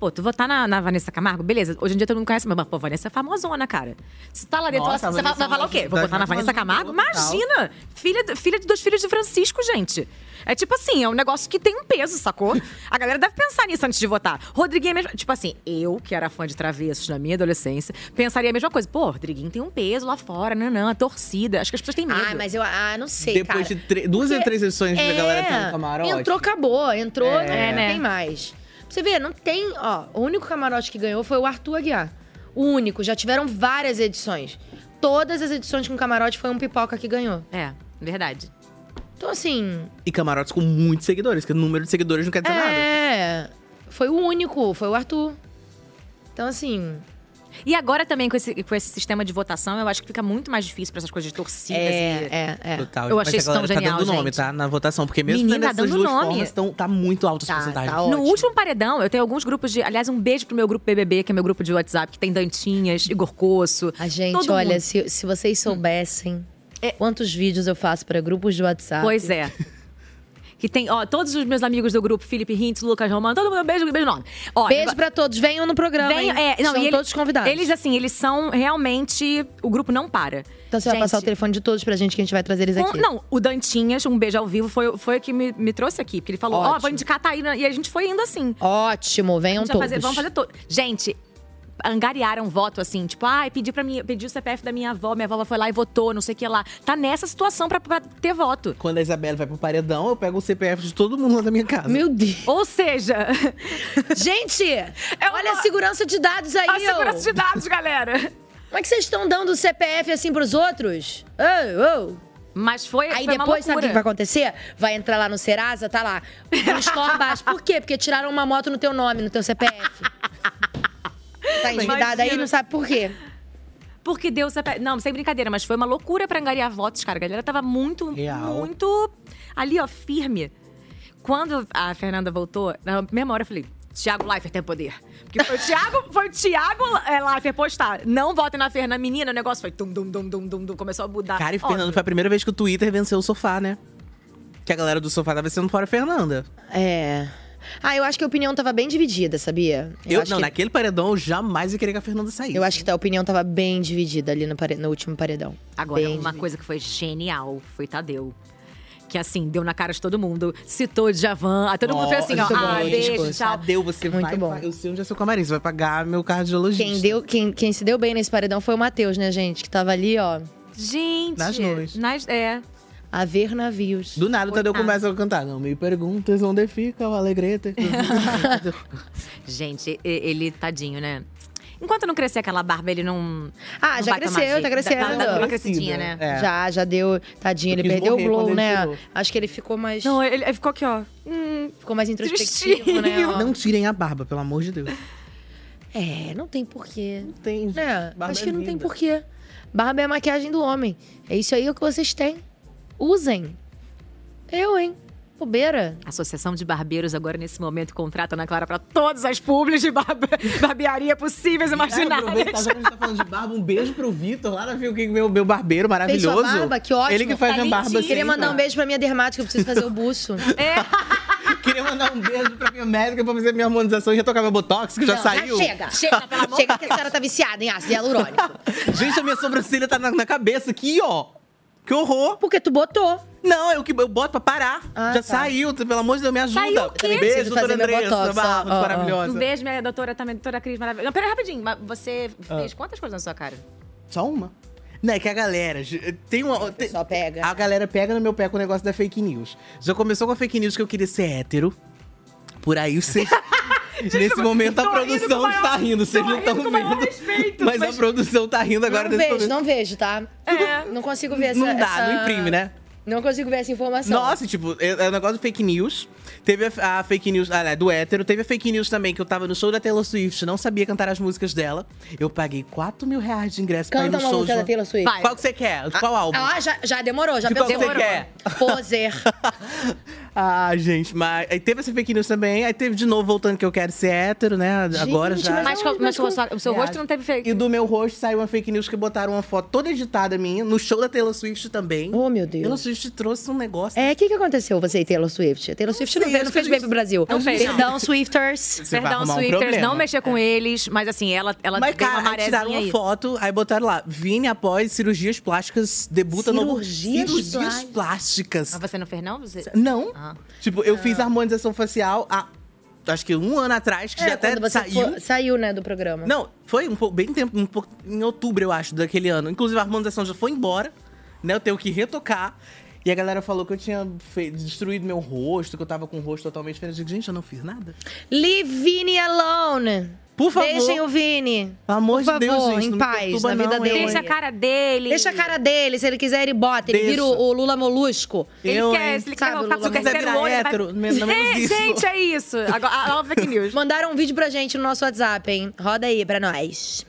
Speaker 2: Pô, tu votar na, na Vanessa Camargo, beleza. Hoje em dia todo mundo conhece, mas, pô, Vanessa é famosona, cara. Se tá lá dentro,
Speaker 11: Nossa,
Speaker 2: ela-
Speaker 11: a
Speaker 2: você vai,
Speaker 11: Vanessa
Speaker 2: vai falar o quê?
Speaker 11: é
Speaker 2: Vou votar na
Speaker 11: uma
Speaker 2: Vanessa Camargo?
Speaker 11: total.
Speaker 2: Imagina! Filha, do- filha de dois filhos de Francisco, gente. É tipo assim, é um negócio que tem um peso, sacou? A galera deve pensar nisso antes de votar. Rodriguinho é mesmo. Tipo assim, eu, que era fã de travessos na minha adolescência, pensaria a mesma coisa. Pô, Rodriguinho tem um peso lá fora, não, não, a torcida. Acho que as pessoas têm medo.
Speaker 1: Ah, mas eu ah, não sei.
Speaker 3: Depois de
Speaker 1: cara.
Speaker 3: tre- duas ou
Speaker 1: Porque-
Speaker 3: três edições da galera tá
Speaker 1: É,
Speaker 3: no camarote.
Speaker 1: Entrou, acabou. Entrou,
Speaker 3: É.
Speaker 1: não
Speaker 3: É, né?
Speaker 1: tem mais. Pra você ver, não tem. Ó, o único camarote que ganhou foi o Arthur Aguiar. O único. Já tiveram várias edições. Todas as edições com camarote foi um pipoca que ganhou.
Speaker 2: É, verdade.
Speaker 1: Então, assim.
Speaker 3: E camarotes com muitos seguidores, que o número de seguidores não quer dizer nada.
Speaker 1: É. Foi o único, foi o Arthur. Então, assim.
Speaker 2: E agora também com esse, com esse sistema de votação, eu acho que fica muito mais difícil pra essas coisas de torcidas.
Speaker 1: É,
Speaker 2: e...
Speaker 1: é, é.
Speaker 3: Total.
Speaker 2: Eu
Speaker 3: Mas
Speaker 2: achei
Speaker 3: a
Speaker 2: isso
Speaker 3: galera
Speaker 2: tão
Speaker 3: Tá
Speaker 2: genial,
Speaker 3: dando nome,
Speaker 2: gente.
Speaker 3: tá? Na votação, porque mesmo
Speaker 2: Menina,
Speaker 3: tendo essas
Speaker 2: dando
Speaker 3: duas
Speaker 2: nome.
Speaker 3: formas, tão, tá muito alto essa porcentagem.
Speaker 2: no último paredão, eu tenho alguns grupos de. Aliás, um beijo pro meu grupo BBB, que é meu grupo de WhatsApp, que tem Dantinhas, Igor Coço.
Speaker 1: A Gente, olha, se, se vocês soubessem quantos vídeos eu faço pra grupos de WhatsApp.
Speaker 2: É. Pois é. Que tem, ó, todos os meus amigos do grupo, Felipe Hintz, Lucas Romano, todo mundo, beijo, beijo nome. Ó,
Speaker 1: Beijo pra todos, venham no programa.
Speaker 2: Venham,
Speaker 1: hein?
Speaker 2: é, não,
Speaker 1: Estão
Speaker 2: e ele-
Speaker 1: todos convidados.
Speaker 2: Eles, assim, eles são realmente. O grupo não para.
Speaker 1: Então você vai passar o telefone de todos pra gente que a gente vai trazer eles
Speaker 2: Com-
Speaker 1: aqui.
Speaker 2: não, o Dantinhas, um beijo ao vivo, foi, foi o que me, me trouxe aqui. Porque ele falou, ó,
Speaker 1: Ótimo.
Speaker 2: vou indicar a Taína. E a gente foi indo assim.
Speaker 1: Ótimo, venham
Speaker 2: Vamos
Speaker 1: todos.
Speaker 2: fazer, vamos fazer todo. Gente, angariaram voto assim, tipo, ai, pedi para mim, pedi o CPF da minha avó, minha avó foi lá e votou, não sei o que lá. Tá nessa situação pra, pra ter voto.
Speaker 3: Quando é a Isabela vai pro paredão, eu pego o CPF de todo mundo lá da minha casa.
Speaker 1: Meu Deus.
Speaker 2: Ou seja,
Speaker 1: Gente, olha a segurança de dados aí,
Speaker 2: É. A segurança de dados, galera.
Speaker 1: Como é que vocês estão dando o CPF assim pros outros? Oh, oh.
Speaker 2: Mas foi
Speaker 1: Aí
Speaker 2: foi uma
Speaker 1: depois, sabe o
Speaker 2: loucura.
Speaker 1: que que vai acontecer? Vai entrar lá no Serasa, tá lá. Store baixo. Por quê? Porque tiraram uma moto no teu nome, no teu CPF. Tá endividada aí,
Speaker 2: Imagina.
Speaker 1: não sabe por quê.
Speaker 2: Porque deu CPF. Não, sem brincadeira, mas foi uma loucura pra angariar votos, cara. A galera tava muito, muito ali, ó, firme. Quando a Fernanda voltou, na mesma hora eu falei. Tiago Leifert tem poder. Porque foi o Tiago, foi o Tiago é, Leifert postar. Não votem na Fernanda. Menina, o negócio foi tum, dum, dum, dum, dum, dum. Começou a mudar.
Speaker 3: Cara, e
Speaker 2: Óbvio.
Speaker 3: Fernando, foi a primeira vez que o Twitter venceu o sofá, né? Que a galera do sofá tava sendo fora a Fernanda.
Speaker 1: É. Ah, eu acho que a opinião tava bem dividida, sabia?
Speaker 3: Eu,
Speaker 1: acho
Speaker 3: não,
Speaker 1: que-
Speaker 3: naquele paredão eu jamais ia querer que a Fernanda saísse.
Speaker 1: Eu acho que a opinião tava bem dividida ali no, pare- no último paredão.
Speaker 2: Agora,
Speaker 1: Bem
Speaker 2: uma
Speaker 1: dividida.
Speaker 2: coisa que foi genial foi Tadeu. Que assim, deu na cara de todo mundo, citou Djavan, aí todo mundo fez assim, ó,
Speaker 3: Nossa,
Speaker 2: ah,
Speaker 3: muito
Speaker 2: beijo,
Speaker 3: bom.
Speaker 2: tchau.
Speaker 3: Deu, tipo, você
Speaker 1: Muito
Speaker 3: vai,
Speaker 1: bom.
Speaker 3: pa- Eu sei onde é seu camarim, você vai pagar meu cardiologista.
Speaker 1: Quem, deu, quem, quem se deu bem nesse paredão foi o Matheus, né, gente? Que tava ali, ó.
Speaker 2: Gente.
Speaker 3: Nas nuvens.
Speaker 2: Nas, é.
Speaker 1: A ver navios.
Speaker 3: Do nada o Tadeu
Speaker 1: Coitado.
Speaker 3: começa a cantar. Não me perguntes onde fica o Alegrete.
Speaker 2: Gente, e- ele, tadinho, né? Enquanto não um- crescer aquela barba, ele não.
Speaker 1: Ah,
Speaker 2: não
Speaker 1: já
Speaker 2: vai tomar
Speaker 1: cresceu,
Speaker 2: jeito.
Speaker 1: tá crescendo.
Speaker 2: Dá, dá uma crescidinha, né?
Speaker 3: é.
Speaker 1: Já, já deu. Tadinho, ele
Speaker 2: quis
Speaker 1: perdeu o
Speaker 2: morrer quando
Speaker 1: glow,
Speaker 2: ele
Speaker 1: né?
Speaker 2: tirou.
Speaker 1: Acho que ele ficou mais.
Speaker 2: Não, ele, ele ficou aqui, ó. Hum,
Speaker 1: ficou mais introspectivo, né? ó.
Speaker 3: Não tirem a barba, pelo amor de Deus.
Speaker 1: É, não tem porquê. Não
Speaker 3: tem.
Speaker 1: Né?
Speaker 3: Barba
Speaker 1: Acho
Speaker 3: é
Speaker 1: que não tem
Speaker 3: linda.
Speaker 1: porquê. Barba é a maquiagem do homem. É isso aí o que vocês têm. Usem. Eu, hein? bobeira.
Speaker 2: A Associação de Barbeiros agora, nesse momento, contrata a Ana Clara pra todas as publis de barbe- barbearia possíveis,
Speaker 3: Cara, aproveita,
Speaker 2: imaginárias.
Speaker 3: já que a gente tá falando de barba, um beijo pro Vitor, lá da Viu que meu, meu barbeiro
Speaker 1: Fez sua
Speaker 3: maravilhoso.
Speaker 1: barba, que ótimo.
Speaker 3: Ele que faz
Speaker 1: a
Speaker 3: minha barba assim.
Speaker 1: Queria mandar um beijo pra minha dermática, eu preciso fazer o buço.
Speaker 3: Queria mandar um beijo pra minha médica pra fazer minha harmonização e já tocar meu botox, que já
Speaker 1: Não,
Speaker 3: saiu.
Speaker 1: chega, chega, pelo amor Chega que a senhora tá viciada em ácido hialurônico.
Speaker 3: Gente, a minha sobrancelha tá na, na cabeça aqui, ó. Que horror.
Speaker 1: Porque tu botou.
Speaker 3: Não, eu que eu boto pra parar.
Speaker 2: Ah,
Speaker 3: já
Speaker 2: tá.
Speaker 3: saiu, tu- pelo amor de Deus, me ajuda.
Speaker 2: Saiu o quê?
Speaker 3: Beijo, doutora Andressa, barba maravilhosa.
Speaker 2: Um beijo, minha doutora também, doutora Cris, maravilhosa. Não, pera rapidinho, mas você fez
Speaker 3: Ah.
Speaker 2: quantas coisas na sua cara?
Speaker 3: Só uma? Não, é que a galera. j- Tem uma. Só
Speaker 1: pega.
Speaker 3: A galera pega no meu pé com o negócio da fake news. Já começou com a fake news que eu queria ser hétero. Por aí você. Nesse momento a produção está rindo, vocês não estão vendo. mas, a produção tá rindo agora
Speaker 1: não
Speaker 3: nesse
Speaker 1: vejo,
Speaker 3: momento.
Speaker 1: não vejo, tá? Não consigo ver essa...
Speaker 3: Não dá,
Speaker 1: essa-
Speaker 3: não imprime, né?
Speaker 1: Não consigo ver essa informação.
Speaker 3: Nossa, tipo, é, é um negócio de fake news. Teve a, a fake news, ah, né, do hétero. Teve a fake news também, que eu tava no show da Taylor Swift, não sabia cantar as músicas dela. Eu paguei 4 mil reais de ingresso pra ir
Speaker 1: Canta
Speaker 3: no
Speaker 1: uma
Speaker 3: show.
Speaker 1: música
Speaker 3: de-
Speaker 1: da Taylor Swift.
Speaker 3: Qual que você quer? Qual álbum?
Speaker 1: Ah, já, já demorou, já
Speaker 3: De qual
Speaker 1: pensou.
Speaker 3: você quer?
Speaker 1: Poser.
Speaker 3: Ah, gente, mas. Aí teve essa fake news também. Aí teve de novo voltando que eu quero ser hétero, né? Agora já.
Speaker 2: Mas, qual- mas o seu- o seu rosto não teve fake
Speaker 3: E do meu rosto saiu uma fake news que botaram uma foto toda editada minha, no show da Taylor Swift também.
Speaker 1: Oh, meu Deus.
Speaker 3: Taylor Swift trouxe um negócio.
Speaker 1: É, o que, que aconteceu você e Taylor Swift? Taylor Swift não,
Speaker 3: sei,
Speaker 1: fez, não
Speaker 3: acho
Speaker 1: fez
Speaker 3: que
Speaker 1: bem
Speaker 3: eles-
Speaker 1: pro Brasil.
Speaker 3: Não fez, não.
Speaker 1: Perdão, Swifters.
Speaker 3: Você vai
Speaker 2: Perdão,
Speaker 3: arrumar um
Speaker 2: Swifters,
Speaker 3: problema.
Speaker 2: não mexer com eles, mas assim, ela, ela
Speaker 3: Mas,
Speaker 2: deu
Speaker 3: É, cara,
Speaker 2: uma
Speaker 3: aí tiraram
Speaker 2: marezinha
Speaker 3: uma
Speaker 2: aí.
Speaker 3: foto, aí botaram lá, Vini após cirurgias plásticas, debuta novo...
Speaker 2: Cirurgias
Speaker 3: Cirurgias
Speaker 2: plásticas.
Speaker 3: plásticas.
Speaker 2: Mas você não fez, não? Você...
Speaker 3: Não.
Speaker 2: Ah.
Speaker 3: Tipo, eu fiz harmonização facial há, acho que um ano atrás, que
Speaker 1: É,
Speaker 3: já até
Speaker 1: quando você
Speaker 3: saiu.
Speaker 1: for- saiu, né, do programa.
Speaker 3: Não, foi um pouco, bem tempo, um pouco, em outubro, eu acho, daquele ano. Inclusive, a harmonização já foi embora, né? Eu tenho que retocar. E a galera falou que eu tinha fe- destruído meu rosto, que eu tava com o rosto totalmente diferente. Eu digo, gente, eu não fiz nada.
Speaker 1: Leave Vini alone.
Speaker 3: Por favor.
Speaker 1: Deixem o Vini.
Speaker 3: Pelo amor
Speaker 1: Por
Speaker 3: de Deus,
Speaker 1: favor,
Speaker 3: gente, não
Speaker 1: em
Speaker 3: me
Speaker 1: paz,
Speaker 3: perturba
Speaker 1: na vida
Speaker 3: não, eu
Speaker 1: dele.
Speaker 3: Deixa a
Speaker 2: cara dele.
Speaker 1: Deixa a cara dele. Se ele quiser, ele bota. Ele
Speaker 3: Deixa.
Speaker 1: vira o o Lula Molusco.
Speaker 3: Ele Eu, quer, hein? se ele
Speaker 1: Sabe,
Speaker 3: quer
Speaker 1: o
Speaker 3: voltar
Speaker 1: Lula
Speaker 3: pro terceiro
Speaker 1: Molusco?
Speaker 3: olho, ele vai- hétero, menos- menos
Speaker 2: É,
Speaker 3: isso.
Speaker 2: gente, é isso. Agora, a, a fake news.
Speaker 1: Mandaram um vídeo pra gente no nosso WhatsApp, hein? Roda aí pra nós.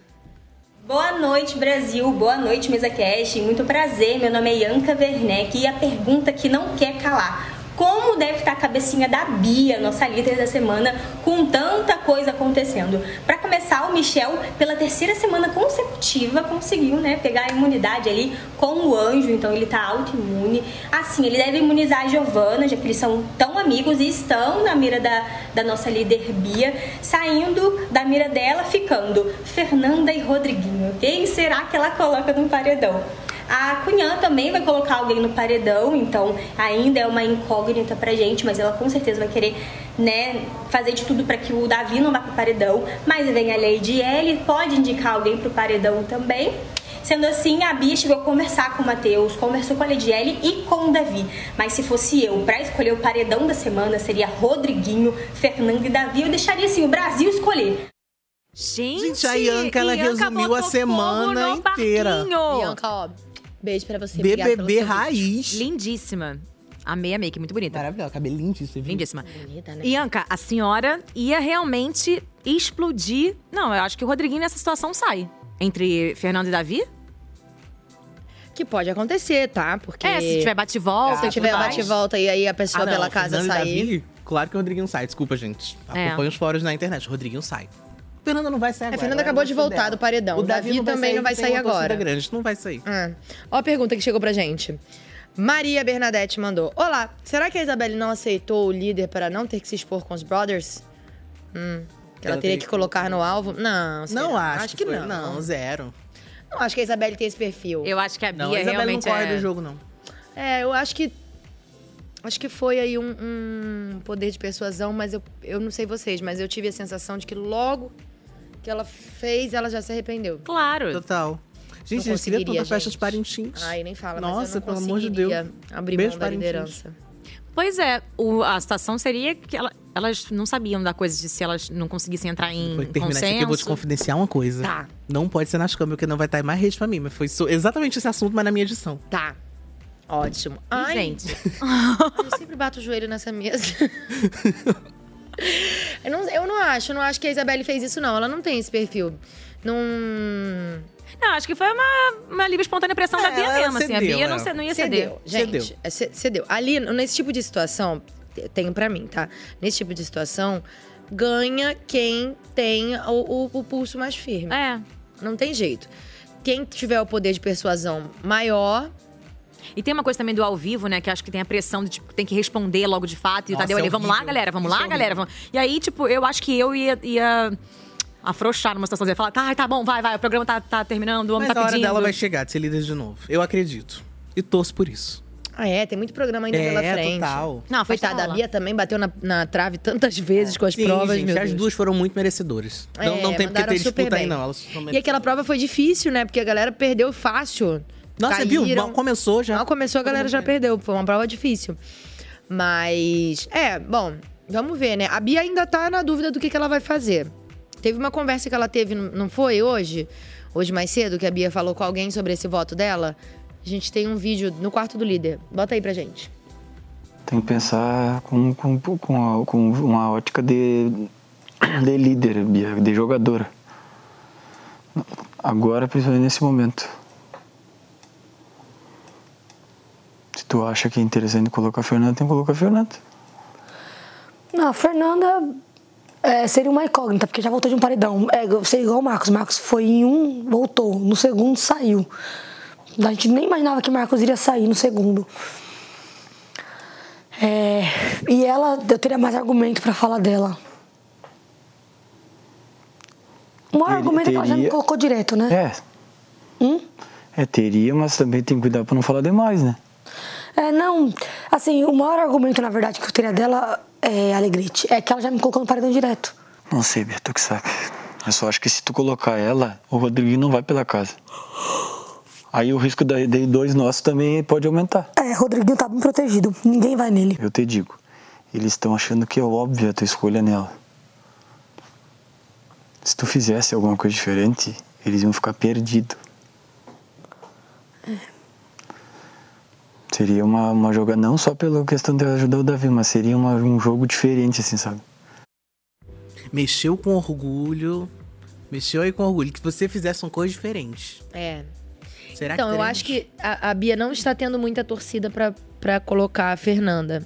Speaker 19: Boa noite, Brasil. Boa noite, Mesa Cash. Muito prazer. Meu nome é Yanka Werneck e a pergunta que não quer calar. Como deve estar a cabecinha da Bia, nossa líder da semana, com tanta coisa acontecendo? Para começar, o Michel, pela terceira semana consecutiva, conseguiu né, pegar a imunidade ali com o anjo, então ele tá autoimune. Assim, ele deve imunizar a Giovana, já que eles são tão amigos e estão na mira da, da nossa líder Bia, saindo da mira dela, ficando Fernanda e Rodriguinho. Quem será que ela coloca no paredão? A Cunhã também vai colocar alguém no paredão, então ainda é uma incógnita pra gente, mas ela com certeza vai querer né, fazer de tudo pra que o Davi não vá pro paredão. Mas vem a Lady L, pode indicar alguém pro paredão também. Sendo assim, a Bia chegou a conversar com o Matheus, conversou com a Lediele e com o Davi. Mas se fosse eu, pra escolher o paredão da semana, seria Rodriguinho, Fernando e Davi. Eu deixaria assim, o Brasil escolher.
Speaker 2: Gente,
Speaker 3: Gente, a Yanka, ela resumiu a semana inteira.
Speaker 1: Bianca, ó, beijo pra você. obrigada pelo
Speaker 3: BBB
Speaker 1: seu
Speaker 3: raiz.
Speaker 2: Lindíssima. Amei, amei, que muito bonita.
Speaker 3: Maravilhosa, cabelo lindíssimo.
Speaker 2: Lindíssima.
Speaker 1: Bonita, né?
Speaker 2: Ianca, a senhora ia realmente explodir. Não, eu acho que o Rodriguinho nessa situação sai. Entre Fernando e Davi?
Speaker 1: vídeo. Que pode acontecer, tá? Porque...
Speaker 2: É, se tiver bate-volta
Speaker 1: Se
Speaker 2: e
Speaker 1: tiver
Speaker 2: tudo mais.
Speaker 1: bate-volta e aí a pessoa
Speaker 3: Ah, não,
Speaker 1: pela casa
Speaker 3: Fernando e
Speaker 1: sair.
Speaker 3: Davi, claro que o Rodriguinho sai, desculpa, gente.
Speaker 1: É.
Speaker 3: Acompanha os fóruns na internet. O Rodriguinho sai. Fernanda não vai sair
Speaker 1: É,
Speaker 3: agora.
Speaker 1: Fernanda
Speaker 3: agora
Speaker 1: acabou
Speaker 3: é
Speaker 1: de
Speaker 3: você
Speaker 1: voltar
Speaker 3: dela.
Speaker 1: do paredão.
Speaker 3: O
Speaker 1: O Davi, também não vai
Speaker 3: porque
Speaker 1: sair
Speaker 3: tem uma torcida
Speaker 1: agora.
Speaker 3: Grande, não vai sair.
Speaker 1: Ah. Ó a pergunta que chegou pra gente. Maria Bernadette mandou. Olá, será que a Isabelle não aceitou o líder para não ter que se expor com os brothers? Hum, que ela, teria que colocar no alvo? Não, será?
Speaker 3: Não acho.
Speaker 1: que,
Speaker 3: foi-
Speaker 1: não.
Speaker 3: Não, zero.
Speaker 1: Não acho que a Isabelle tem esse perfil.
Speaker 2: Eu acho que a Bia
Speaker 3: Não, a Isabelle
Speaker 2: realmente
Speaker 3: não corre
Speaker 2: é...
Speaker 3: do jogo, não.
Speaker 1: É, eu acho que. Acho que foi aí um, um poder de persuasão, mas eu, eu não sei vocês, mas eu tive a sensação de que logo que ela fez, ela já se arrependeu.
Speaker 2: Claro.
Speaker 3: Total. Gente,
Speaker 1: Não
Speaker 3: eles queriam
Speaker 1: conseguiria,
Speaker 3: toda festa de
Speaker 1: gente.
Speaker 3: Parintins.
Speaker 1: Ai, nem fala, mas eu
Speaker 3: Nossa,
Speaker 1: não
Speaker 3: pelo amor de Deus.
Speaker 1: conseguiria abrir
Speaker 3: Beijo,
Speaker 1: mão da
Speaker 3: Parintins.
Speaker 1: liderança.
Speaker 2: Pois é, o- a situação seria que ela- elas não sabiam da coisa de se elas não conseguissem entrar em
Speaker 3: Vou terminar isso
Speaker 2: consenso.
Speaker 3: aqui, eu vou te confidenciar uma coisa.
Speaker 2: Tá.
Speaker 3: Não pode ser nas câmeras, porque não vai estar mais rede pra mim. Mas foi so- exatamente esse assunto, mas na minha edição.
Speaker 1: Tá. Ótimo. Ah, Ai,
Speaker 2: gente.
Speaker 1: Eu sempre bato o joelho nessa mesa. eu, não, eu não acho, eu não acho que a Isabelle fez isso, não. Ela não tem esse perfil. Não.
Speaker 2: Não, acho que foi uma, uma livre espontânea
Speaker 1: É,
Speaker 2: pressão da Bia mesmo, assim. A Bia não, ce- não ia ceder.
Speaker 1: Cedeu, gente, é, ce- cedeu. Ali, nesse tipo de situação, te- tenho pra mim, tá? Nesse tipo de situação, ganha quem tem o, o- o pulso mais firme. É. Não tem jeito. Quem tiver o poder de persuasão maior.
Speaker 2: E tem uma coisa também do ao vivo, né? Que acho que tem a pressão de, tipo, tem que responder logo de fato. E
Speaker 1: Nossa,
Speaker 2: o Tadeu
Speaker 1: é
Speaker 2: ali, vamos lá,
Speaker 1: horrível.
Speaker 2: galera, vamos
Speaker 1: Isso
Speaker 2: lá,
Speaker 1: é
Speaker 2: galera.
Speaker 1: horrível.
Speaker 2: Vamos... E aí, tipo, eu acho que eu ia, ia afrouxar numa situação. Eu ia falar, tá, tá bom, vai, vai, o programa tá, tá terminando, o homem
Speaker 3: Mas
Speaker 2: tá
Speaker 3: a hora
Speaker 2: pedindo.
Speaker 3: dela vai chegar de ser líder de novo. Eu acredito. E torço por isso.
Speaker 1: Ah, é, tem muito programa ainda
Speaker 3: É,
Speaker 1: pela frente.
Speaker 3: total. É.
Speaker 1: Não, Coitada, a Bia também bateu na, na trave tantas vezes com as
Speaker 3: Sim,
Speaker 1: provas,
Speaker 3: gente,
Speaker 1: meu
Speaker 3: as
Speaker 1: Deus.
Speaker 3: duas foram muito merecedoras. não,
Speaker 1: É,
Speaker 3: não tem porque
Speaker 1: mandaram
Speaker 3: ter
Speaker 1: super
Speaker 3: disputa aí,
Speaker 1: bem.
Speaker 3: não. Elas são
Speaker 1: E aquela prova foi difícil, né? Porque a galera perdeu fácil.
Speaker 3: Nossa, você viu? Mal
Speaker 1: começou já. Mal começou, a galera já perdeu. Foi uma prova difícil. Mas, é, bom, vamos ver, né? A Bia ainda tá na dúvida do que, que ela vai fazer. Teve uma conversa que ela teve, n- não foi hoje? Hoje mais cedo, que a Bia falou com alguém sobre esse voto dela. A gente tem um vídeo no quarto do líder. Bota aí pra gente.
Speaker 20: Tem que pensar com, com, com, a- com uma ótica de, de líder, Bia, de jogadora. Agora, principalmente nesse momento. Se tu acha que é interessante colocar a Fernanda, tem que colocar a Fernanda.
Speaker 13: Não, a Fernanda é, seria uma incógnita, porque já voltou de um paredão. É, seria igual o Marcos. Marcos foi em um, voltou. No segundo, saiu. A gente nem imaginava que Marcos iria sair no segundo. É, e ela, eu teria mais argumento pra falar dela. Um argumento que ela já me
Speaker 20: teria-
Speaker 13: colocou direto, né? Hum?
Speaker 20: É. É, teria, mas também tem que cuidar pra não falar demais, né?
Speaker 13: É, não. Assim, o maior argumento, na verdade, que eu teria dela, é, Alegrete, é que ela já me colocou no paredão direto.
Speaker 20: Não sei, Bia, tu que sabe. Eu só acho que se tu colocar ela, o Rodriguinho não vai pela casa. Aí o risco da- de dois nossos também pode aumentar.
Speaker 13: É, Rodriguinho tá bem protegido. Ninguém vai nele.
Speaker 20: Eu te digo, eles estão achando que é óbvia a tua escolha nela. Se tu fizesse alguma coisa diferente, eles iam ficar perdidos. Seria uma, uma jogada, não só pela questão de ajudar o Davi, mas seria uma- um jogo diferente, assim, sabe?
Speaker 3: Mexeu com orgulho. Mexeu aí com orgulho. Que você fizesse uma coisa diferente.
Speaker 1: É.
Speaker 3: Será
Speaker 1: então,
Speaker 3: que
Speaker 1: eu acho que a, a Bia não está tendo muita torcida pra, pra colocar a Fernanda.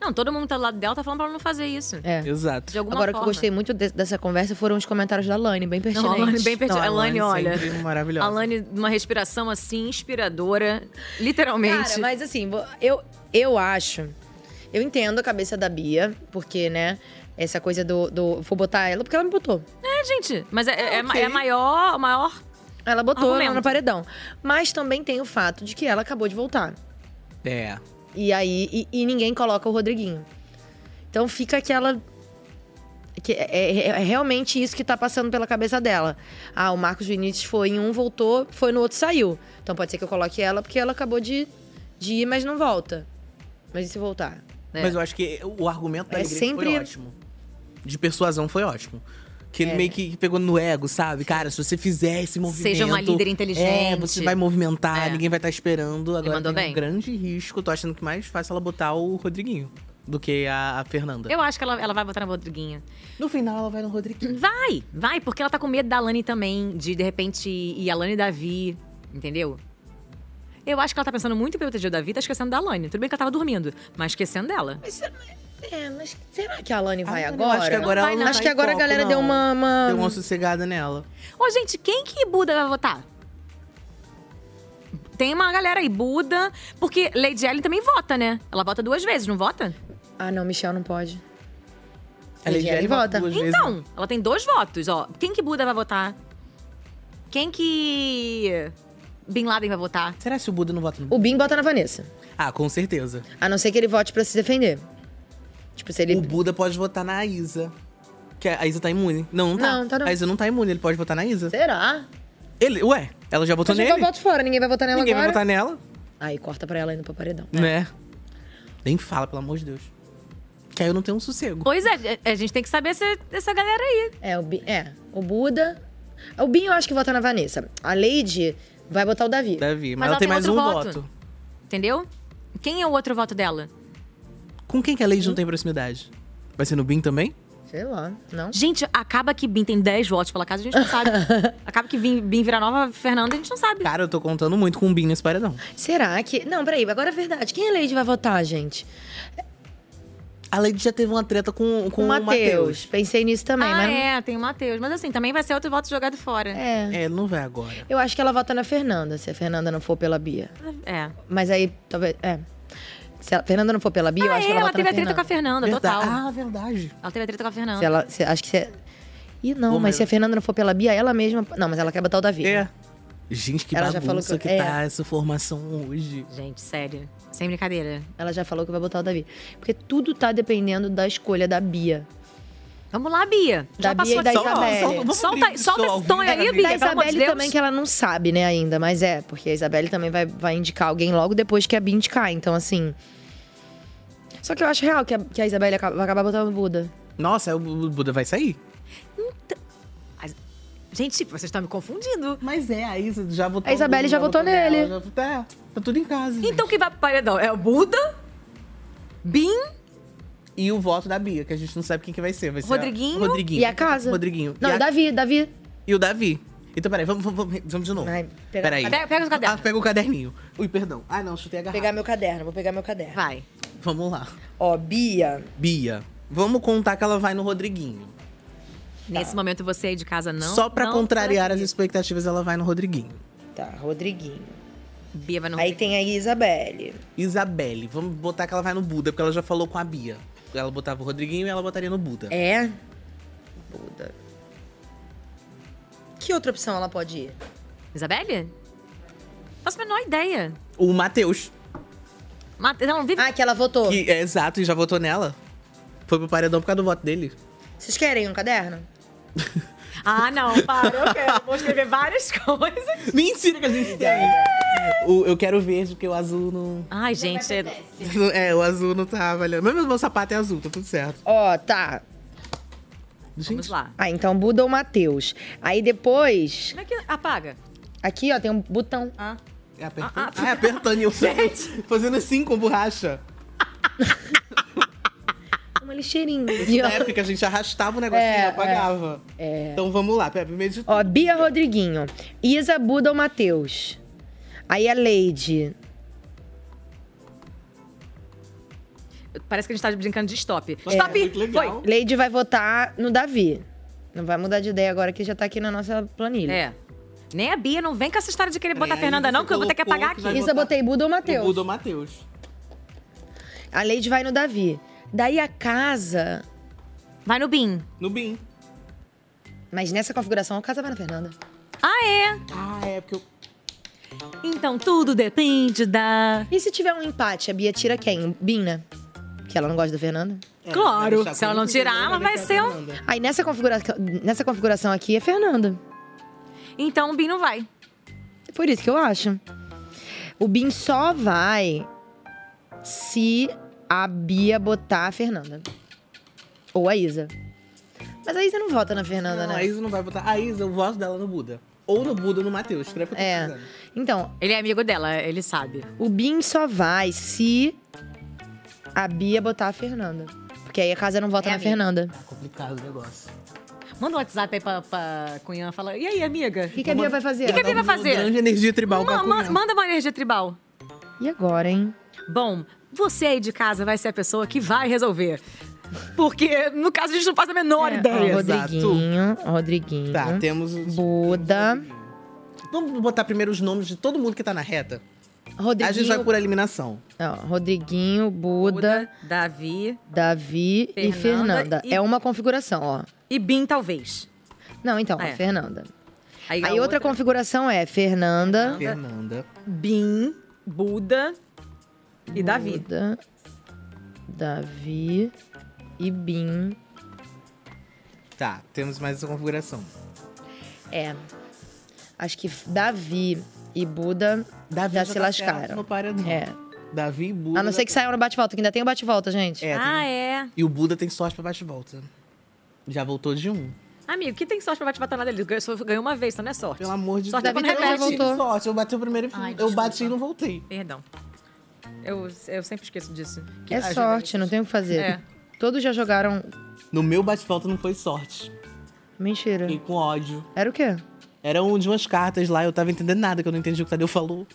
Speaker 2: Não, todo mundo que tá do lado dela tá falando pra ela não fazer isso.
Speaker 1: É.
Speaker 3: Exato.
Speaker 2: De alguma
Speaker 1: Agora, o
Speaker 2: forma.
Speaker 1: que eu gostei muito de- dessa conversa foram os comentários da Lani, bem pertinentes.
Speaker 2: Não, a Lani bem pertinente. A
Speaker 1: Não,
Speaker 2: Lani, olha.
Speaker 1: é
Speaker 3: maravilhosa.
Speaker 2: A Lani, uma respiração assim, inspiradora, literalmente.
Speaker 1: Cara, mas assim, vo- eu, eu acho. Eu entendo a cabeça da Bia, porque, né? Essa coisa do, do. Vou botar ela porque ela me botou.
Speaker 2: É, gente, mas é, é, é ma-
Speaker 1: ok.
Speaker 2: é maior, o maior.
Speaker 1: Ela botou ela
Speaker 2: Argumento.
Speaker 1: no paredão. Mas também tem o fato de que ela acabou de voltar.
Speaker 3: É.
Speaker 1: E aí. E, e ninguém coloca o Rodriguinho. Então fica aquela. Que é, é- é realmente isso que tá passando pela cabeça dela. Ah, o Marcos Vinícius foi em um, voltou, foi no outro, saiu. Então pode ser que eu coloque ela porque ela acabou de, de ir, mas não volta. Mas e se voltar? É.
Speaker 3: Mas eu acho que o argumento da
Speaker 1: É
Speaker 3: é
Speaker 1: sempre-
Speaker 3: foi ótimo. De persuasão foi ótimo. Que ele
Speaker 1: É.
Speaker 3: meio que pegou no ego, sabe? Cara, se você fizer esse movimento...
Speaker 2: Seja uma líder
Speaker 3: É,
Speaker 2: inteligente.
Speaker 3: você vai
Speaker 1: É.
Speaker 3: movimentar, ninguém vai estar esperando. Agora
Speaker 2: mandou
Speaker 3: tem
Speaker 2: bem.
Speaker 3: um grande risco. Tô achando que mais fácil ela botar o Rodriguinho do que a, a Fernanda.
Speaker 2: Eu acho que ela, ela vai botar no Rodriguinho.
Speaker 3: No final, ela vai no Rodriguinho.
Speaker 2: Vai, vai, porque ela tá com medo da Lani também, de de repente ir a Lani e Davi, entendeu? Eu acho que ela tá pensando muito em proteger o Davi, tá esquecendo da Lani. Tudo bem que ela tava dormindo, mas esquecendo dela.
Speaker 1: É, mas será que a Lani vai
Speaker 3: Lani, Ah, eu
Speaker 1: agora?
Speaker 3: acho que agora Não vai, ela não
Speaker 1: Acho
Speaker 3: tá
Speaker 1: que
Speaker 3: em
Speaker 1: agora a
Speaker 3: foco,
Speaker 1: galera
Speaker 3: não.
Speaker 1: deu uma. uma...
Speaker 3: Deu uma sossegada nela.
Speaker 2: Ô, gente, quem que Buda vai votar? Tem uma galera aí, Buda. Porque Lady Ellen também vota, né? Ela vota duas vezes, não vota?
Speaker 1: Ah, não, Michel não pode.
Speaker 3: A Lady Ellen vota duas vezes, né?
Speaker 2: Então, ela tem dois votos, ó. Quem que Buda vai votar? Quem que Bin Laden vai votar?
Speaker 3: Será que o Buda não vota no
Speaker 1: O Bim bota na Vanessa.
Speaker 3: Ah, com certeza.
Speaker 1: A não ser que ele vote pra se defender. Tipo, se ele.
Speaker 3: O Buda pode votar na Isa. Que a Isa tá imune. Não, não tá.
Speaker 1: Não, tá não.
Speaker 3: A Isa não tá imune, ele pode votar na Isa.
Speaker 1: Será?
Speaker 3: Ele, ué, ela já votou
Speaker 1: Então já
Speaker 3: nele?
Speaker 1: eu voto fora, ninguém vai votar nela
Speaker 3: Ninguém vai
Speaker 1: agora.
Speaker 3: votar nela,
Speaker 1: Aí corta pra ela indo pro paredão.
Speaker 3: né? Nem fala, pelo amor de Deus. Que aí eu não tenho um sossego.
Speaker 2: Pois é, a a gente tem que saber essa, essa galera aí.
Speaker 1: É, o Bim. É, o Buda. O Bim eu acho que vota na Vanessa. A Lady vai botar o Davi.
Speaker 3: Davi, mas, ela tem mais um voto.
Speaker 2: Entendeu? Quem é o outro voto dela?
Speaker 3: Com quem que é a Lady não tem proximidade? Vai ser no Bin também?
Speaker 1: Sei lá, não.
Speaker 2: Gente, acaba que Bin tem 10 votos pela casa, a gente não sabe. acaba que Bin, Bin vira nova Fernanda, a gente não sabe.
Speaker 3: Cara, eu tô contando muito com o Bin nesse paredão.
Speaker 1: Será que. Não, peraí, agora é verdade. Quem a Lady vai votar, gente?
Speaker 3: A Lady já teve uma treta com, com
Speaker 1: O
Speaker 3: o
Speaker 1: Matheus.
Speaker 3: Matheus.
Speaker 1: Pensei nisso também,
Speaker 2: ah,
Speaker 1: mas. não-
Speaker 2: é, tem o Matheus. Mas assim, também vai ser outro voto jogado fora. Ah,
Speaker 1: É.
Speaker 3: É, não vai agora.
Speaker 1: Eu acho que ela vota na Fernanda, se a Fernanda não for pela Bia.
Speaker 2: É.
Speaker 1: Mas aí, talvez. É. Se a Fernanda não for pela Bia, eu
Speaker 2: Ah,
Speaker 1: acho
Speaker 2: é,
Speaker 1: que ela,
Speaker 2: ela
Speaker 1: vota
Speaker 2: teve
Speaker 1: na
Speaker 2: a treta com a Fernanda,
Speaker 1: Verdade.
Speaker 2: total.
Speaker 3: Ah, verdade.
Speaker 2: Ela teve a treta com a Fernanda.
Speaker 1: Se ela, se- acho que se. é- Ih, não,
Speaker 3: Vou
Speaker 1: mas
Speaker 3: mesmo.
Speaker 1: se a Fernanda não for pela Bia, ela mesma. Não, mas ela quer botar o Davi. É.
Speaker 3: Gente, que
Speaker 1: Ela já
Speaker 3: bagunça
Speaker 1: falou que-
Speaker 3: que,
Speaker 1: é.
Speaker 3: tá essa formação hoje.
Speaker 2: Gente, sério. Sem brincadeira.
Speaker 1: Ela já falou que vai botar o Davi. Porque tudo tá dependendo da escolha da Bia.
Speaker 2: Vamos lá, Bia.
Speaker 1: Da
Speaker 2: Já
Speaker 1: Bia
Speaker 2: passou
Speaker 1: e da
Speaker 2: aqui.
Speaker 1: Isabelle.
Speaker 2: Solta, solta, solta esse tom aí, Bia.
Speaker 1: Da
Speaker 2: pelo amor de
Speaker 1: Isabelle
Speaker 2: Deus.
Speaker 1: também, que ela não sabe, né, ainda. Mas é, porque a Isabelle também vai, vai indicar alguém logo depois que a Bia indicar. Então, assim... Só que eu acho real que a, que a Isabelle acaba- vai acabar botando o Buda.
Speaker 3: Nossa, aí o Bu- Buda vai sair?
Speaker 2: Gente, tipo, vocês estão me confundindo.
Speaker 3: Mas é, a Isa já votou.
Speaker 1: A Isabelle já votou nele.
Speaker 3: Tá, tá tudo em casa.
Speaker 2: Então quem vai pro paredão? É o Buda? Bim?
Speaker 3: E o voto da Bia, que a gente não sabe quem que vai ser.
Speaker 2: é
Speaker 3: Vai ser a-
Speaker 1: Rodriguinho?
Speaker 3: Rodriguinho.
Speaker 1: E a casa?
Speaker 3: Rodriguinho.
Speaker 1: Não,
Speaker 3: e a-
Speaker 1: Davi, Davi.
Speaker 3: E o Davi. Então, peraí, vamos, vamos, vamos- vamos de novo.
Speaker 1: pega-
Speaker 3: peraí.
Speaker 1: pega- pega os cadernos.
Speaker 3: Ah, pega o caderninho. Ui, perdão. Ah, não, chutei a
Speaker 1: Vou
Speaker 3: garrafa.
Speaker 1: pegar meu caderno, vou pegar meu caderno.
Speaker 2: Vai.
Speaker 3: Vamos lá.
Speaker 1: Ó, Bia.
Speaker 3: Bia, vamos contar que ela vai no Rodriguinho.
Speaker 2: Nesse momento você aí de casa não.
Speaker 3: Só pra
Speaker 2: não
Speaker 3: contrariar as expectativas, ela vai no Rodriguinho.
Speaker 1: Tá, Rodriguinho.
Speaker 2: Bia vai no
Speaker 1: Aí tem a Isabelle.
Speaker 3: Isabelle, vamos botar que ela vai no Buda, porque ela já falou com a Bia. Ela botava o Rodriguinho e ela botaria no Buda.
Speaker 1: É? Buda. Que outra opção ela pode ir?
Speaker 2: Isabelle? Faço a menor é ideia.
Speaker 3: O Matheus,
Speaker 2: Mate... Não, vive...
Speaker 1: Ah, que ela votou.
Speaker 3: que é exato e já votou nela. Foi pro paredão por causa do voto dele.
Speaker 1: Vocês querem um caderno?
Speaker 2: Ah, não, para. Eu quero. Vou escrever várias coisas.
Speaker 3: Mentira que a gente tem. O- eu quero verde, porque o azul não.
Speaker 2: Ai, gente. é-
Speaker 3: É, o azul não tá valendo. Mas meu sapato é azul, tá tudo certo.
Speaker 1: Ó, tá.
Speaker 2: Vamos lá.
Speaker 1: Ah, então Buda ou Matheus. Aí depois,
Speaker 2: Como é que apaga?
Speaker 1: aqui ó, tem um botão.
Speaker 2: Ah.
Speaker 3: É apertando. Ah, é apertando. e eu- Fazendo assim com borracha.
Speaker 1: Uma lixeirinha.
Speaker 3: Na época a gente arrastava o negocinho
Speaker 1: É,
Speaker 3: e apagava.
Speaker 1: É.
Speaker 3: Então vamos lá, pera, primeiro de
Speaker 1: Ó, Bia Rodriguinho. Isa, Buda ou Matheus. Aí é a Lady.
Speaker 2: Parece que a gente tá brincando de stop.
Speaker 3: É,
Speaker 2: Stop! tá Foi.
Speaker 1: Lady É, vai votar no Davi. Não vai mudar de ideia agora que já tá aqui na nossa planilha.
Speaker 2: É. Nem a Bia, não vem com essa história de querer
Speaker 3: É,
Speaker 2: botar a Fernanda, não, que é eu vou ter que apagar aqui.
Speaker 1: Isa, botei Buda ou Matheus.
Speaker 3: Buda ou Matheus.
Speaker 1: A Lady vai no Davi. Daí a casa.
Speaker 2: Vai no Bim.
Speaker 3: No Bim.
Speaker 1: Mas nessa configuração, a casa vai na Fernanda.
Speaker 2: Ah, é?
Speaker 3: Ah, é, porque eu.
Speaker 2: Então tudo depende da.
Speaker 1: E se tiver um empate, a Bia tira quem? Bim, né? Que ela não gosta da Fernanda?
Speaker 3: É,
Speaker 2: Claro. Se ela não tirar, ela vai ser um.
Speaker 1: Aí nessa, configura... nessa configuração aqui é Fernanda.
Speaker 2: Então o Bim não vai.
Speaker 1: É por isso que eu acho. O Bim só vai se a Bia botar a Fernanda. Ou a Isa. Mas a Isa não vota na Fernanda,
Speaker 3: Não,
Speaker 1: né?
Speaker 3: a Isa não vai votar. A Isa, eu voto dela no Buda. Ou no Buda ou no Matheus. Escreve o que eu tô
Speaker 1: É.
Speaker 3: fazendo.
Speaker 1: Então,
Speaker 2: Ele é amigo dela, ele sabe.
Speaker 1: o Bim só vai se a Bia botar a Fernanda. Porque aí a casa não
Speaker 2: É
Speaker 1: vota na Fernanda.
Speaker 3: Complicado o um negócio.
Speaker 2: Manda um WhatsApp aí pra, pra Cunhã fala. E aí, amiga? O
Speaker 1: que, que a Bia vai fazer?
Speaker 2: O que, que a Bia vai fazer?
Speaker 3: Grande energia tribal pra
Speaker 2: Ma- ma-
Speaker 3: Cunhã.
Speaker 2: manda uma energia tribal.
Speaker 1: E agora, hein?
Speaker 2: Bom, você aí de casa vai ser a pessoa que vai resolver. Porque, no caso, a gente não faz a menor ideia.
Speaker 1: É, Ó, Rodriguinho, Rodriguinho.
Speaker 3: Tá, temos os.
Speaker 1: Buda.
Speaker 3: Vamos botar primeiro os nomes de todo mundo que tá na reta?
Speaker 1: Rodriguinho.
Speaker 3: A gente vai por eliminação.
Speaker 1: Ó, Rodriguinho, Buda,
Speaker 2: Davi
Speaker 1: Davi e
Speaker 2: Fernanda
Speaker 1: Fernanda.
Speaker 2: e-
Speaker 1: É uma configuração, ó.
Speaker 2: e Bim, talvez.
Speaker 1: Não, então,
Speaker 2: É.
Speaker 1: Fernanda.
Speaker 2: Aí, é
Speaker 1: Aí,
Speaker 2: a
Speaker 1: outra, configuração é Fernanda,
Speaker 3: Fernanda.
Speaker 2: Bim, Buda e Davi.
Speaker 1: Buda, Davi e Bim.
Speaker 3: Tá, temos mais essa configuração.
Speaker 1: É. Acho que Davi e Buda já, se lascaram.
Speaker 3: tá Não para,
Speaker 1: É.
Speaker 3: Davi e Buda.
Speaker 1: A não ser que saiam no bate-volta, que ainda tem o bate-volta, gente.
Speaker 3: É, tem- Ah,
Speaker 2: é.
Speaker 3: E o Buda tem sorte pra baixo e volta. Já voltou de um.
Speaker 2: Amigo, que tem sorte pra bate nada ali? Ganhou, só ganhou uma vez, então não é sorte. Pelo
Speaker 3: amor de
Speaker 2: sorte é
Speaker 3: Deus.
Speaker 2: quando
Speaker 3: Eu já
Speaker 2: repete.
Speaker 3: tive sorte, eu bati o primeiro e fui-
Speaker 2: Ai,
Speaker 3: Eu
Speaker 2: desculpa.
Speaker 3: bati e não voltei.
Speaker 2: Perdão. Eu, eu sempre esqueço disso. Que-
Speaker 1: É
Speaker 2: Ah,
Speaker 1: sorte, não tem o que fazer.
Speaker 2: É.
Speaker 1: Todos já jogaram.
Speaker 3: No meu bate-volta não foi sorte.
Speaker 1: Mentira.
Speaker 3: Fiquei com ódio.
Speaker 1: Era o quê?
Speaker 3: Era um de umas cartas lá, eu tava entendendo nada, que eu não entendi o que o Tadeu falou.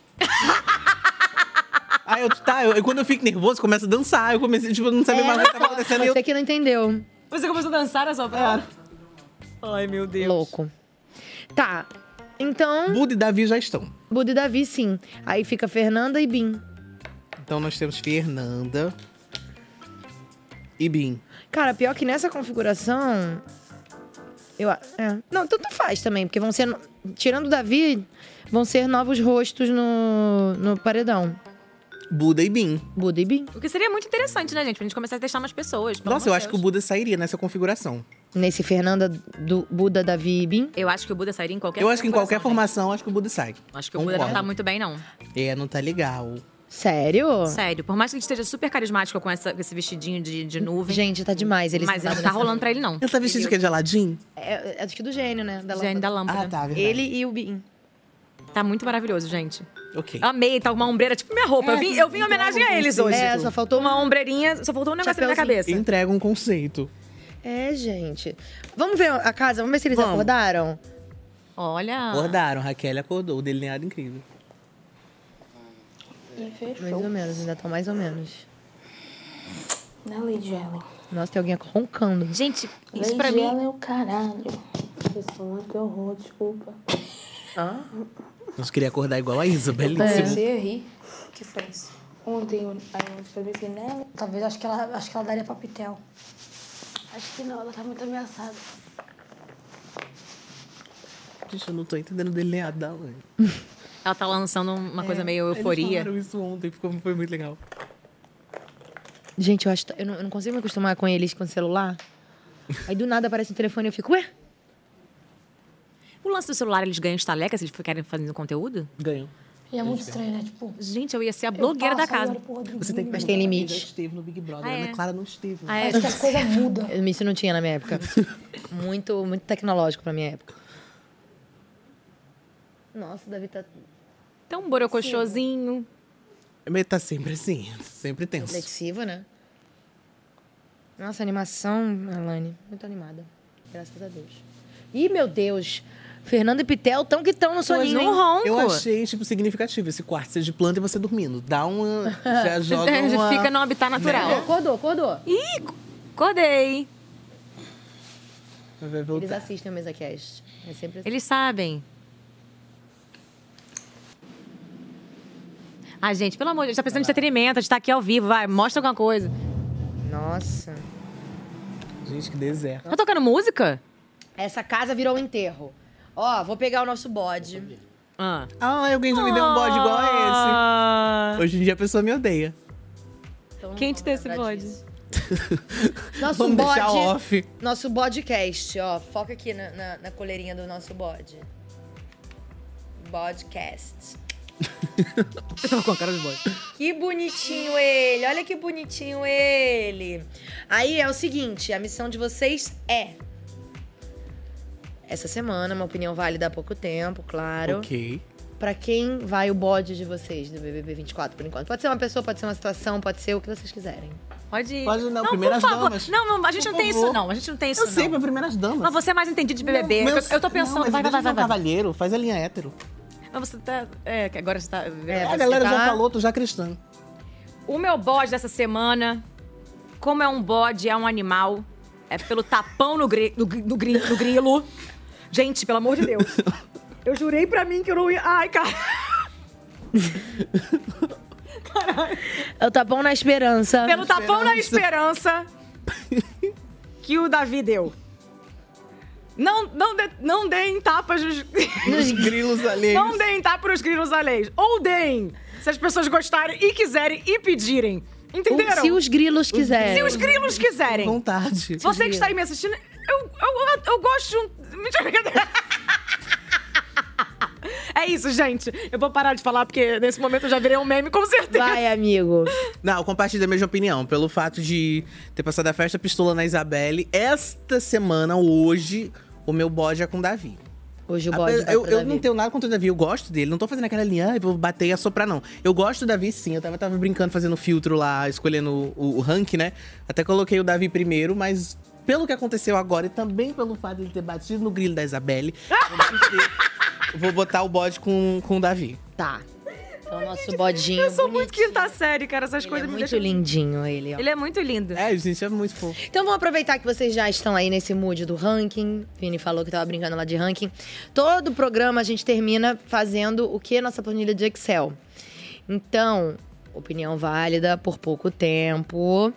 Speaker 3: Aí eu, tá, eu, eu- quando eu fico nervoso, começo a dançar. Eu comecei, tipo, não sabia mais o que tava acontecendo. e Eu... É.
Speaker 1: Você que não entendeu.
Speaker 2: é. Você começou a dançar nessa hora? Ai, meu Deus.
Speaker 1: Louco. Tá. Então,
Speaker 3: Buda e Davi já estão.
Speaker 1: Buda e Davi, sim. Aí fica Fernanda e Bim.
Speaker 3: Então nós temos Fernanda e Bim.
Speaker 1: Cara, pior que nessa configuração. Eu, a- é. Não, tanto faz também, porque vão ser. no- Tirando o Davi, vão ser novos rostos no, no paredão.
Speaker 3: Buda e Bim.
Speaker 1: Buda e Bim.
Speaker 2: O que seria muito interessante, né, gente? Pra gente começar a testar mais pessoas. pelo
Speaker 3: Nossa, eu
Speaker 2: amor
Speaker 3: acho
Speaker 2: de
Speaker 3: que o Buda sairia nessa configuração.
Speaker 1: Nesse Fernanda do Buda, Davi e Bim.
Speaker 2: Deus. Eu acho que o Buda sairia em qualquer
Speaker 3: eu acho que em qualquer
Speaker 2: configuração,
Speaker 3: formação, acho que o Buda sai.
Speaker 2: gente. Acho que o Buda não tá
Speaker 3: Concordo.
Speaker 2: muito bem, não.
Speaker 3: É, não tá legal.
Speaker 1: Sério?
Speaker 2: Sério, por mais que ele esteja super carismático com, essa- com esse vestidinho de, de nuvem.
Speaker 1: Gente, tá demais. Ele
Speaker 2: mas
Speaker 1: sentado
Speaker 2: não tá
Speaker 1: nessa-
Speaker 2: rolando pra ele, não.
Speaker 3: Ele tá vestido de quê? De Aladdin?
Speaker 1: É, é acho que do gênio, né? Da
Speaker 2: Gênio da lâmpada. Ah, tá,
Speaker 3: verdade.
Speaker 1: Ele e o Bim.
Speaker 2: Tá muito maravilhoso, gente.
Speaker 3: Ok.
Speaker 2: Amei, tá uma ombreira, tipo minha roupa.
Speaker 1: É,
Speaker 2: eu vim, eu vim em homenagem a eles hoje.
Speaker 1: É, só faltou
Speaker 2: uma ombreirinha, só faltou um negócio na minha cabeça.
Speaker 3: Entrega um conceito.
Speaker 1: É, gente. Vamos ver a casa? Vamos ver se eles acordaram?
Speaker 2: Olha.
Speaker 3: Acordaram, Raquel acordou, o delineado incrível.
Speaker 1: Mais ou menos, ainda estão mais ou menos.
Speaker 8: Na Lady Ellen.
Speaker 1: Nossa, tem alguém roncando.
Speaker 2: Gente,
Speaker 8: Lady Ellen é o caralho. Pessoa, que horror, desculpa.
Speaker 1: Ah?
Speaker 3: Nós queria acordar igual a
Speaker 1: É.
Speaker 3: Isa, belíssimo.
Speaker 8: Comecei a rir. O que foi isso? Ontem, eu- aí eu falei assim, né?
Speaker 13: Talvez, acho que ela, acho que ela daria
Speaker 8: é
Speaker 13: papitel.
Speaker 15: Acho que não, ela tá muito ameaçada.
Speaker 1: É.
Speaker 3: Gente, eu não tô entendendo o delineado da Alan.
Speaker 2: Ela tá lançando uma coisa
Speaker 3: É,
Speaker 2: meio
Speaker 3: eles
Speaker 2: euforia.
Speaker 3: falaram isso ontem, ficou, foi muito legal.
Speaker 1: Gente, eu acho. Eu não, eu não consigo me acostumar com eles com o celular. Aí do nada aparece um telefone e eu fico, ué?
Speaker 2: O lance do celular, eles ganham estaleca se eles ficarem fazendo conteúdo?
Speaker 3: Ganham.
Speaker 13: E é muito estranho, né? Tipo.
Speaker 2: Gente, eu ia ser a blogueira da casa.
Speaker 3: Você tem que
Speaker 1: Mas tem
Speaker 3: perguntar,
Speaker 1: limite.
Speaker 3: Isa esteve no Big Brother, né?
Speaker 2: Ah,
Speaker 3: Ana
Speaker 2: é?
Speaker 3: Clara não esteve.
Speaker 2: Ah, é?
Speaker 1: Acho que
Speaker 13: as coisas mudam.
Speaker 1: Isso não tinha na minha época. muito, muito tecnológico pra minha época. Nossa, o Davi tá.
Speaker 2: Tão borocochôzinho.
Speaker 3: Mas tá sempre assim, sempre tenso.
Speaker 1: Reflexivo, né? Nossa, animação, Alane. Muito animada. Graças a Deus. Ih, meu Deus! Fernando e Pitel tão que tão no
Speaker 2: um
Speaker 1: soninho. hein?
Speaker 3: Eu achei, tipo, significativo esse quarto ser de planta e você dormindo. Dá uma. Já joga.
Speaker 2: É, já
Speaker 3: uma...
Speaker 2: Fica no habitat natural.
Speaker 3: Né?
Speaker 1: Acordou, acordou.
Speaker 2: Ih, acordei.
Speaker 3: Vai
Speaker 1: Eles
Speaker 3: voltar.
Speaker 1: assistem o MesaCast. É sempre assim.
Speaker 2: Eles sabem. Ah, gente, pelo amor de Deus, tá precisando de entretenimento, a gente tá aqui ao vivo, vai, mostra alguma coisa.
Speaker 1: Nossa.
Speaker 3: Gente, que deserto.
Speaker 2: Tá tocando música?
Speaker 1: Essa casa virou um enterro. Ó, vou pegar o nosso bode.
Speaker 2: Ah.
Speaker 3: Ah, alguém já me deu um bode igual a esse. Hoje em dia a pessoa me odeia.
Speaker 1: Então,
Speaker 2: Quem te deu esse bode?
Speaker 1: Nosso
Speaker 3: Vamos
Speaker 1: bode.
Speaker 3: deixar off.
Speaker 1: Nosso bodecast, ó. Foca aqui na, na, na coleirinha do nosso bode. Bodcast.
Speaker 2: Eu tava com a cara de bode.
Speaker 1: Que bonitinho ele, olha que bonitinho ele. Aí é o seguinte, a missão de vocês é essa semana, uma opinião válida há pouco tempo, claro.
Speaker 3: Ok.
Speaker 1: Pra quem vai o bode de vocês do BBB 24 por enquanto? Pode ser uma pessoa, pode ser uma situação, pode ser o que vocês quiserem.
Speaker 2: Pode ir.
Speaker 3: Pode não,
Speaker 2: não
Speaker 3: primeiras
Speaker 2: por favor.
Speaker 3: damas.
Speaker 2: Não, não, a gente
Speaker 3: Por
Speaker 2: não tem isso,
Speaker 3: favor.
Speaker 2: não. A gente não tem isso,
Speaker 3: Eu
Speaker 2: não.
Speaker 3: sei, mas primeiras damas.
Speaker 2: Mas você é mais entendido de BBB.
Speaker 3: Não,
Speaker 2: eu,
Speaker 3: mas-
Speaker 2: eu tô pensando,
Speaker 3: não, mas
Speaker 2: vai, vai,
Speaker 3: deixa
Speaker 2: vai,
Speaker 3: eu
Speaker 2: vai.
Speaker 3: ser um cavalheiro, faz a linha hétero.
Speaker 2: Mas você tá. É, que agora você tá.
Speaker 3: É, a galera já falou, tu já é cristã.
Speaker 2: O meu bode dessa semana, como é um bode, é um animal, é pelo tapão no, gri, no, gri- no gri- no grilo. Gente, pelo amor de Deus. Eu jurei pra mim que eu não ia. Ai, cara.
Speaker 1: É o tapão na esperança.
Speaker 2: Pelo tapão na esperança que o Davi deu. Não, não, dê- não deem tapas nos,
Speaker 3: Nos grilos alheios.
Speaker 2: Não deem tapas nos grilos alheios. Ou deem, se as pessoas gostarem e quiserem e pedirem. Entenderam?
Speaker 1: Se os grilos quiserem.
Speaker 2: Se os grilos quiserem.
Speaker 3: Vontade.
Speaker 2: Você que está aí me assistindo, eu, eu, eu, eu gosto de um. Mentira, brincadeira. É isso, gente. Eu vou parar de falar, porque nesse momento eu já virei um meme, com certeza.
Speaker 1: Vai, amigo.
Speaker 3: Não, eu compartilho da mesma opinião. Pelo fato de ter passado a festa pistola na Isabelle, esta semana, hoje, o meu bode é com o Davi.
Speaker 1: Hoje o
Speaker 3: Ape-
Speaker 1: bode vai
Speaker 3: eu,
Speaker 1: pro
Speaker 3: eu
Speaker 1: Davi.
Speaker 3: não tenho nada contra o Davi, eu gosto dele. Não tô fazendo aquela linha, "Ai, vou bater e assoprar, não. Eu gosto do Davi sim. Eu tava, tava brincando, fazendo filtro lá, escolhendo o, o rank, né? Até coloquei o Davi primeiro, mas pelo que aconteceu agora e também pelo fato de ele ter batido no grilo da Isabelle, eu vou botar o bode com, com o Davi.
Speaker 1: Tá. Então, nosso bodinho. é Eu
Speaker 2: sou muito quinta série, cara. Essas coisas me
Speaker 1: muito
Speaker 2: deixam.
Speaker 1: lindinho ele, ó.
Speaker 2: Ele é muito lindo.
Speaker 3: É, gente, é muito fofo.
Speaker 1: Então vamos aproveitar que vocês já estão aí nesse mood do ranking. Vini falou que tava brincando lá de ranking. Todo programa a gente termina fazendo o que? Nossa planilha de Excel. Então, opinião válida por pouco tempo.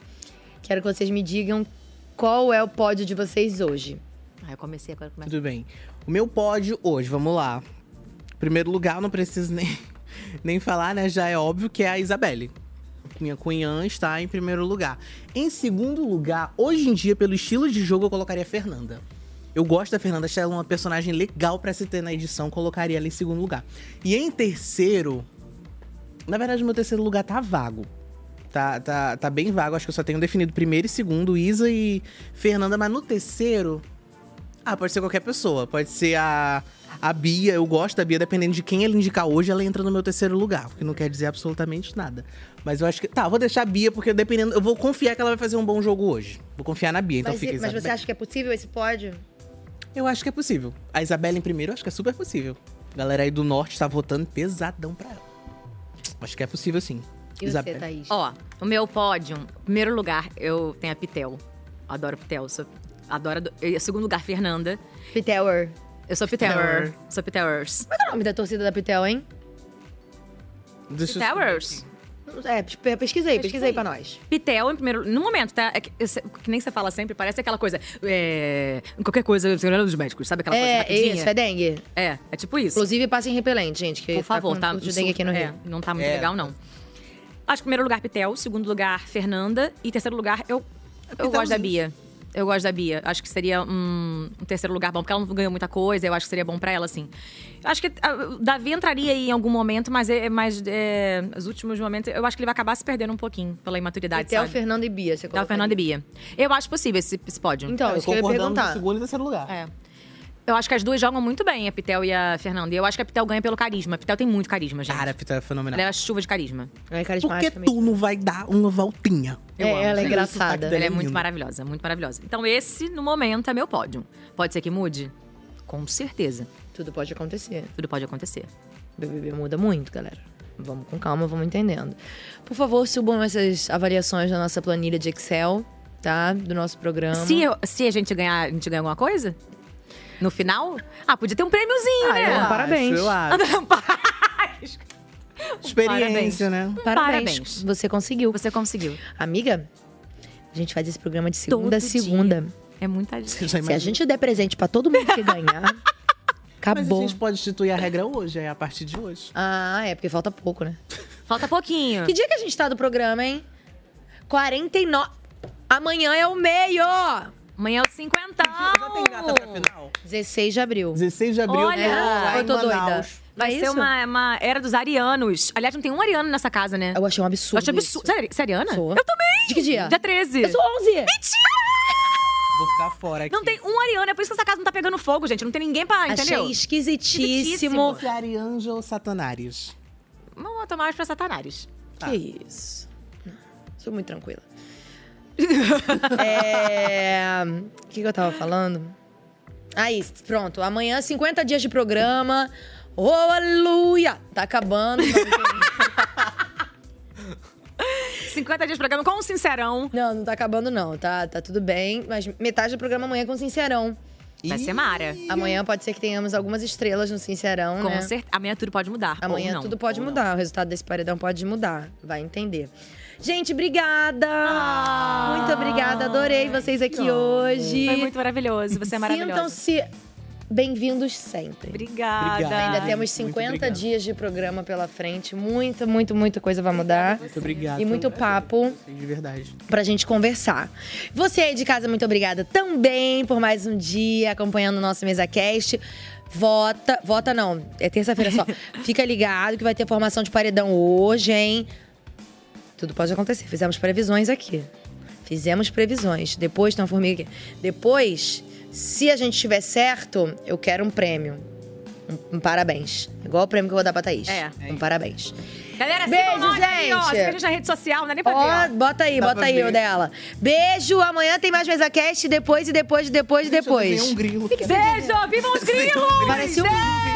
Speaker 1: Quero que vocês me digam qual é o pódio de vocês hoje.
Speaker 2: Ah, eu comecei, agora começa.
Speaker 3: Tudo bem. O meu pódio hoje, vamos lá. Primeiro lugar, eu não preciso nem, nem falar, né? Já é óbvio que é a Isabelle. Minha cunhã está em primeiro lugar. Em segundo lugar, hoje em dia, pelo estilo de jogo, eu colocaria a Fernanda. Eu gosto da Fernanda, acho ela uma personagem legal pra se ter na edição, colocaria ela em segundo lugar. E em terceiro, na verdade, meu terceiro lugar tá vago. Tá, tá, tá bem vago, acho que eu só tenho definido primeiro e segundo, Isa e Fernanda, mas no terceiro. Ah, pode ser qualquer pessoa. Pode ser a, a Bia, eu gosto da Bia, dependendo de quem ela indicar hoje, ela entra no meu terceiro lugar, o que não quer dizer absolutamente nada. Mas eu acho que. Tá, eu vou deixar a Bia, porque dependendo. Eu vou confiar que ela vai fazer um bom jogo hoje. Vou confiar na Bia, então
Speaker 1: mas,
Speaker 3: fica
Speaker 1: mas você
Speaker 3: Isabelle.
Speaker 1: acha que é possível esse pódio?
Speaker 3: Eu acho que é possível. A Isabela em primeiro, eu acho que é super possível. A galera aí do norte tá votando pesadão pra ela. Acho que é possível sim.
Speaker 1: E você, Thaís?
Speaker 2: Ó, o meu pódio, primeiro lugar, eu tenho a Pitel. Adoro Pitel. Sou, adoro. ado- e Segundo lugar, Fernanda.
Speaker 1: Pitelwer.
Speaker 2: Eu sou Pitelwer. Sou Pitelwers.
Speaker 1: Qual é o nome da torcida da Pitel, hein?
Speaker 3: Deixa
Speaker 2: Pitelwers.
Speaker 1: É, pesquisei, pesquisei, pesquisei pra nós.
Speaker 2: Pitel em primeiro. No momento, tá? É que, eu sei- que nem você fala sempre, parece aquela coisa. É, qualquer coisa, segurança dos médicos, sabe aquela coisa
Speaker 1: É,
Speaker 2: rapidinha?
Speaker 1: isso, é dengue.
Speaker 2: É, é tipo isso.
Speaker 1: Inclusive, passa em repelente, gente, que
Speaker 2: Por
Speaker 1: tá
Speaker 2: favor,
Speaker 1: com
Speaker 2: tá?
Speaker 1: surto de dengue aqui no
Speaker 2: é,
Speaker 1: Rio.
Speaker 2: não tá muito
Speaker 1: É.
Speaker 2: legal, não. Acho que primeiro lugar, Pitel. Segundo lugar, Fernanda. E terceiro lugar, eu,
Speaker 1: Então
Speaker 2: eu gosto da Bia. Eu gosto da Bia. Acho que seria um, um terceiro lugar bom, porque ela não ganhou muita coisa. Eu acho que seria bom pra ela, assim. Acho que ah, o Davi entraria aí em algum momento, mas, é, mas é, os últimos momentos, eu acho que ele vai acabar se perdendo um pouquinho pela imaturidade,
Speaker 1: Pitel,
Speaker 2: sabe?
Speaker 1: Fernanda e Bia, você
Speaker 2: Tava Fernanda e Bia. Eu acho possível esse, esse pódio.
Speaker 1: Então, É, isso que eu ia concordamos perguntar. no
Speaker 3: segundo e terceiro lugar.
Speaker 2: É. Eu acho que as duas jogam muito bem, a Pitel e a Fernanda. E eu acho que a Pitel ganha pelo carisma. A Pitel tem muito carisma, gente. Cara, a
Speaker 3: Pitel é fenomenal.
Speaker 2: Ela é a chuva de carisma.
Speaker 1: Ela é
Speaker 3: Porque tu não vai dar uma voltinha.
Speaker 2: ela
Speaker 3: Sim, o sotaque dela
Speaker 2: Ela é muito
Speaker 3: lindo.
Speaker 2: maravilhosa, muito maravilhosa. Então, esse, no momento, é meu pódio. Pode ser que mude? Com certeza.
Speaker 1: Tudo pode acontecer.
Speaker 2: Tudo pode acontecer.
Speaker 1: BBB muda muito, galera. Vamos com calma, vamos entendendo. Por favor, subam essas avaliações da nossa planilha de Excel, tá? Do nosso programa.
Speaker 2: Se, eu- se a gente ganhar, a gente ganha alguma coisa? No final? Ah, podia ter um prêmiozinho, né?
Speaker 1: eu acho, parabéns. eu
Speaker 2: Ah,
Speaker 1: acho.
Speaker 2: Experiência,
Speaker 3: né?
Speaker 1: Parabéns. Você conseguiu.
Speaker 2: Você conseguiu.
Speaker 1: Amiga, a gente faz esse programa de segunda a
Speaker 2: Todo dia.
Speaker 1: segunda.
Speaker 2: É muita gente.
Speaker 1: Se a gente der presente pra todo mundo que ganhar,
Speaker 3: Mas
Speaker 1: acabou.
Speaker 3: a gente pode instituir a regra hoje, é a partir de hoje.
Speaker 1: Ah, é, porque falta pouco, né?
Speaker 2: Falta pouquinho.
Speaker 1: Que dia que a gente tá do programa, hein? 49. Amanhã é o meio!
Speaker 2: Amanhã é o 50. Já tem
Speaker 3: data pra final?
Speaker 1: 16 de abril. né?
Speaker 3: 16 de abril,
Speaker 2: Olha,
Speaker 3: lá
Speaker 1: eu
Speaker 3: em
Speaker 1: tô doida.
Speaker 3: Manaus.
Speaker 2: Vai
Speaker 1: É
Speaker 2: ser
Speaker 1: isso?
Speaker 2: uma, uma era dos arianos. Aliás, não tem um ariano nessa casa, né?
Speaker 1: Eu achei um absurdo.
Speaker 2: Eu achei absurdo. Sério, você é ariana? Eu também!
Speaker 1: De que dia?
Speaker 2: Dia 13.
Speaker 1: Eu sou 11.
Speaker 2: Mentira!
Speaker 3: Vou ficar fora aqui.
Speaker 2: Não tem um ariano, é por isso que essa casa não tá pegando fogo, gente. Não tem ninguém pra, Ah, entendeu?
Speaker 1: Achei esquisitíssimo.
Speaker 3: Se Arianjo ou Satanares? Tá.
Speaker 2: Vamos tomar mais pra Satanares.
Speaker 1: Que isso. Sou muito tranquila. é... O que, que eu tava falando? Aí, pronto. Amanhã, 50 dias de programa. Oh, aleluia! Tá acabando. um
Speaker 2: 50 dias de programa com o Sincerão.
Speaker 1: Não, não tá acabando, não. Tá, tá tudo bem. Mas metade do programa amanhã é com Sincerão.
Speaker 2: Vai ser Mara.
Speaker 1: Amanhã pode ser que tenhamos algumas estrelas no Sincerão,
Speaker 2: Com
Speaker 1: né?
Speaker 2: certeza. Amanhã tudo pode mudar.
Speaker 1: Amanhã
Speaker 2: ou não.
Speaker 1: tudo pode mudar. O resultado desse paredão pode mudar. Vai entender. Gente, obrigada!
Speaker 2: Ah!
Speaker 1: Muito obrigada, adorei vocês aqui hoje.
Speaker 2: Foi muito maravilhoso. Você é maravilhosa.
Speaker 1: Sintam-se bem-vindos sempre.
Speaker 2: Obrigada.
Speaker 1: Ainda temos 50 dias de programa pela frente. Muito, muito, muita coisa vai mudar.
Speaker 3: Muito obrigado.
Speaker 1: E muito papo
Speaker 3: De verdade.
Speaker 1: pra gente conversar. Você aí de casa, muito obrigada também por mais um dia acompanhando o nosso MesaCast. Vota, vota não, é terça-feira só. Fica ligado que vai ter formação de paredão hoje, hein? Tudo pode acontecer. Fizemos previsões aqui. Fizemos previsões. Depois, tem uma formiga aqui. Depois, se a gente estiver certo, eu quero um prêmio. Um, um parabéns. Igual o prêmio que eu vou dar pra Thaís.
Speaker 2: É.
Speaker 1: Um parabéns.
Speaker 2: Galera,
Speaker 1: Beijo,
Speaker 2: sigam nós aqui, ó. Siga
Speaker 1: gente.
Speaker 2: a gente na rede social, não é nem pra
Speaker 1: Ó,
Speaker 2: ver. ó.
Speaker 1: bota aí,
Speaker 2: Dá
Speaker 1: bota
Speaker 2: pra
Speaker 1: aí
Speaker 2: ver.
Speaker 1: o dela. Beijo, amanhã tem mais mesa
Speaker 2: um
Speaker 1: cast, depois e depois e depois e depois.
Speaker 2: Beijo, vivam os grilos!
Speaker 1: Parecia um
Speaker 2: Gente!